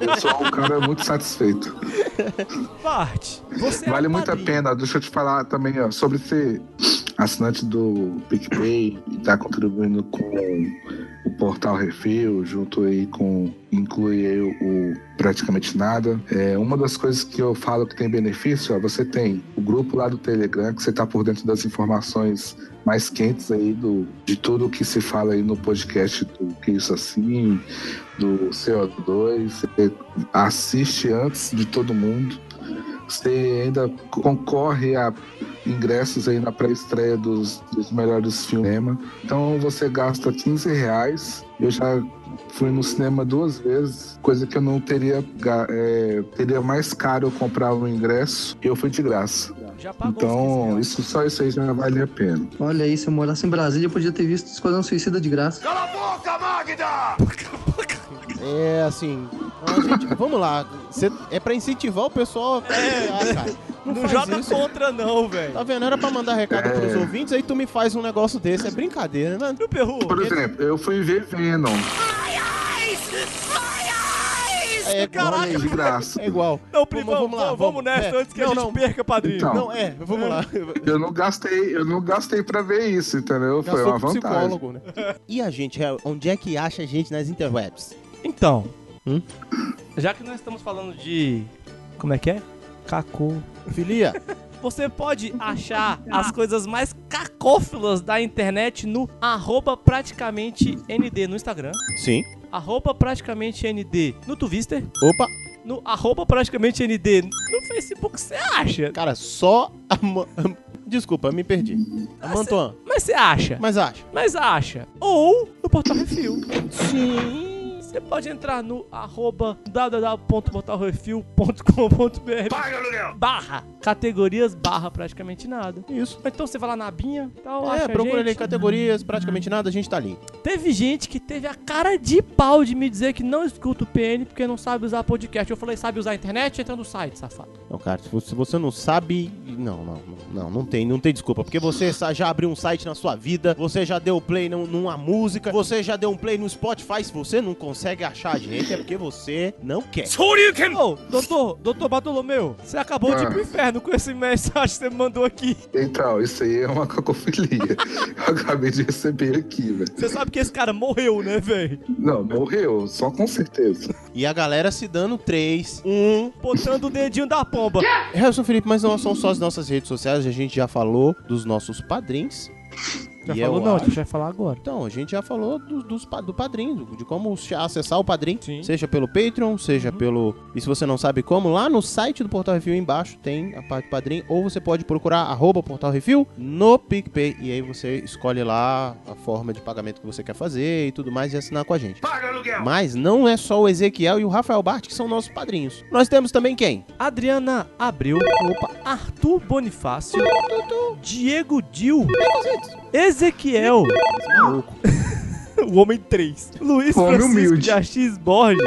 Speaker 4: Eu sou um cara muito satisfeito.
Speaker 2: Bart, você é
Speaker 4: vale
Speaker 2: um
Speaker 4: muito a
Speaker 2: padrinho.
Speaker 4: pena. Deixa eu te falar também, ó, sobre ser assinante do PicPay e tá contribuindo com o Portal Refil, junto aí com inclui aí o Praticamente Nada. É, uma das coisas que eu falo que tem benefício, ó, você tem o grupo lá do Telegram, que você tá por dentro das informações mais quentes aí do, de tudo que se fala aí no podcast do Que Isso Assim, do CO2, você assiste antes de todo mundo. Você ainda concorre a ingressos aí na pré-estreia dos, dos melhores filmes. cinema. Então você gasta 15 reais. Eu já fui no cinema duas vezes, coisa que eu não teria. ga- é, teria mais caro eu comprar o ingresso. Eu fui de graça.
Speaker 2: Já
Speaker 4: Então, isso, só isso aí já vale a pena.
Speaker 3: Olha aí, se eu morasse em Brasília, eu podia ter visto Esquadrão Suicida de graça.
Speaker 1: É assim. a gente- vamos lá. cê- é pra incentivar o pessoal. É, cara,
Speaker 2: Não
Speaker 1: faz
Speaker 2: joga
Speaker 1: isso.
Speaker 2: contra, não, velho.
Speaker 1: Tá vendo? Era pra mandar recado pros
Speaker 4: É.
Speaker 1: ouvintes, aí tu me faz um negócio desse. É brincadeira, né?
Speaker 2: No Peru.
Speaker 4: Por exemplo, eu fui ver Venom.
Speaker 1: É,
Speaker 4: Olha aí, de graça.
Speaker 1: É igual.
Speaker 2: Não, Primão, vamos, vamos, nessa
Speaker 1: É,
Speaker 2: antes que a
Speaker 1: não,
Speaker 2: gente
Speaker 1: não.
Speaker 2: perca, padrinho.
Speaker 4: Então.
Speaker 1: Não, é, vamos lá.
Speaker 4: Eu não gastei, eu não gastei pra ver isso, entendeu? Foi
Speaker 1: Gastou
Speaker 4: uma
Speaker 1: com
Speaker 4: vantagem.
Speaker 1: psicólogo, né? E a gente, é, onde é que acha a gente nas interwebs?
Speaker 2: Então, já que nós estamos falando de. Como é que é? Cacô.
Speaker 1: Filia.
Speaker 2: Você pode achar as coisas mais cacófilas da internet no arroba praticamente ND no Instagram,
Speaker 1: Sim.
Speaker 2: arroba praticamente ND no Twitter,
Speaker 1: Opa.
Speaker 2: no arroba praticamente ND no Facebook. Você acha?
Speaker 1: Cara, só a. Ma- Desculpa, me perdi. A Mantuan.
Speaker 2: Mas você acha?
Speaker 1: Mas acha.
Speaker 2: Mas acha. Ou no Portal Refil. Sim. Você pode entrar no arroba www.portalrefil.com.br barra categorias barra praticamente nada.
Speaker 1: Isso.
Speaker 2: Então você vai lá na abinha tal, acha
Speaker 1: É,
Speaker 2: a
Speaker 1: procura
Speaker 2: gente.
Speaker 1: ali categorias, praticamente nada, a gente tá ali.
Speaker 2: Teve gente que teve a cara de pau de me dizer que não escuta o PN porque não sabe usar podcast. Eu falei, sabe usar a internet? Entra no site, safado.
Speaker 1: Não, cara, se você- se você não sabe. Não, não, não, não tem, não tem desculpa. Porque você sa- já abriu um site na sua vida, você já deu play num- numa música, você já deu um play no Spotify. Se você não consegue achar a gente, é porque você não quer.
Speaker 2: Ô, doutor, doutor Bartolomeu, você acabou de ir pro inferno com esse mensagem que você me mandou aqui.
Speaker 4: Então, isso aí é uma cacofilia. eu acabei de receber aqui, velho.
Speaker 2: Você sabe que esse cara morreu, né, velho?
Speaker 4: Não, morreu, só com certeza.
Speaker 1: E a galera se dando um. 3, 1.
Speaker 2: Botando o dedinho da pomba.
Speaker 1: Eu sou o Felipe, mas não são só as nossas redes sociais, a gente já falou dos nossos padrinhos.
Speaker 2: Já
Speaker 1: E é
Speaker 2: falou
Speaker 1: eu
Speaker 2: não, a
Speaker 1: acho-
Speaker 2: gente vai falar agora.
Speaker 1: Então, a gente já falou do, dos, pa- do padrinho, do- de como se acessar o padrinho,
Speaker 2: Sim.
Speaker 1: seja pelo Patreon, seja pelo. E se você não sabe como, lá no site do Portal Refil embaixo tem a parte padrinho, ou você pode procurar arroba Portal Refil no PicPay, e aí você escolhe lá a forma de pagamento que você quer fazer e tudo mais e assinar com a gente. Mas não é só o Ezequiel e o Rafael Bart que são nossos padrinhos. Nós temos também quem?
Speaker 2: Adriana Abreu, opa, Arthur Bonifácio, Diego Dil, Ezequiel,
Speaker 1: Maluco.
Speaker 2: o homem 3. Luiz Homem Francisco humilde. de Assis Borges.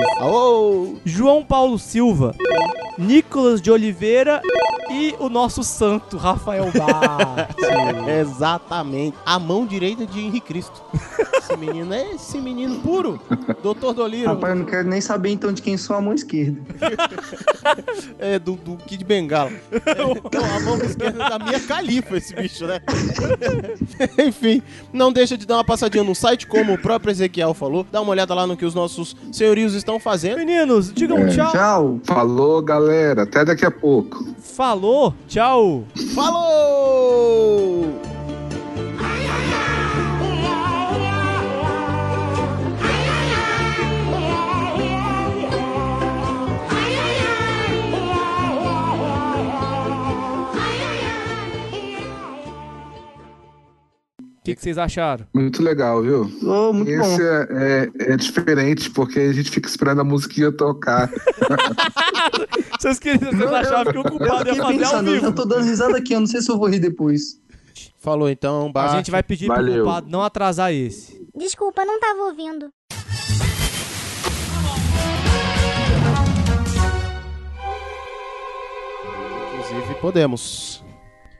Speaker 2: João Paulo Silva. Nicolas de Oliveira e o nosso santo, Rafael Bar.
Speaker 1: Exatamente. A mão direita de Henrique Cristo. Esse menino é esse menino puro. Doutor Doliro.
Speaker 3: Rapaz, eu não quero nem saber então de quem sou a mão esquerda.
Speaker 1: É, do, do Kid Bengala. É, não, a mão esquerda da minha é califa, esse bicho, né? Enfim, não deixa de dar uma passadinha no site, como o próprio Ezequiel falou. Dá uma olhada lá no que os nossos senhorios estão fazendo.
Speaker 2: Meninos, digam
Speaker 4: É. Falou, galera. Até daqui a pouco.
Speaker 2: Falou, tchau.
Speaker 1: Falou!
Speaker 2: O que, que vocês acharam?
Speaker 4: Muito legal, viu?
Speaker 3: muito
Speaker 4: Esse
Speaker 2: bom.
Speaker 4: É, é- é diferente, porque a gente fica esperando a musiquinha tocar.
Speaker 2: Vocês, queriam, vocês achavam que o culpado
Speaker 3: fiquei
Speaker 2: ia fazer ao
Speaker 3: pensando, eu já
Speaker 2: vivo.
Speaker 3: tô dando risada aqui, eu não sei se eu vou rir depois.
Speaker 1: Falou então,
Speaker 2: A gente vai pedir pro culpado não atrasar esse.
Speaker 7: Desculpa, não tava ouvindo.
Speaker 1: Inclusive, podemos.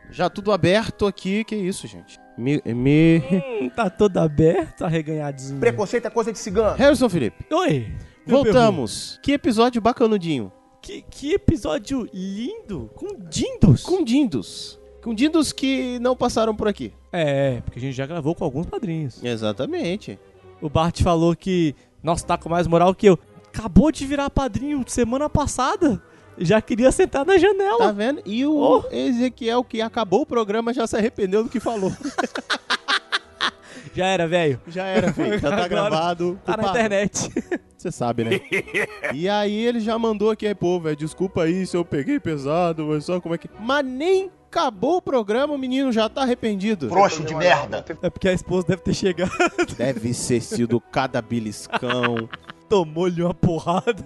Speaker 1: Já tudo aberto aqui, que isso, gente? Me. me...
Speaker 2: tá todo aberto, arreganhadinho.
Speaker 1: Preconceito é coisa de cigano. Harrison Felipe.
Speaker 2: Oi.
Speaker 1: Voltamos. Que episódio bacanudinho.
Speaker 2: Que, que episódio lindo. Com
Speaker 1: Dindos? Com dindos. Com dindos que não passaram por aqui.
Speaker 2: É, porque a gente já gravou com alguns padrinhos.
Speaker 1: Exatamente.
Speaker 2: O Bart falou que, nossa, tá com mais moral que eu. Acabou de virar padrinho semana passada. Já queria sentar na janela.
Speaker 1: Tá vendo? E o Ezequiel, que acabou o programa, já se arrependeu do que falou.
Speaker 2: Já era, velho.
Speaker 1: Já era, filho. Já tá
Speaker 2: Agora
Speaker 1: gravado.
Speaker 2: Tá na
Speaker 1: Tá. Culpado.
Speaker 2: internet.
Speaker 1: Você sabe, né? e aí ele já mandou aqui, aí, pô, velho, desculpa aí se eu peguei pesado, mas só como é que. Mas nem acabou o programa, o menino já tá arrependido.
Speaker 2: Trouxa de merda. É porque a esposa deve ter chegado.
Speaker 1: Deve ser sido cada beliscão.
Speaker 2: Tomou-lhe uma porrada.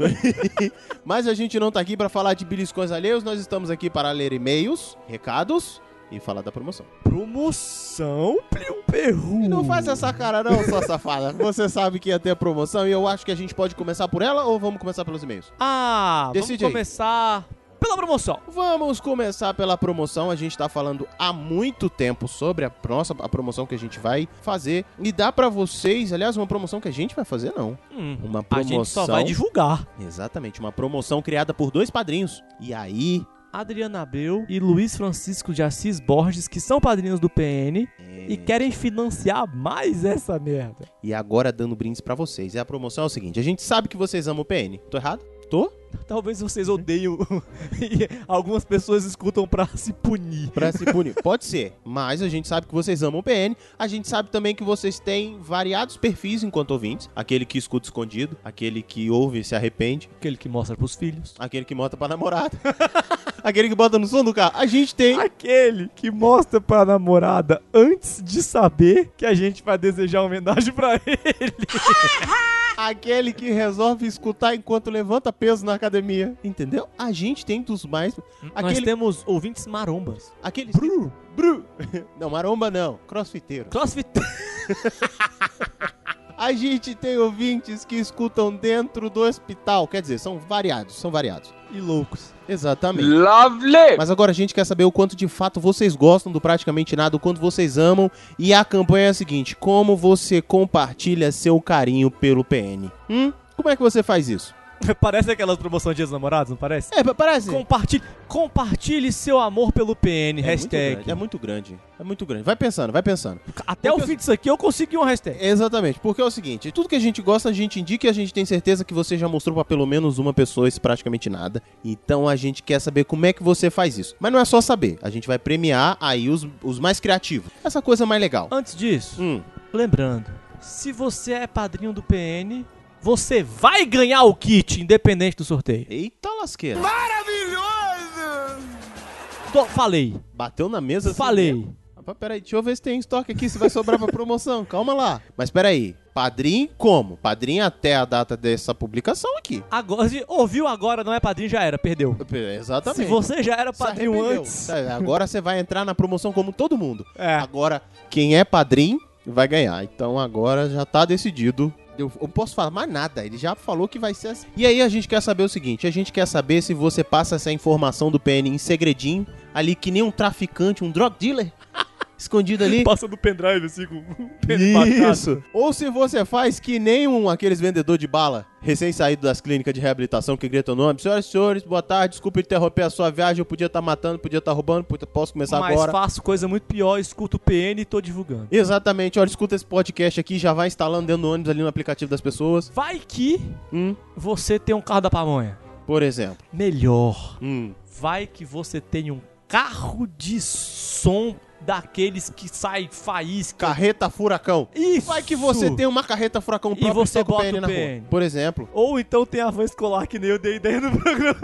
Speaker 1: Mas a gente não tá aqui pra falar de beliscões alheios, nós estamos aqui para ler e-mails, recados e falar da promoção.
Speaker 2: Promoção, Plium Perru.
Speaker 1: Não faz essa cara não, sua safada. Você sabe que ia ter a promoção e eu acho que a gente pode começar por ela ou vamos começar pelos e-mails?
Speaker 2: Ah,
Speaker 1: Decide aí.
Speaker 2: vamos começar pela promoção.
Speaker 1: Vamos começar pela promoção. A gente tá falando há muito tempo sobre a nossa a promoção que a gente vai fazer. E dá pra vocês, aliás, uma promoção que a gente vai fazer, não.
Speaker 2: Hum,
Speaker 1: uma
Speaker 2: a
Speaker 1: promoção.
Speaker 2: gente só vai divulgar.
Speaker 1: Exatamente, uma promoção criada por dois padrinhos. E aí.
Speaker 2: Adriana Abreu e Luiz Francisco de Assis Borges, que são padrinhos do PN e querem financiar mais essa merda.
Speaker 1: E agora dando brindes pra vocês. E a promoção é o seguinte: a gente sabe que vocês amam o PN. Tô errado? Tô?
Speaker 2: Talvez vocês odeiem o- e algumas pessoas escutam pra se punir.
Speaker 1: Pra se punir. Pode ser, mas a gente sabe que vocês amam o PN. A gente sabe também que vocês têm variados perfis enquanto ouvintes: aquele que escuta escondido, aquele que ouve e se arrepende,
Speaker 2: Aquele que mostra pros filhos.
Speaker 1: aquele que mota pra namorada, aquele que bota no som do carro. A gente tem.
Speaker 2: Aquele que mostra pra namorada antes de saber que a gente vai desejar homenagem pra ele.
Speaker 1: Aquele que resolve escutar enquanto levanta peso na academia. Entendeu? A gente tem dos mais.
Speaker 2: Hum, Nós
Speaker 1: Aquele.
Speaker 2: temos ouvintes marombas.
Speaker 1: Aquele.
Speaker 2: Hum.
Speaker 1: Bru. Não, maromba não. Crossfiteiro.
Speaker 2: Crossfit.
Speaker 1: A gente tem ouvintes que escutam dentro do hospital. Quer dizer, são variados, são variados.
Speaker 2: E loucos.
Speaker 1: Exatamente. Lovely! Mas agora a gente quer saber o quanto de fato vocês gostam do Praticamente Nada, o quanto vocês amam. E a campanha é a seguinte: como você compartilha seu carinho pelo PN? Hum? Como é que você faz isso?
Speaker 2: Parece aquelas promoções de ex-namorados, não parece?
Speaker 1: É, parece.
Speaker 2: Compartilhe, compartilhe seu amor pelo PN,
Speaker 1: É muito
Speaker 2: hashtag.
Speaker 1: grande, é muito grande. É muito grande. Vai pensando, vai pensando.
Speaker 2: Até o fim disso aqui eu consegui uma hashtag.
Speaker 1: Exatamente, porque é o seguinte, tudo que a gente gosta, a gente indica e a gente tem certeza que você já mostrou pra pelo menos uma pessoa esse praticamente nada. Então a gente quer saber como é que você faz isso. Mas não é só saber, a gente vai premiar aí os, os mais criativos. Essa coisa mais legal.
Speaker 2: Antes disso,
Speaker 1: Hum.
Speaker 2: lembrando, se você é padrinho do PN, você vai ganhar o kit, independente do sorteio.
Speaker 1: Eita lasqueira.
Speaker 2: Tô- falei.
Speaker 1: Bateu na mesa assim
Speaker 2: Falei.
Speaker 1: mesmo? Rapaz, peraí, deixa eu ver se tem estoque aqui, se vai sobrar pra promoção. Calma lá. Mas peraí, padrinho como? Padrinho até a data dessa publicação aqui.
Speaker 2: Agora, se ouviu agora, não é padrinho, já era, perdeu.
Speaker 1: Exatamente.
Speaker 2: Se você já era
Speaker 1: Se
Speaker 2: padrinho
Speaker 1: arrependeu. É,
Speaker 2: antes.
Speaker 1: Tá, Agora você vai entrar na promoção como todo mundo.
Speaker 2: É.
Speaker 1: Agora, quem é padrinho vai ganhar. Então agora já tá decidido. Eu eu não posso falar mais nada, ele já falou que vai ser assim. E aí a gente quer saber o seguinte, a gente quer saber se você passa essa informação do PN em segredinho, ali que nem um traficante, um drug dealer, escondido ali.
Speaker 2: Passa do pendrive assim com o
Speaker 1: Isso. Ou se você faz que nem um aqueles vendedor de bala, recém-saído das clínicas de reabilitação que grita o nome. Senhoras e senhores, boa tarde, desculpa interromper a sua viagem, eu podia estar matando, podia estar roubando, podia- posso começar
Speaker 2: Mas
Speaker 1: agora.
Speaker 2: faço coisa muito pior, escuto o PN e tô divulgando.
Speaker 1: Exatamente, olha, escuta esse podcast aqui, já vai instalando dentro do ônibus ali no aplicativo das pessoas.
Speaker 2: Vai que
Speaker 1: Hum.
Speaker 2: você tem um carro da pamonha.
Speaker 1: Por exemplo.
Speaker 2: Melhor.
Speaker 1: Hum.
Speaker 2: Vai que você tem um carro de som daqueles que sai faísca.
Speaker 1: Carreta furacão.
Speaker 2: Isso.
Speaker 1: Vai que você tem uma carreta furacão
Speaker 2: E
Speaker 1: própria
Speaker 2: você
Speaker 1: toca o
Speaker 2: bota o
Speaker 1: na
Speaker 2: PN.
Speaker 1: rua. Por exemplo.
Speaker 2: Ou então tem a van escolar que nem eu dei ideia no programa.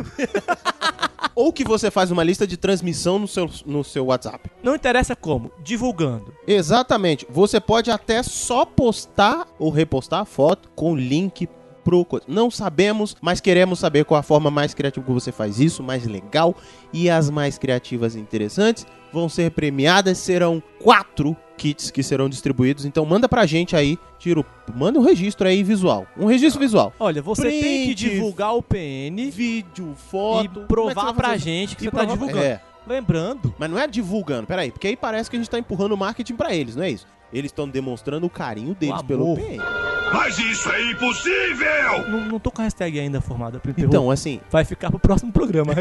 Speaker 1: Ou que você faz uma lista de transmissão no seu, no seu WhatsApp.
Speaker 2: Não interessa como, divulgando.
Speaker 1: Exatamente. Você pode até só postar ou repostar a foto com link pro coisa. Não sabemos, mas queremos saber qual a forma mais criativa que você faz isso, mais legal. E as mais criativas e interessantes vão ser premiadas. Serão quatro kits que serão distribuídos. Então manda pra gente aí, tiro, manda um registro aí visual. Um registro visual.
Speaker 2: Olha, você tem
Speaker 1: Print,
Speaker 2: que divulgar o PN.
Speaker 1: Vídeo, foto.
Speaker 2: E
Speaker 1: Como
Speaker 2: provar
Speaker 1: é que você vai
Speaker 2: pra
Speaker 1: fazer?
Speaker 2: gente
Speaker 1: E
Speaker 2: que você tá
Speaker 1: provar-
Speaker 2: divulgando.
Speaker 1: É.
Speaker 2: Lembrando.
Speaker 1: Mas não é divulgando, peraí, porque aí parece que a gente tá empurrando o marketing pra eles, não é isso? Eles estão demonstrando o carinho deles
Speaker 2: amor.
Speaker 1: pelo PN.
Speaker 2: Mas isso é impossível! Não, não tô com a hashtag ainda formada pra interromper.
Speaker 1: Então, assim.
Speaker 2: Vai ficar pro próximo programa.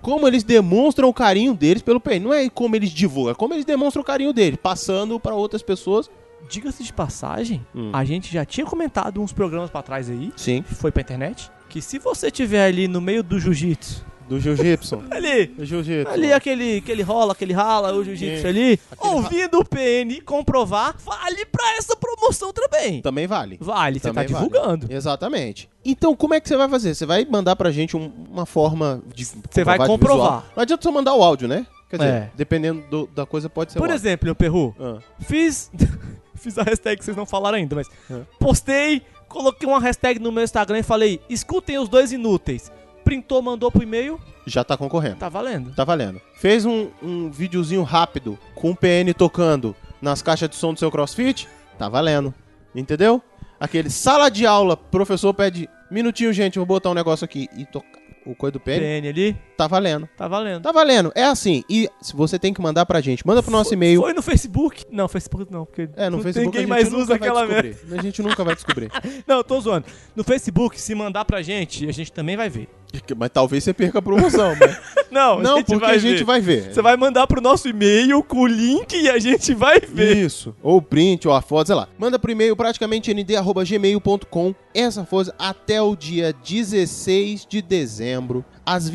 Speaker 1: como eles demonstram o carinho deles pelo PN. Não é como eles divulgam, é como eles demonstram o carinho deles, passando pra outras pessoas.
Speaker 2: Diga-se de passagem,
Speaker 1: Hum.
Speaker 2: a gente já tinha comentado uns programas pra trás aí.
Speaker 1: Sim.
Speaker 2: Foi pra internet. Que se você tiver ali no meio do jiu-jitsu.
Speaker 1: Do jiu-jitsu.
Speaker 2: ali.
Speaker 1: Do jiu-jitsu.
Speaker 2: Ali aquele, aquele rola, aquele rala, o
Speaker 1: É.
Speaker 2: jiu-jitsu ali. Ouvindo o PN e comprovar, vale pra essa promoção também.
Speaker 1: Também vale.
Speaker 2: Vale, você tá
Speaker 1: Também vale.
Speaker 2: divulgando.
Speaker 1: Exatamente. Então, como é que você vai fazer? Você vai mandar pra gente um- uma forma de. Você
Speaker 2: vai comprovar.
Speaker 1: Não adianta só mandar o áudio, né? Quer dizer,
Speaker 2: É.
Speaker 1: dependendo do- da coisa, pode ser
Speaker 2: Por
Speaker 1: o áudio.
Speaker 2: exemplo, meu perru,
Speaker 1: Ah.
Speaker 2: fiz. fiz a hashtag que vocês não falaram ainda, mas.
Speaker 1: É.
Speaker 2: Postei, coloquei uma hashtag no meu Instagram e falei: escutem os dois inúteis. Printou, mandou pro e-mail,
Speaker 1: Já tá concorrendo.
Speaker 2: tá valendo.
Speaker 1: Tá valendo. Fez um, um videozinho rápido com o PN tocando nas caixas de som do seu crossfit? Tá valendo. Entendeu? Aquele sala de aula, professor pede minutinho, gente, vou botar um negócio aqui e tocar o coisa do PN.
Speaker 2: PN ali,
Speaker 1: Tá valendo.
Speaker 2: tá valendo.
Speaker 1: Tá valendo. É assim. E se você tem que mandar pra gente, manda pro nosso e-mail.
Speaker 2: Foi no Facebook? Não, Facebook não, porque
Speaker 1: É, no
Speaker 2: não
Speaker 1: Facebook
Speaker 2: ninguém
Speaker 1: a gente
Speaker 2: mais
Speaker 1: nunca
Speaker 2: usa
Speaker 1: vai
Speaker 2: aquela
Speaker 1: descobrir.
Speaker 2: merda.
Speaker 1: A gente nunca vai descobrir.
Speaker 2: Não, eu tô zoando. No Facebook, se mandar pra gente, a gente também vai ver.
Speaker 1: Mas talvez você perca a promoção, mas...
Speaker 2: Não,
Speaker 1: Não, porque a gente vai ver.
Speaker 2: Você vai mandar pro nosso e-mail com o link e a gente vai ver.
Speaker 1: Isso. Ou print, ou a foto, sei lá. Manda pro e-mail praticamente nd.gmail.com essa foto até o dia 16 de dezembro, às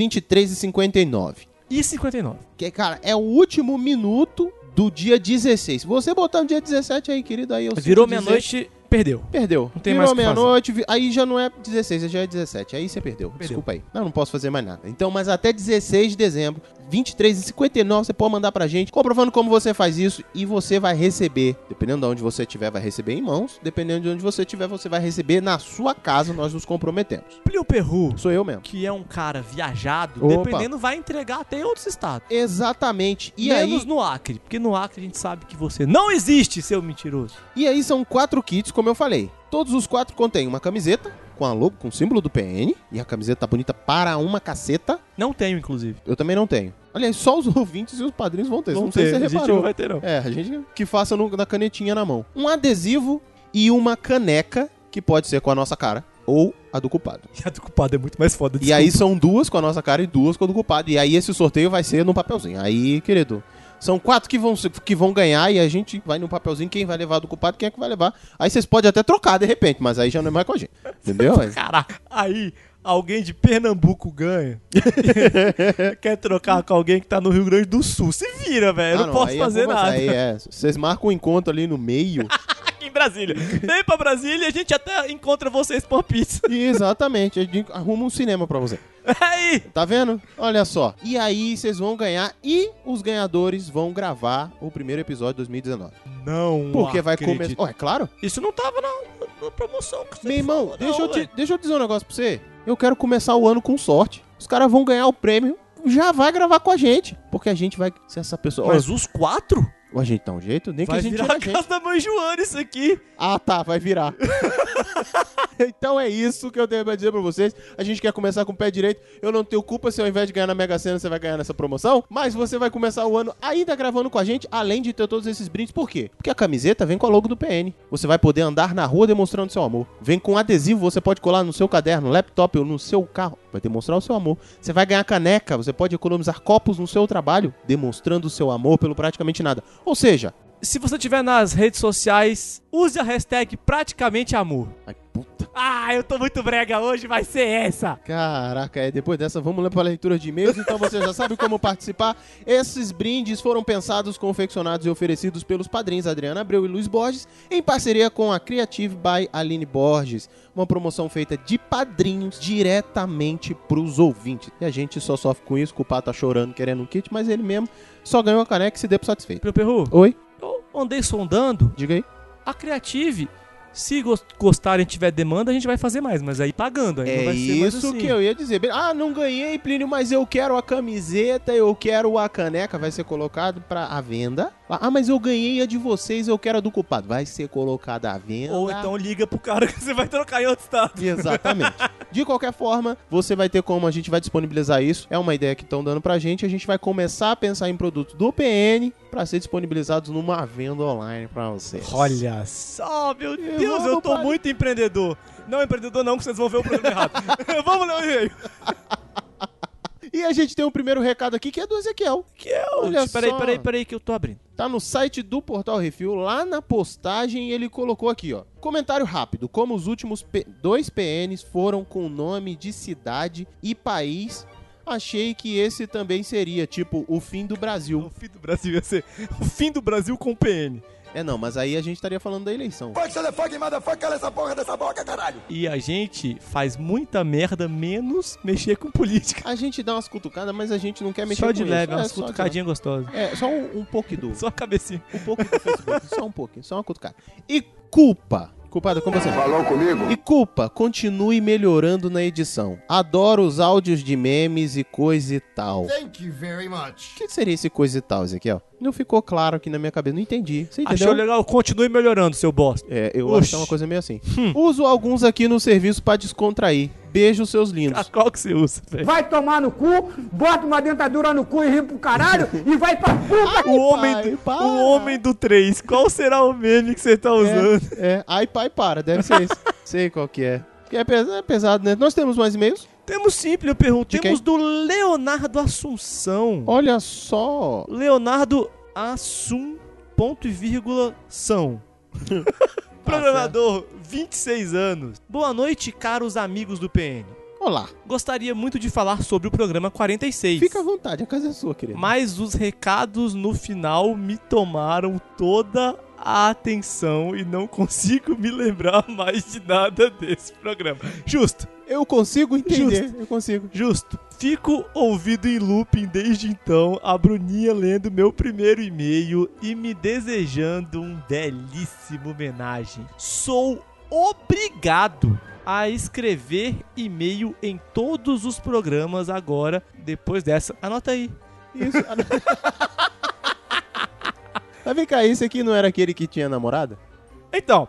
Speaker 1: 23h59.
Speaker 2: E 59.
Speaker 1: Que, cara, é o último minuto do dia 16. Se você botar no dia 17 aí, querido, aí eu sinto
Speaker 2: Virou
Speaker 1: dizer-
Speaker 2: meia-noite, perdeu.
Speaker 1: Perdeu.
Speaker 2: Não tem
Speaker 1: Virou
Speaker 2: mais o que fazer.
Speaker 1: meia-noite, vi- aí já não é 16, já é 17. Aí você perdeu. Desculpa aí. Não, não posso fazer mais nada. Então, mas até 16 de dezembro, 23 e 59, você pode mandar pra gente, comprovando como você faz isso e você vai receber, dependendo de onde você estiver, vai receber em mãos, dependendo de onde você estiver, você vai receber na sua casa, nós nos comprometemos.
Speaker 2: Plio Perru,
Speaker 1: Sou eu mesmo.
Speaker 2: que é um cara viajado,
Speaker 1: Opa.
Speaker 2: dependendo, vai entregar até em outros estados.
Speaker 1: Exatamente. E
Speaker 2: Menos
Speaker 1: aí,
Speaker 2: no Acre, porque no Acre a gente sabe que você não existe, seu mentiroso.
Speaker 1: e aí são quatro kits, como eu falei. Todos os quatro contêm uma camiseta com a logo, com o símbolo do PN, e a camiseta tá bonita para uma caceta.
Speaker 2: Não tenho, inclusive.
Speaker 1: Eu também não tenho. Aliás, só os ouvintes e os padrinhos vão ter.
Speaker 2: Vão
Speaker 1: não sei
Speaker 2: ter,
Speaker 1: se
Speaker 2: a
Speaker 1: você
Speaker 2: gente
Speaker 1: reparou.
Speaker 2: não vai ter, não.
Speaker 1: É, a gente que faça no- na canetinha na mão. Um adesivo e uma caneca, que pode ser com a nossa cara ou a do culpado.
Speaker 2: E a do culpado é muito mais foda.
Speaker 1: E aí
Speaker 2: desculpa.
Speaker 1: são duas com a nossa cara e duas com a do culpado. E aí esse sorteio vai ser no papelzinho. Aí, querido, são quatro que vão, se- que vão ganhar e a gente vai no papelzinho quem vai levar a do culpado, quem é que vai levar. Aí vocês podem até trocar de repente, mas aí já não é mais com a gente. Entendeu?
Speaker 2: Caraca, aí alguém de Pernambuco ganha. Quer trocar com alguém que tá no Rio Grande do Sul. Se vira, velho. Eu
Speaker 1: Ah,
Speaker 2: não, posso
Speaker 1: aí é
Speaker 2: fazer
Speaker 1: com você,
Speaker 2: nada.
Speaker 1: Aí é, vocês marcam um encontro ali no meio.
Speaker 2: Aqui em Brasília. Vem pra Brasília e a gente até encontra vocês por pizza.
Speaker 1: E Exatamente, a gente arruma um cinema pra você.
Speaker 2: Aí!
Speaker 1: Tá vendo? Olha só. E aí vocês vão ganhar e os ganhadores vão gravar o primeiro episódio de 2019.
Speaker 2: Não.
Speaker 1: Porque vai começar. Ó, é claro?
Speaker 2: Isso não tava na, na promoção. que você
Speaker 1: Meu irmão,
Speaker 2: falou,
Speaker 1: deixa,
Speaker 2: não,
Speaker 1: eu te-
Speaker 2: velho.
Speaker 1: deixa eu dizer um negócio pra você. Eu quero começar o ano com sorte. Os caras vão ganhar o prêmio. Já vai gravar com a gente. Porque a gente vai ser essa pessoa.
Speaker 2: Mas os quatro?
Speaker 1: Ué, a gente dá um jeito? Nem
Speaker 2: Vai
Speaker 1: que a gente
Speaker 2: virar
Speaker 1: tire
Speaker 2: a casa da mãe Joana isso aqui.
Speaker 1: Ah, tá, vai virar. então é isso que eu tenho pra dizer pra vocês. A gente quer começar com o pé direito. Eu não tenho culpa se ao invés de ganhar na Mega Sena, você vai ganhar nessa promoção. Mas você vai começar o ano ainda gravando com a gente, além de ter todos esses brindes. Por quê? Porque a camiseta vem com a logo do PN. Você vai poder andar na rua demonstrando seu amor. Vem com adesivo, você pode colar no seu caderno, laptop ou no seu carro. Vai demonstrar o seu amor. Você vai ganhar caneca, você pode economizar copos no seu trabalho, demonstrando o seu amor pelo praticamente nada. Ou seja,
Speaker 2: Se você tiver nas redes sociais, use a hashtag praticamente amor.
Speaker 1: Ai,
Speaker 2: puta. Ah, eu tô muito brega hoje, vai ser essa.
Speaker 1: Caraca, é depois dessa vamos lá para a leitura de e-mails, então você já sabe como participar. Esses brindes foram pensados, confeccionados e oferecidos pelos padrinhos Adriana Abreu e Luiz Borges, em parceria com a Creative by Aline Borges, uma promoção feita de padrinhos diretamente pros ouvintes. E a gente só sofre com isso, que o Pato tá chorando querendo um kit, mas ele mesmo só ganhou a caneca e se deu por satisfeito.
Speaker 2: Meu perru,
Speaker 1: Oi?
Speaker 2: eu andei sondando.
Speaker 1: Diga aí.
Speaker 2: A Creative, se gos- gostarem e tiver demanda, a gente vai fazer mais, mas aí pagando. Aí não
Speaker 1: É
Speaker 2: vai ser mais
Speaker 1: isso
Speaker 2: assim.
Speaker 1: que eu ia dizer. Ah, não ganhei, Plínio, mas eu quero a camiseta, eu quero a caneca. Vai ser colocado para a venda. Ah, mas eu ganhei a de vocês, eu quero a do culpado. Vai ser colocada à venda.
Speaker 2: Ou então liga pro cara que você vai trocar em outro estado.
Speaker 1: Exatamente. De qualquer forma, você vai ter como a gente vai disponibilizar isso. É uma ideia que estão dando pra gente. A gente vai começar a pensar em produtos do PN para ser disponibilizados numa venda online pra vocês.
Speaker 2: Olha só, meu Deus,
Speaker 1: vamos
Speaker 2: eu tô
Speaker 1: para-
Speaker 2: muito empreendedor. Não, empreendedor não, que vocês vão ver o problema errado. Vamos ler o e-mail.
Speaker 1: E a gente tem um primeiro recado aqui que é do Ezequiel.
Speaker 2: Que é o-
Speaker 1: Olha
Speaker 2: Peraí,
Speaker 1: só.
Speaker 2: peraí, peraí, que eu tô abrindo.
Speaker 1: Tá no site do Portal Refil, lá na postagem ele colocou aqui, ó. Comentário rápido, como os últimos P- dois PNs foram com nome de cidade e país, achei que esse também seria, tipo, o fim do Brasil. O
Speaker 2: fim do Brasil ia ser o fim do Brasil com PN.
Speaker 1: É não, mas aí a gente estaria falando da eleição.
Speaker 6: Fuck, motherfucking motherfucker, cala essa porra dessa boca, caralho!
Speaker 2: E a gente faz muita merda, menos mexer com política.
Speaker 1: A gente dá umas cutucadas, mas a gente não quer mexer
Speaker 2: Só
Speaker 1: com
Speaker 2: de
Speaker 1: isso.
Speaker 2: leve,
Speaker 1: É,
Speaker 2: umas
Speaker 1: só de
Speaker 2: cutucadinhas gostosas.
Speaker 1: É, só um, um pouco do.
Speaker 2: Só a cabecinha.
Speaker 1: Um pouco do Facebook, só um pouquinho, só uma cutucada. E culpa. Culpado, como você? Falou comigo? E culpa, continue melhorando na edição. Adoro os áudios de memes e coisa e tal. O
Speaker 22: Thank you very much.
Speaker 1: que seria esse coisa e tal, Ezequiel? Não ficou claro aqui na minha cabeça, não entendi. Você entendeu?
Speaker 2: Achou legal? Continue melhorando, seu bosta.
Speaker 1: É, eu acho
Speaker 2: Oxi.
Speaker 1: que é uma coisa meio assim. Uso alguns aqui no serviço pra descontrair. Beijo, seus lindos.
Speaker 2: qual que você usa, velho?
Speaker 23: Vai tomar no cu, bota uma dentadura no cu e ri pro caralho e vai pra puta
Speaker 2: O homem, do, o homem do 3, qual será o meme que você tá usando?
Speaker 1: É, é. ai pai para, deve ser esse. Sei qual que é. Que é pes- é pesado, né? Nós temos mais e-mails?
Speaker 2: Temos sim, eu pergunto.
Speaker 1: De quem?
Speaker 2: Temos do Leonardo Assunção.
Speaker 1: Olha só.
Speaker 2: Leonardo Assum, ponto e vírgula, são. Programador, 26 anos. Boa noite, caros amigos do PN.
Speaker 1: Olá.
Speaker 2: Gostaria muito de falar sobre o programa 46.
Speaker 1: Fica à vontade, a casa é sua, querido.
Speaker 2: Mas os recados no final me tomaram toda a atenção e não consigo me lembrar mais de nada desse programa. Justo.
Speaker 1: Eu consigo entender, eu consigo.
Speaker 2: Justo. Fico ouvido em looping desde então, a Bruninha lendo meu primeiro e-mail e me desejando um belíssimo homenagem. Sou obrigado a escrever e-mail em todos os programas agora, depois dessa. Anota aí.
Speaker 1: Isso. Mas vem cá, esse aqui não era aquele que tinha namorada?
Speaker 2: Então.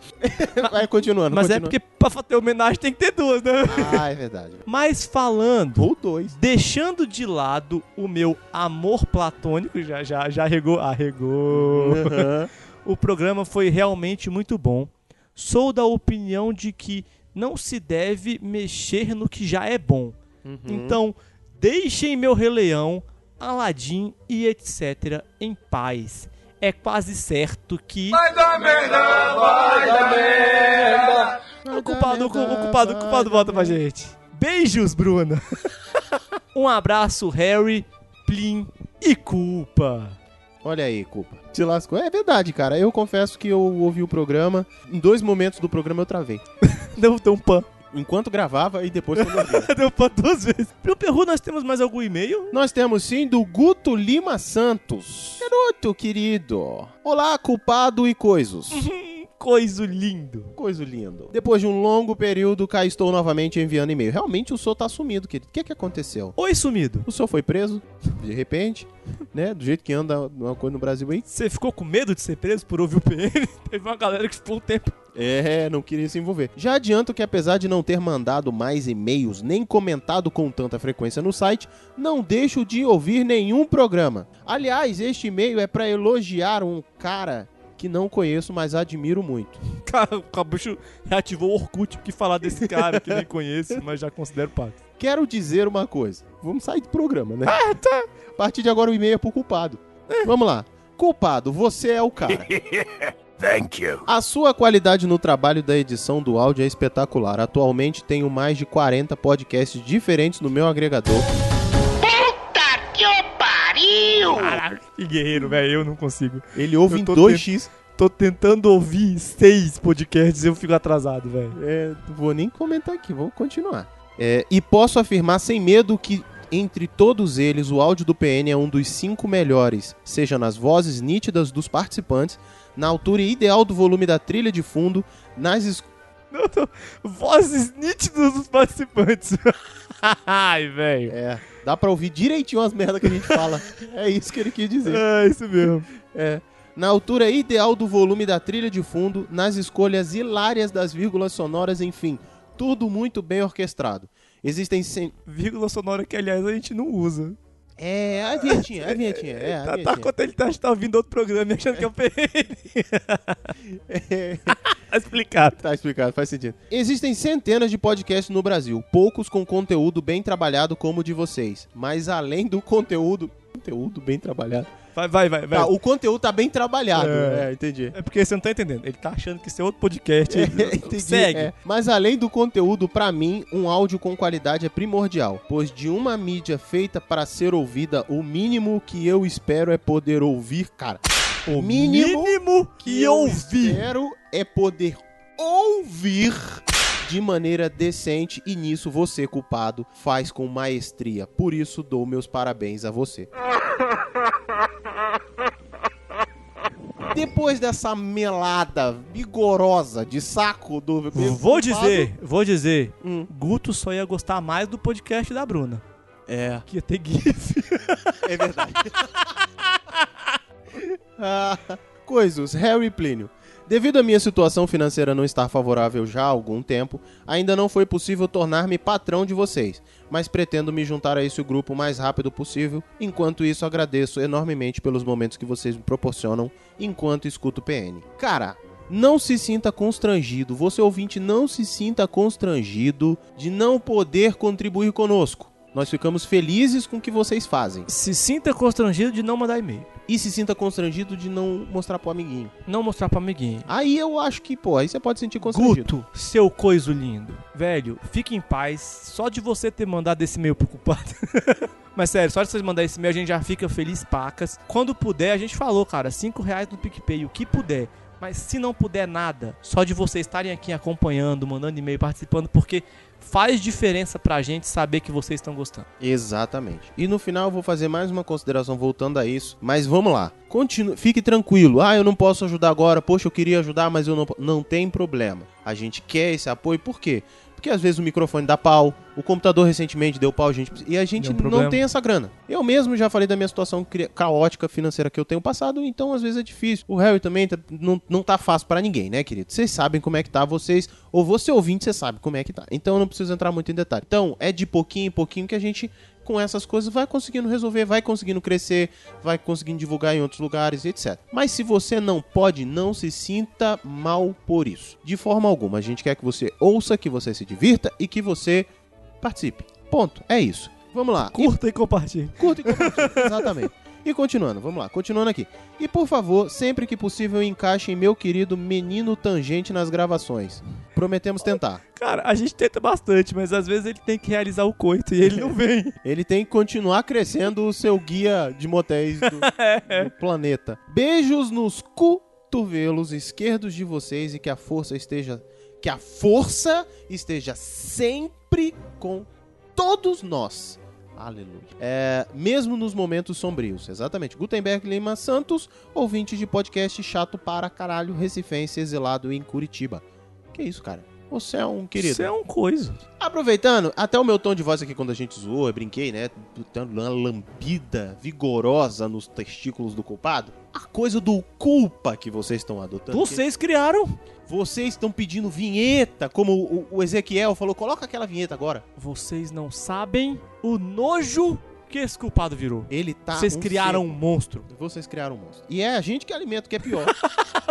Speaker 1: Vai continuando.
Speaker 2: Mas é
Speaker 1: continuando.
Speaker 2: porque pra ter homenagem tem que ter duas, né?
Speaker 1: Ah, é verdade.
Speaker 2: Mas falando.
Speaker 1: Ou dois.
Speaker 2: Deixando de lado o meu amor platônico. Já, já, já regou. Arregou.
Speaker 1: Uhum.
Speaker 2: o programa foi realmente muito bom. Sou da opinião de que não se deve mexer no que já é bom. Então, deixem meu Rei Leão, Aladdin e etc. em paz. É quase certo que. Vai dar merda, vai dar merda. É O culpado, o cu- o culpado, o culpado volta pra gente. Beijos, Bruna. um abraço, Harry, Plin e culpa.
Speaker 1: Olha aí, culpa. Te lascou. É verdade, cara. Eu confesso que eu ouvi o programa. Em dois momentos do programa eu travei.
Speaker 2: Deu, deu um pan.
Speaker 1: Enquanto gravava e depois quando eu vi.
Speaker 2: Deu pra duas vezes. Pro Peru, nós temos mais algum e-mail?
Speaker 1: Nós temos sim do Guto Lima Santos. Garoto querido. Olá, culpado e coisos.
Speaker 2: Coiso lindo.
Speaker 1: Coiso lindo. Depois de um longo período, cá estou novamente enviando e-mail. Realmente o Sou tá sumido, querido. O que, que aconteceu?
Speaker 2: Oi, sumido.
Speaker 1: O Sou foi preso, de repente, né? Do jeito que anda uma coisa no Brasil aí.
Speaker 2: Você ficou com medo de ser preso por ouvir o PN? Teve uma galera que ficou um tempo.
Speaker 1: É, não queria se envolver. Já adianto que apesar de não ter mandado mais e-mails nem comentado com tanta frequência no site, não deixo de ouvir nenhum programa. Aliás, este e-mail é para elogiar um cara que não conheço, mas admiro muito.
Speaker 2: Cara, o Cabucho reativou o Orkut que falar desse cara que nem conheço, mas já considero pato.
Speaker 1: Quero dizer uma coisa. Vamos sair do programa, né?
Speaker 2: Ah, tá.
Speaker 1: A partir de agora o e-mail é pro culpado. Vamos lá. Culpado, você é o cara.
Speaker 8: Thank you.
Speaker 1: A sua qualidade no trabalho da edição do áudio é espetacular. Atualmente tenho mais de 40 podcasts diferentes no meu agregador.
Speaker 8: Puta que pariu!
Speaker 2: Caraca, que guerreiro, velho. Eu não consigo.
Speaker 1: Ele ouve em 2x.
Speaker 2: Tô tentando ouvir seis podcasts e eu fico atrasado, velho.
Speaker 1: É, não vou nem comentar aqui, vou continuar. É, e posso afirmar sem medo que entre todos eles o áudio do PN é um dos cinco melhores, seja nas vozes nítidas dos participantes, na altura ideal do volume da trilha de fundo, nas es...
Speaker 2: Não, não. Vozes nítidas dos participantes. Ai, velho.
Speaker 1: É, dá pra ouvir direitinho as merdas que a gente fala. é isso que ele quis dizer.
Speaker 2: É, isso mesmo.
Speaker 1: É. Na altura ideal do volume da trilha de fundo, nas escolhas hilárias das vírgulas sonoras, enfim, tudo muito bem orquestrado. Existem cem...
Speaker 2: Vírgula sonora que, aliás, a gente não usa.
Speaker 1: É, a vinhetinha, a vinhetinha. É, a
Speaker 2: tá,
Speaker 1: vinhetinha.
Speaker 2: tá quanto ele tá, tá ouvindo outro programa e achando que é o PN.
Speaker 1: É.
Speaker 2: tá explicado.
Speaker 1: Tá explicado, faz sentido. Existem centenas de podcasts no Brasil, poucos com conteúdo bem trabalhado como o de vocês. Mas além do conteúdo. Conteúdo bem trabalhado.
Speaker 2: Vai, vai, vai. vai.
Speaker 1: Tá, o conteúdo tá bem trabalhado. É,
Speaker 2: é, entendi. É porque você não tá entendendo. Ele tá achando que isso é outro podcast. É, entendi, segue. É.
Speaker 1: Mas além do conteúdo, para mim, um áudio com qualidade é primordial. Pois de uma mídia feita para ser ouvida, o mínimo que eu espero é poder ouvir, cara.
Speaker 2: O mínimo, mínimo que, que eu ouvir.
Speaker 1: espero é poder ouvir de maneira decente e nisso você, culpado, faz com maestria. Por isso dou meus parabéns a você. Depois dessa melada vigorosa de saco do.
Speaker 2: Vou dizer, vou dizer, hum. Guto só ia gostar mais do podcast da Bruna.
Speaker 1: É.
Speaker 2: Que ia ter GIF.
Speaker 1: É verdade. ah, coisas, Harry Plínio. Devido à minha situação financeira não estar favorável já há algum tempo, ainda não foi possível tornar-me patrão de vocês, mas pretendo me juntar a esse grupo o mais rápido possível. Enquanto isso, agradeço enormemente pelos momentos que vocês me proporcionam enquanto escuto o PN. Cara, não se sinta constrangido, você ouvinte não se sinta constrangido de não poder contribuir conosco. Nós ficamos felizes com o que vocês fazem.
Speaker 2: Se sinta constrangido de não mandar e-mail.
Speaker 1: E se sinta constrangido de não mostrar pro amiguinho.
Speaker 2: Não mostrar pro amiguinho.
Speaker 1: Aí eu acho que, pô, aí você pode sentir constrangido.
Speaker 2: Guto, seu coiso lindo. Velho, fique em paz. Só de você ter mandado esse e-mail pro culpado. Mas sério, só de vocês mandarem esse e-mail a gente já fica feliz pacas. Quando puder, a gente falou, cara, 5 reais no PicPay, o que puder. Mas se não puder nada, só de vocês estarem aqui acompanhando, mandando e-mail, participando, porque faz diferença pra gente saber que vocês estão gostando.
Speaker 1: Exatamente. E no final eu vou fazer mais uma consideração voltando a isso, mas vamos lá. Continue, fique tranquilo. Ah, eu não posso ajudar agora. Poxa, eu queria ajudar, mas eu não não tem problema. A gente quer esse apoio por quê? Porque às vezes o microfone dá pau, o computador recentemente deu pau, gente, e a gente
Speaker 2: Deu um
Speaker 1: não
Speaker 2: problema.
Speaker 1: tem essa grana. Eu mesmo já falei da minha situação cri- caótica financeira que eu tenho passado, então às vezes é difícil. O Harry também tá- não, não tá fácil pra ninguém, né, querido? Vocês sabem como é que tá, vocês, ou você ouvinte, você sabe como é que tá. Então eu não preciso entrar muito em detalhe. Então é de pouquinho em pouquinho que a gente, com essas coisas, vai conseguindo resolver, vai conseguindo crescer, vai conseguindo divulgar em outros lugares, etc. Mas se você não pode, não se sinta mal por isso. De forma alguma, a gente quer que você ouça, que você se divirta e que você participe. Ponto. É isso. Vamos lá. E-
Speaker 2: Curta e compartilhe.
Speaker 1: Curta e compartilha. Exatamente. E continuando, vamos lá, continuando aqui. E por favor, sempre que possível, encaixem meu querido menino tangente nas gravações. Prometemos tentar.
Speaker 2: Cara, a gente tenta bastante, mas às vezes ele tem que realizar o coito e ele não vem.
Speaker 1: Ele tem que continuar crescendo o seu guia de motéis do, do planeta. Beijos nos cotovelos esquerdos de vocês e que a força esteja. Que a força esteja sempre com todos nós. Aleluia. É, mesmo nos momentos sombrios, exatamente. Gutenberg Lima Santos, ouvinte de podcast chato para caralho, recifense exilado em Curitiba. Que isso, cara? Você é um querido.
Speaker 2: Você é um coisa.
Speaker 1: Aproveitando, até o meu tom de voz aqui quando a gente zoou, eu brinquei, né? Dando uma lambida vigorosa nos testículos do culpado. A coisa do culpa que vocês estão adotando.
Speaker 2: Vocês criaram.
Speaker 1: Vocês estão pedindo vinheta, como o, o Ezequiel falou, coloca aquela vinheta agora.
Speaker 2: Vocês não sabem o nojo que esse culpado virou.
Speaker 1: Ele tá.
Speaker 2: Vocês
Speaker 1: um
Speaker 2: criaram
Speaker 1: ser-
Speaker 2: um monstro.
Speaker 1: Vocês criaram um monstro. E é a gente que alimenta o que é pior.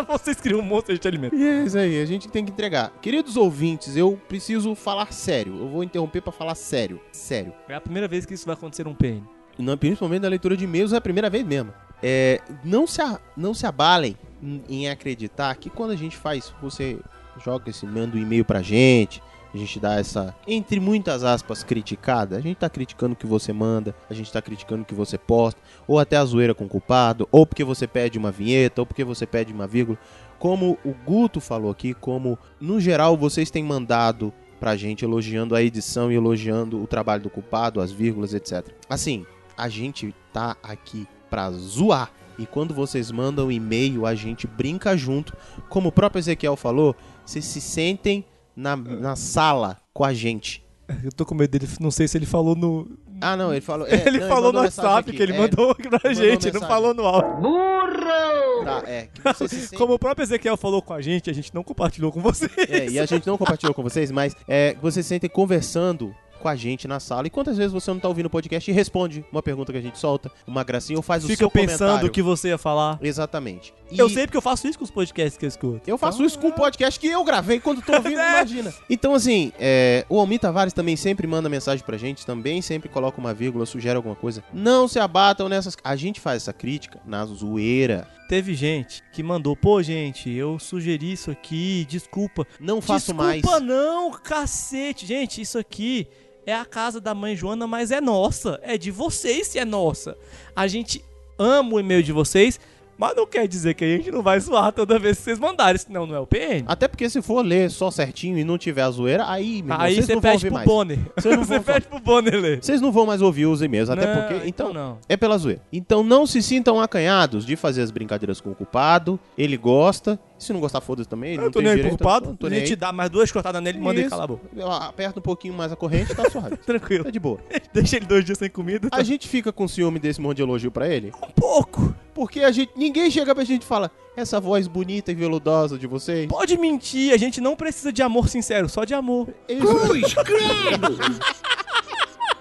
Speaker 2: Vocês criam um monstro, a gente alimenta.
Speaker 1: E é isso aí, a gente tem que entregar. Queridos ouvintes, eu preciso falar sério. Eu vou interromper pra falar sério. Sério.
Speaker 2: É a primeira vez que isso vai acontecer um PN.
Speaker 1: No, principalmente na leitura de e-mails, é a primeira vez mesmo. É, não, se a- não se abalem em- em acreditar que quando a gente faz, você joga esse, manda um e-mail pra gente, a gente dá essa, entre muitas aspas, criticada. A gente tá criticando o que você manda, a gente tá criticando o que você posta, ou até a zoeira com o culpado, ou porque você pede uma vinheta, ou porque você pede uma vírgula. Como o Guto falou aqui, como no geral vocês têm mandado pra gente elogiando a edição e elogiando o trabalho do culpado, as vírgulas, etc. Assim, a gente tá aqui pra zoar. E quando vocês mandam e-mail, a gente brinca junto. Como o próprio Ezequiel falou, vocês se sentem na, na sala com a gente.
Speaker 2: Eu tô com medo dele, não sei se ele falou no.
Speaker 1: Ah, não, ele falou. é, não,
Speaker 2: ele falou no
Speaker 1: mandou mensagem
Speaker 2: WhatsApp
Speaker 1: aqui.
Speaker 2: que ele
Speaker 1: É,
Speaker 2: mandou aqui pra
Speaker 1: mandou
Speaker 2: gente, não
Speaker 1: mensagem.
Speaker 2: falou no áudio.
Speaker 1: Burro! Tá, é. que você se sente-
Speaker 2: Como o próprio Ezequiel falou com a gente, a gente não compartilhou com vocês.
Speaker 1: É, e a gente não compartilhou com vocês, mas é, vocês sentem conversando com a gente na sala. E quantas vezes você não tá ouvindo o podcast e responde uma pergunta que a gente solta, uma gracinha, ou faz o
Speaker 2: Fica
Speaker 1: seu
Speaker 2: pensando
Speaker 1: comentário.
Speaker 2: o que você ia falar.
Speaker 1: Exatamente.
Speaker 2: Eu
Speaker 1: E-
Speaker 2: sei porque eu faço isso com os podcasts que eu escuto.
Speaker 1: Eu faço isso com o podcast que eu gravei quando tô ouvindo, imagina. é. Então, assim, é, o Almir Tavares também sempre manda mensagem pra gente, também sempre coloca uma vírgula, sugere alguma coisa. Não se abatam nessas. A gente faz essa crítica na zoeira.
Speaker 2: Teve gente que mandou, pô, gente, eu sugeri isso aqui, desculpa.
Speaker 1: Não faço
Speaker 2: desculpa
Speaker 1: mais.
Speaker 2: não, cacete. Gente, isso aqui é a casa da mãe Joana, mas é nossa. É de vocês se é nossa. A gente ama o e-mail de vocês, mas não quer dizer que a gente não vai zoar toda vez que vocês mandarem, senão não é o PN.
Speaker 1: Até porque se for ler só certinho e não tiver a zoeira, aí, meu irmão,
Speaker 2: Aí
Speaker 1: vocês
Speaker 2: você
Speaker 1: não vão
Speaker 2: pede
Speaker 1: ouvir
Speaker 2: pro
Speaker 1: mais.
Speaker 2: Bonner.
Speaker 1: Vocês não
Speaker 2: Você
Speaker 1: vão-
Speaker 2: pede pro Bonner ler.
Speaker 1: Vocês não vão mais ouvir os e-mails, até
Speaker 2: Não,
Speaker 1: porque. Então,
Speaker 2: então não.
Speaker 1: é pela zoeira. Então não se sintam acanhados de fazer as brincadeiras com o culpado. Ele gosta. Se não gostar, foda-se também. Ele
Speaker 2: Eu
Speaker 1: não
Speaker 2: tô
Speaker 1: tem
Speaker 2: nem aí pro
Speaker 1: direito,
Speaker 2: culpado.
Speaker 1: não tô
Speaker 2: A
Speaker 1: nem aí.
Speaker 2: gente dá mais duas cortadas nele e manda ele
Speaker 1: Isso.
Speaker 2: calar a boca.
Speaker 1: Eu aperto um pouquinho mais a corrente, tá suave.
Speaker 2: Tranquilo.
Speaker 1: Tá de boa.
Speaker 2: Deixa ele dois dias sem comida. tá
Speaker 1: A gente fica com ciúme desse monte de elogio pra ele? Um
Speaker 2: pouco.
Speaker 1: Porque a gente, ninguém chega pra gente e fala, essa voz bonita e veludosa de vocês.
Speaker 2: Pode mentir, a gente não precisa de amor sincero, só de amor.
Speaker 1: Cruz, credo!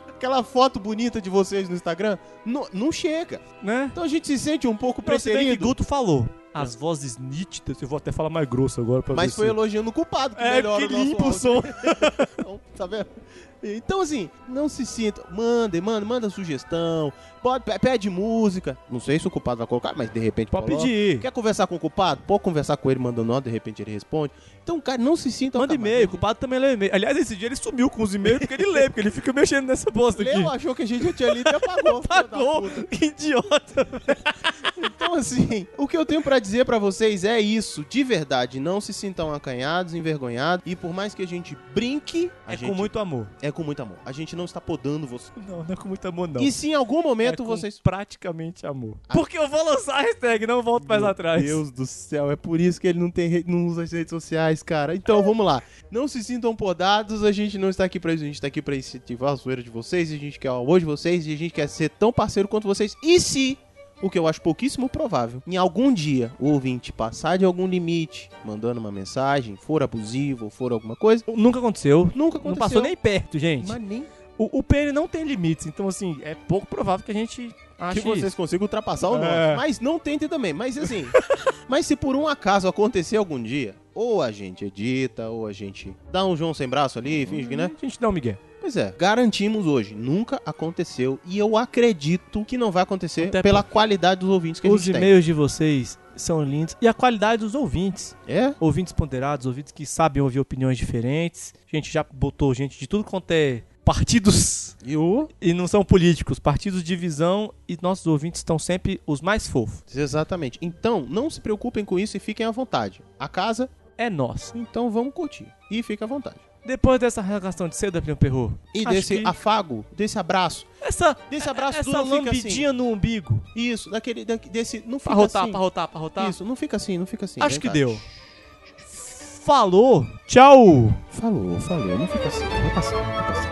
Speaker 1: Aquela foto bonita de vocês no Instagram, não, não chega.
Speaker 2: Né?
Speaker 1: Então a gente se sente um pouco
Speaker 2: Não, se bem é que
Speaker 1: preferido.
Speaker 2: Guto falou.
Speaker 1: É.
Speaker 2: As vozes nítidas, eu vou até falar mais grosso agora pra
Speaker 1: Mas
Speaker 2: ver
Speaker 1: foi
Speaker 2: se-
Speaker 1: elogiando o culpado, que
Speaker 2: É,
Speaker 1: melhora
Speaker 2: porque
Speaker 1: o nosso
Speaker 2: limpa o
Speaker 1: áudio.
Speaker 2: som.
Speaker 1: Então, tá vendo? Então, assim, não se sinta. Mandem, manda, manda sugestão. Pode, pe- pede música. Não sei se o culpado vai colocar, mas de repente
Speaker 2: Pode
Speaker 1: coloca.
Speaker 2: pedir.
Speaker 1: Quer conversar com o culpado? Pode conversar com ele, mandando nota, de repente ele responde. Então, cara, não se sinta.
Speaker 2: Manda e-mail, o culpado também lê e-mail. Aliás, esse dia ele sumiu com os e-mails porque ele lê, porque ele fica mexendo nessa bosta aqui.
Speaker 1: Leu, achou que a gente já tinha lido e apagou. filho da
Speaker 2: Pagou,
Speaker 1: puta.
Speaker 2: que idiota.
Speaker 1: Então, assim, o que eu tenho pra dizer pra vocês é isso. De verdade, não se sintam acanhados, envergonhados. E por mais que a gente brinque, a
Speaker 2: É
Speaker 1: gente-
Speaker 2: com muito amor.
Speaker 1: É com muito amor. A gente não está podando você.
Speaker 2: Não, não é com muito amor, não.
Speaker 1: E se em algum momento
Speaker 2: É com
Speaker 1: vocês. Ah.
Speaker 2: Praticamente amor. Porque eu vou lançar a hashtag, não volto mais atrás.
Speaker 1: Deus do céu, é por isso que ele não, tem re- não usa as redes sociais, cara. Então vamos lá. Não se sintam podados, a gente não está aqui pra isso, a gente está aqui pra incentivar a zoeira de vocês, a gente quer o amor de vocês, e a gente quer ser tão parceiro quanto vocês. E se, o que eu acho pouquíssimo provável, em algum dia o ouvinte passar de algum limite, mandando uma mensagem, for abusivo, ou for alguma coisa,
Speaker 2: Nunca aconteceu.
Speaker 1: nunca aconteceu.
Speaker 2: Não passou nem perto, gente.
Speaker 1: Mas nem
Speaker 2: O, o PN não tem limites, então assim, é pouco provável que a gente ache
Speaker 1: que vocês
Speaker 2: isso.
Speaker 1: consigam ultrapassar o nosso.
Speaker 2: É.
Speaker 1: Mas não tentem também. Mas assim, mas se por um acaso acontecer algum dia, ou a gente edita, ou a gente dá um João sem braço ali, finge que, né?
Speaker 2: A gente dá um migué.
Speaker 1: Pois é, garantimos hoje, nunca aconteceu e eu acredito que não vai acontecer
Speaker 2: Até
Speaker 1: pela qualidade dos ouvintes que
Speaker 2: Os
Speaker 1: a gente tem.
Speaker 2: e-mails de vocês são lindos. E a qualidade dos ouvintes.
Speaker 1: É?
Speaker 2: Ouvintes ponderados, ouvintes que sabem ouvir opiniões diferentes. A gente já botou gente de tudo quanto é partidos.
Speaker 1: E o?
Speaker 2: E não são políticos, partidos de visão. E nossos ouvintes estão sempre os mais fofos.
Speaker 1: Exatamente. Então, não se preocupem com isso e fiquem à vontade. A casa,
Speaker 2: É nós.
Speaker 1: então vamos curtir. E fica à vontade.
Speaker 2: Depois dessa rasgação de seda, Plínio Perro.
Speaker 1: E desse afago, desse abraço.
Speaker 2: Essa,
Speaker 1: desse abraço
Speaker 2: É, essa
Speaker 1: duro não fica
Speaker 2: lambidinha
Speaker 1: assim.
Speaker 2: no umbigo.
Speaker 1: Isso, daquele, da- desse, não fica
Speaker 2: Pra rotar,
Speaker 1: assim.
Speaker 2: pra rotar, pra rotar.
Speaker 1: Isso, não fica assim, não fica assim.
Speaker 2: Tá. Acho
Speaker 1: vem
Speaker 2: que
Speaker 1: cá.
Speaker 2: deu. Falou, tchau.
Speaker 1: Falou, falou, não fica assim, não fica assim, não fica assim.